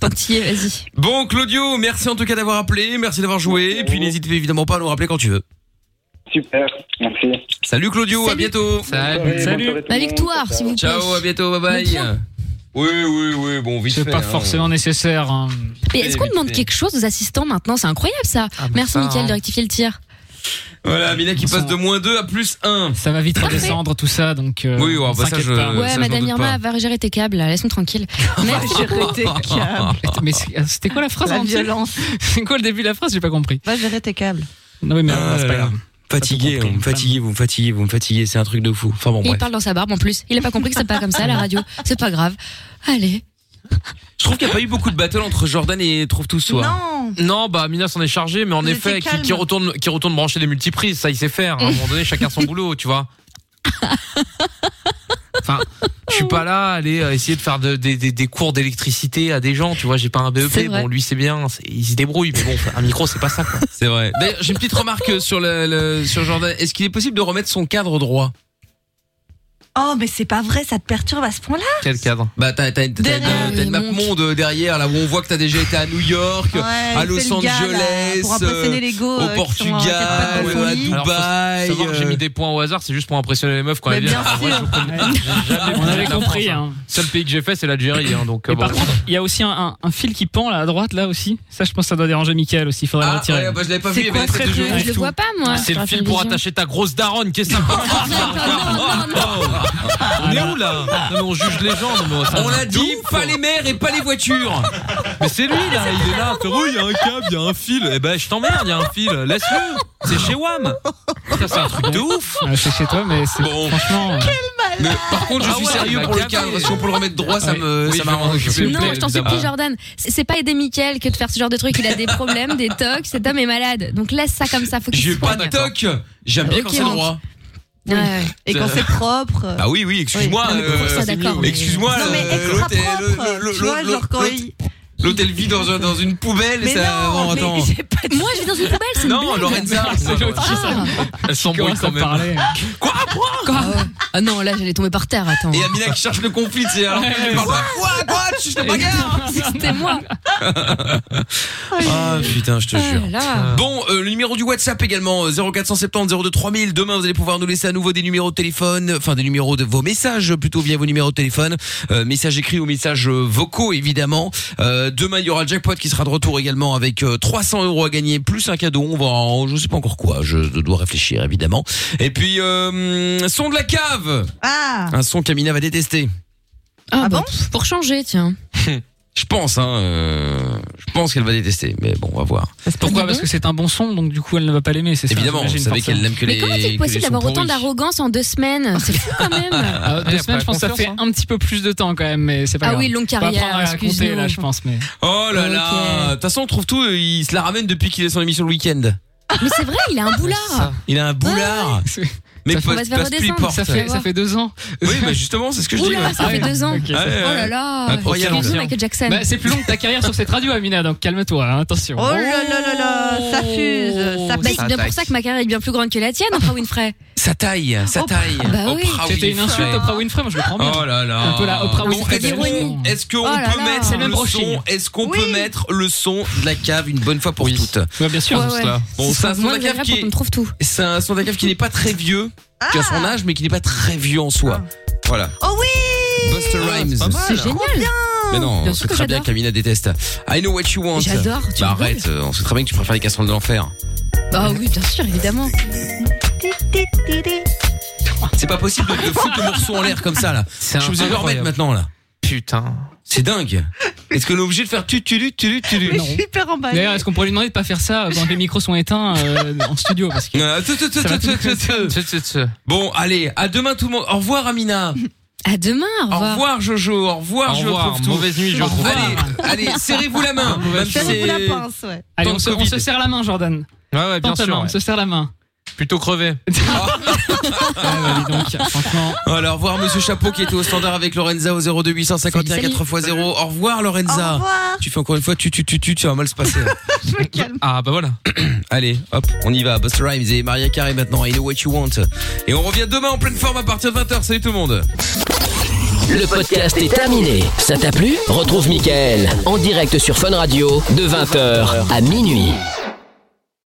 Speaker 4: Tant qu'il y est, vas-y.
Speaker 2: Bon, Claudio, merci en tout cas d'avoir appelé, merci d'avoir joué, et puis n'hésite évidemment pas à nous rappeler quand tu veux.
Speaker 10: Super, merci.
Speaker 2: Salut Claudio, à bientôt.
Speaker 10: Salut. Salut.
Speaker 4: La Bah, victoire, s'il vous plaît.
Speaker 2: Ciao, à bientôt, bye
Speaker 4: Mais
Speaker 2: bye.
Speaker 4: bien.
Speaker 2: Oui, oui, oui, bon, vite
Speaker 3: C'est
Speaker 2: fait,
Speaker 3: pas
Speaker 2: hein.
Speaker 3: forcément nécessaire. hein.
Speaker 4: Mais est-ce qu'on
Speaker 2: Vite
Speaker 4: demande
Speaker 2: fait.
Speaker 4: quelque chose aux assistants maintenant C'est incroyable ça. Merci
Speaker 2: ça,
Speaker 4: Mickaël
Speaker 2: hein.
Speaker 4: de rectifier le tir.
Speaker 2: Voilà, Mina qui passe de moins 2 à plus 1.
Speaker 3: Ça va vite redescendre tout ça, donc. euh,
Speaker 2: Oui, ouais, bah, ça,
Speaker 3: s'inquiète
Speaker 2: je-
Speaker 3: pas.
Speaker 2: ça,
Speaker 4: ouais,
Speaker 2: je m'en
Speaker 4: Madame
Speaker 2: doute
Speaker 4: Irma
Speaker 7: (laughs)
Speaker 2: pas.
Speaker 4: va gérer tes câbles, là, laisse-nous
Speaker 5: (laughs)
Speaker 4: tranquille. Merci
Speaker 5: gérer tes câbles.
Speaker 3: Mais c'est- ah, c'était quoi la phrase
Speaker 5: La
Speaker 3: en entier
Speaker 5: violence.
Speaker 3: (laughs) C'est quoi le début de la phrase J'ai pas compris.
Speaker 5: Va gérer tes câbles.
Speaker 3: Non mais merde,
Speaker 2: Ah
Speaker 3: c'est
Speaker 2: là
Speaker 3: pas
Speaker 2: là.
Speaker 3: grave.
Speaker 2: Fatigué, vous me fatiguez, vous me fatiguez, vous me fatiguez, c'est un truc de fou. Enfin bon,
Speaker 4: Et il
Speaker 2: bref.
Speaker 4: parle dans sa barbe en plus. Il a pas compris que c'est pas comme ça la radio. C'est pas grave. Allez.
Speaker 2: Je trouve qu'il n'y a pas eu beaucoup de battles entre Jordan et Trouve tout ce soir.
Speaker 5: Non.
Speaker 7: Non, bah Mina s'en est chargé, mais en
Speaker 5: Vous
Speaker 7: effet,
Speaker 5: étiez
Speaker 7: qui,
Speaker 5: calme.
Speaker 7: qui retourne, qui retourne brancher des multiprises, ça il sait faire. À un moment donné, chacun son boulot, tu vois. Enfin, je suis pas là à aller euh, essayer de faire de- des- des- des cours d'électricité à des gens, tu vois. J'ai pas un
Speaker 2: C'est
Speaker 7: BEP,
Speaker 2: vrai.
Speaker 7: bon lui c'est bien, c'est- il se débrouille, mais bon, un micro c'est pas ça.
Speaker 3: (laughs)
Speaker 7: Quoi.
Speaker 2: C'est vrai. D'ailleurs, j'ai une petite remarque sur le, le- sur Jordan. Est-ce qu'il est possible de remettre son cadre droit
Speaker 5: Oh, mais c'est pas vrai, ça te perturbe à ce point-là
Speaker 7: Quel cadre
Speaker 2: Bah t'as t'as- t'as- t'as- t'as une map monde euh, derrière là où on voit que t'as déjà été à New York,
Speaker 5: Ouais,
Speaker 2: à
Speaker 5: il
Speaker 2: Los
Speaker 5: fait le gars, là,
Speaker 2: Angeles,
Speaker 5: pour impressionner les go,
Speaker 2: au
Speaker 5: euh, qui sont en quatre
Speaker 2: Portugal,
Speaker 5: pattes dans
Speaker 2: à
Speaker 5: son lit.
Speaker 2: Dubaï.
Speaker 7: Alors, faut savoir que j'ai mis des points au hasard, c'est juste pour impressionner les meufs quand elles viennent. Alors, moi, je vous promets,
Speaker 3: (laughs)
Speaker 7: j'ai jamais bougé de
Speaker 3: avait
Speaker 7: la
Speaker 3: compris,
Speaker 7: France,
Speaker 3: hein.
Speaker 7: Seul pays que j'ai fait, c'est l'Algérie. Hein, donc, euh,
Speaker 3: Et par
Speaker 7: bon.
Speaker 3: contre, il y a aussi un, un- un fil qui pend là à droite, là aussi. Ça, je pense que ça doit déranger Michael aussi. Faudrait le retirer.
Speaker 2: ouais, bah, je l'avais pas vu, il y avait la tête de Jordan.
Speaker 4: Je le vois pas moi.
Speaker 7: Ah, C'est le fil pour attacher ta grosse daronne, qu'est-ce que ça
Speaker 2: (laughs)
Speaker 7: On est où là Non mais on juge les gens, non, mais ça-
Speaker 2: On a dit pas les mères et pas les voitures.
Speaker 7: hein. Mais c'est lui là, il est là, frérot, il y a un câble, il y a un fil. Eh ben je t'emmerde, il y a un fil, laisse-le C'est chez WAM Ça c'est un truc de ouf
Speaker 3: Ouais, c'est chez toi, mais c'est franchement. euh,
Speaker 2: Mais par contre, je
Speaker 7: Ah
Speaker 2: suis
Speaker 7: ouais,
Speaker 2: sérieux
Speaker 7: bah,
Speaker 2: pour le Ah
Speaker 7: carré.
Speaker 2: cadre. Si on peut le remettre droit, ça
Speaker 7: Oui.
Speaker 2: me
Speaker 7: Oui, je
Speaker 2: ça
Speaker 7: vais m'en
Speaker 2: m'arrange.
Speaker 7: occuper.
Speaker 4: Non, je t'en
Speaker 2: Bah,
Speaker 4: supplie, Jordan. C'est c'est pas aider Mickaël que de faire ce genre de truc. Il a des problèmes, des tocs. Cet homme est malade. Donc laisse ça comme ça. Faut qu'il
Speaker 2: J'ai
Speaker 4: se
Speaker 2: pas de
Speaker 4: soigne.
Speaker 2: toc.
Speaker 5: Ah,
Speaker 2: J'aime bien
Speaker 4: Ok,
Speaker 2: quand c'est
Speaker 4: rentre.
Speaker 2: droit.
Speaker 4: Ouais, ouais.
Speaker 5: Et quand
Speaker 2: Euh,
Speaker 5: c'est propre. euh,
Speaker 2: Bah oui, oui, excuse-moi.
Speaker 5: Oui. Non, mais pour
Speaker 2: euh,
Speaker 5: ça, d'accord, mais-
Speaker 2: Excuse-moi.
Speaker 5: Non, mais
Speaker 2: euh,
Speaker 5: extra
Speaker 2: l'hôtel-
Speaker 5: propre,
Speaker 2: le- le-
Speaker 5: tu vois,
Speaker 2: le-
Speaker 5: genre quand
Speaker 2: l'hôtel-
Speaker 5: il-
Speaker 2: L'hôtel vit dans, un- dans une poubelle.
Speaker 5: Mais
Speaker 2: ça,
Speaker 5: non,
Speaker 2: bon,
Speaker 5: mais
Speaker 2: attends.
Speaker 5: j'ai pas dit-
Speaker 4: Moi, je vais dans une poubelle. c'est une
Speaker 2: Non,
Speaker 4: blague.
Speaker 2: Lorenza, c'est l'autre qui
Speaker 4: Ah.
Speaker 7: Elle s'embrouille
Speaker 3: Commence à
Speaker 7: quand même.
Speaker 3: parler.
Speaker 2: Quoi Quoi
Speaker 4: Ah ouais. Ah non, là, j'allais tomber par terre. Attends.
Speaker 2: Et Amina qui cherche le conflit, c'est alors que tu parles pas. Quoi Quoi Tu te bagarres
Speaker 4: (laughs) C'était moi.
Speaker 2: Ah putain, je te jure.
Speaker 4: Là.
Speaker 2: Bon, euh, le numéro du WhatsApp également euh, 0470 02 3000. Demain, vous allez pouvoir nous laisser à nouveau des numéros de téléphone, enfin des numéros de vos messages plutôt via vos numéros de téléphone, euh, messages écrits ou messages euh, vocaux évidemment. Euh, demain, il y aura le jackpot qui sera de retour également avec euh, 300 euros à gagner plus un cadeau. On va, en- je sais pas encore quoi. Je dois réfléchir évidemment. Et puis euh, son de la cave,
Speaker 5: Ah
Speaker 2: un son qu'Amina va détester. (laughs)
Speaker 4: Ah, bon Pour changer, tiens.
Speaker 2: Je pense, hein, euh, je pense qu'elle va détester, mais bon, on va voir.
Speaker 3: Pourquoi Parce que c'est un bon son, donc du coup, elle ne va pas l'aimer. C'est ça,
Speaker 2: Évidemment, vous
Speaker 3: j'imagine,
Speaker 2: savez qu'elle
Speaker 3: forcément.
Speaker 2: n'aime que les.
Speaker 4: Mais comment
Speaker 2: que
Speaker 4: c'est
Speaker 2: les
Speaker 4: possible
Speaker 2: sons
Speaker 4: d'avoir autant
Speaker 2: pourris.
Speaker 4: d'arrogance en deux semaines Ah, C'est fou quand (laughs) même.
Speaker 3: Ah,
Speaker 7: Ouais,
Speaker 3: deux
Speaker 7: après,
Speaker 3: semaines, je pense que ça
Speaker 7: confiance,
Speaker 3: fait un petit peu plus de temps quand même, mais c'est
Speaker 4: Ah
Speaker 3: pas grave.
Speaker 4: oui, longue
Speaker 3: On va apprendre
Speaker 4: carrière,
Speaker 3: à la compter,
Speaker 4: excuse-nous.
Speaker 3: là, je pense, mais.
Speaker 2: Oh là là De toute façon, on trouve tout, euh, il se la ramène depuis qu'il est son émission le week-end.
Speaker 4: Mais c'est vrai, il a un boulard.
Speaker 2: Il
Speaker 3: Ah
Speaker 2: a un boulard Mais
Speaker 4: Ça fait-
Speaker 2: pas-
Speaker 4: on va se faire
Speaker 2: passe plus les
Speaker 4: redescendre,
Speaker 2: portes.
Speaker 3: Ça fait, ça fait deux ans.
Speaker 2: Oui, bah justement, c'est ce que je dis. Ah,
Speaker 4: Oula,
Speaker 2: ouais.
Speaker 4: ça fait deux ans.
Speaker 3: ok,
Speaker 4: oh
Speaker 3: ça-
Speaker 4: là là.
Speaker 2: Incroyable.
Speaker 4: Excuse-nous, Michael Jackson.
Speaker 3: Bah, c'est plus long que ta carrière sur cette radio, Amina, donc calme-toi, hein, attention.
Speaker 5: Oh là là là là, ça fuse, ça
Speaker 4: Bah, c'est bien
Speaker 7: attaque.
Speaker 4: pour ça que ma carrière est bien plus grande que la tienne, enfin Winfrey.
Speaker 2: Ça taille, ça taille.
Speaker 3: Bah oui.
Speaker 2: Oprah
Speaker 3: C'était une
Speaker 2: Winfrey.
Speaker 3: insulte Oprah Winfrey, moi je le prends bien.
Speaker 2: Oh là là.
Speaker 3: Un peu la Oprah
Speaker 2: Bon,
Speaker 3: Winfrey.
Speaker 2: est-ce qu'on- Est-ce qu'on
Speaker 3: Oh là
Speaker 2: peut
Speaker 3: là.
Speaker 2: mettre
Speaker 3: C'est le même
Speaker 2: le
Speaker 3: brushing.
Speaker 2: son Est-ce qu'on peut mettre le son de la cave une bonne fois pour toutes
Speaker 3: bien sûr. Ouais, ouais.
Speaker 2: Bon,
Speaker 3: Ce
Speaker 2: c'est
Speaker 3: sera
Speaker 2: un son de
Speaker 3: moins
Speaker 2: la cave
Speaker 3: agréable
Speaker 2: qui
Speaker 3: quand on trouve Ah.
Speaker 4: tout.
Speaker 2: C'est un son de la cave qui n'est pas très vieux, qui a son âge mais qui n'est pas très vieux en soi. Voilà.
Speaker 5: Oh oui
Speaker 2: Buster Rhymes.
Speaker 1: hein.
Speaker 2: Mais non, on sait très bien que Camina déteste. I know what you want.
Speaker 4: J'adore, tu
Speaker 2: Bah
Speaker 4: rigoles.
Speaker 2: arrête, euh, on sait très bien que tu préfères les casseroles de l'enfer.
Speaker 4: Bah oui, bien sûr, évidemment.
Speaker 2: C'est pas possible de, de foutre le morceau en l'air comme ça là.
Speaker 7: C'est
Speaker 2: Je suis obligé de le remettre
Speaker 7: incroyable.
Speaker 2: maintenant là. Putain. C'est dingue. Est-ce qu'on est obligé de faire tu tu tu tu tu tu
Speaker 3: Mais je suis
Speaker 5: hyper emballée.
Speaker 3: D'ailleurs, est-ce qu'on pourrait lui demander de pas faire ça quand les micros sont éteints euh, en studio parce que
Speaker 2: Ah, tu, tu, tu,
Speaker 3: Ça va
Speaker 2: tu,
Speaker 3: tout
Speaker 2: tu,
Speaker 7: (laughs)
Speaker 2: tu, tu, tu. Bon, allez, à demain tout le monde. Au revoir Amina.
Speaker 4: À demain, au revoir.
Speaker 2: Au revoir Jojo, au
Speaker 7: Au revoir,
Speaker 2: revoir, je retrouve tout.
Speaker 7: mauvaise nuit, je retrouve tout.
Speaker 2: Allez, allez, serrez-vous la main.
Speaker 7: Mauvaise
Speaker 2: même si
Speaker 7: Serrez-vous la
Speaker 2: c'est-
Speaker 7: pince, ouais.
Speaker 3: Ah, Allez,
Speaker 2: Tant
Speaker 3: on se,
Speaker 2: de
Speaker 3: on se
Speaker 2: Covid. Ah,
Speaker 3: serre la main, Jordan.
Speaker 7: Ouais, ouais, bien
Speaker 3: Tends ta
Speaker 7: sûr,
Speaker 3: main,
Speaker 7: ouais.
Speaker 3: On se serre la main.
Speaker 7: Plutôt (laughs) crevé.
Speaker 2: bah Alors, au revoir Monsieur Chapeau qui était au standard avec Lorenza au 02851
Speaker 7: Salut, salut.
Speaker 2: 4x0. Au revoir Lorenza.
Speaker 7: Au revoir.
Speaker 2: Tu fais encore une fois tu tu tu tu, tu ça va mal se passer. Ah bah voilà. (clears throat) Allez, hop, on y va. Buster Rhymes et Maria Carey maintenant. I know what you want. Et on revient demain en pleine forme à partir de 20h. Salut tout le monde.
Speaker 1: Le podcast est terminé. Ça t'a plu Retrouve Mickaël en direct sur Fun Radio de 20h à minuit.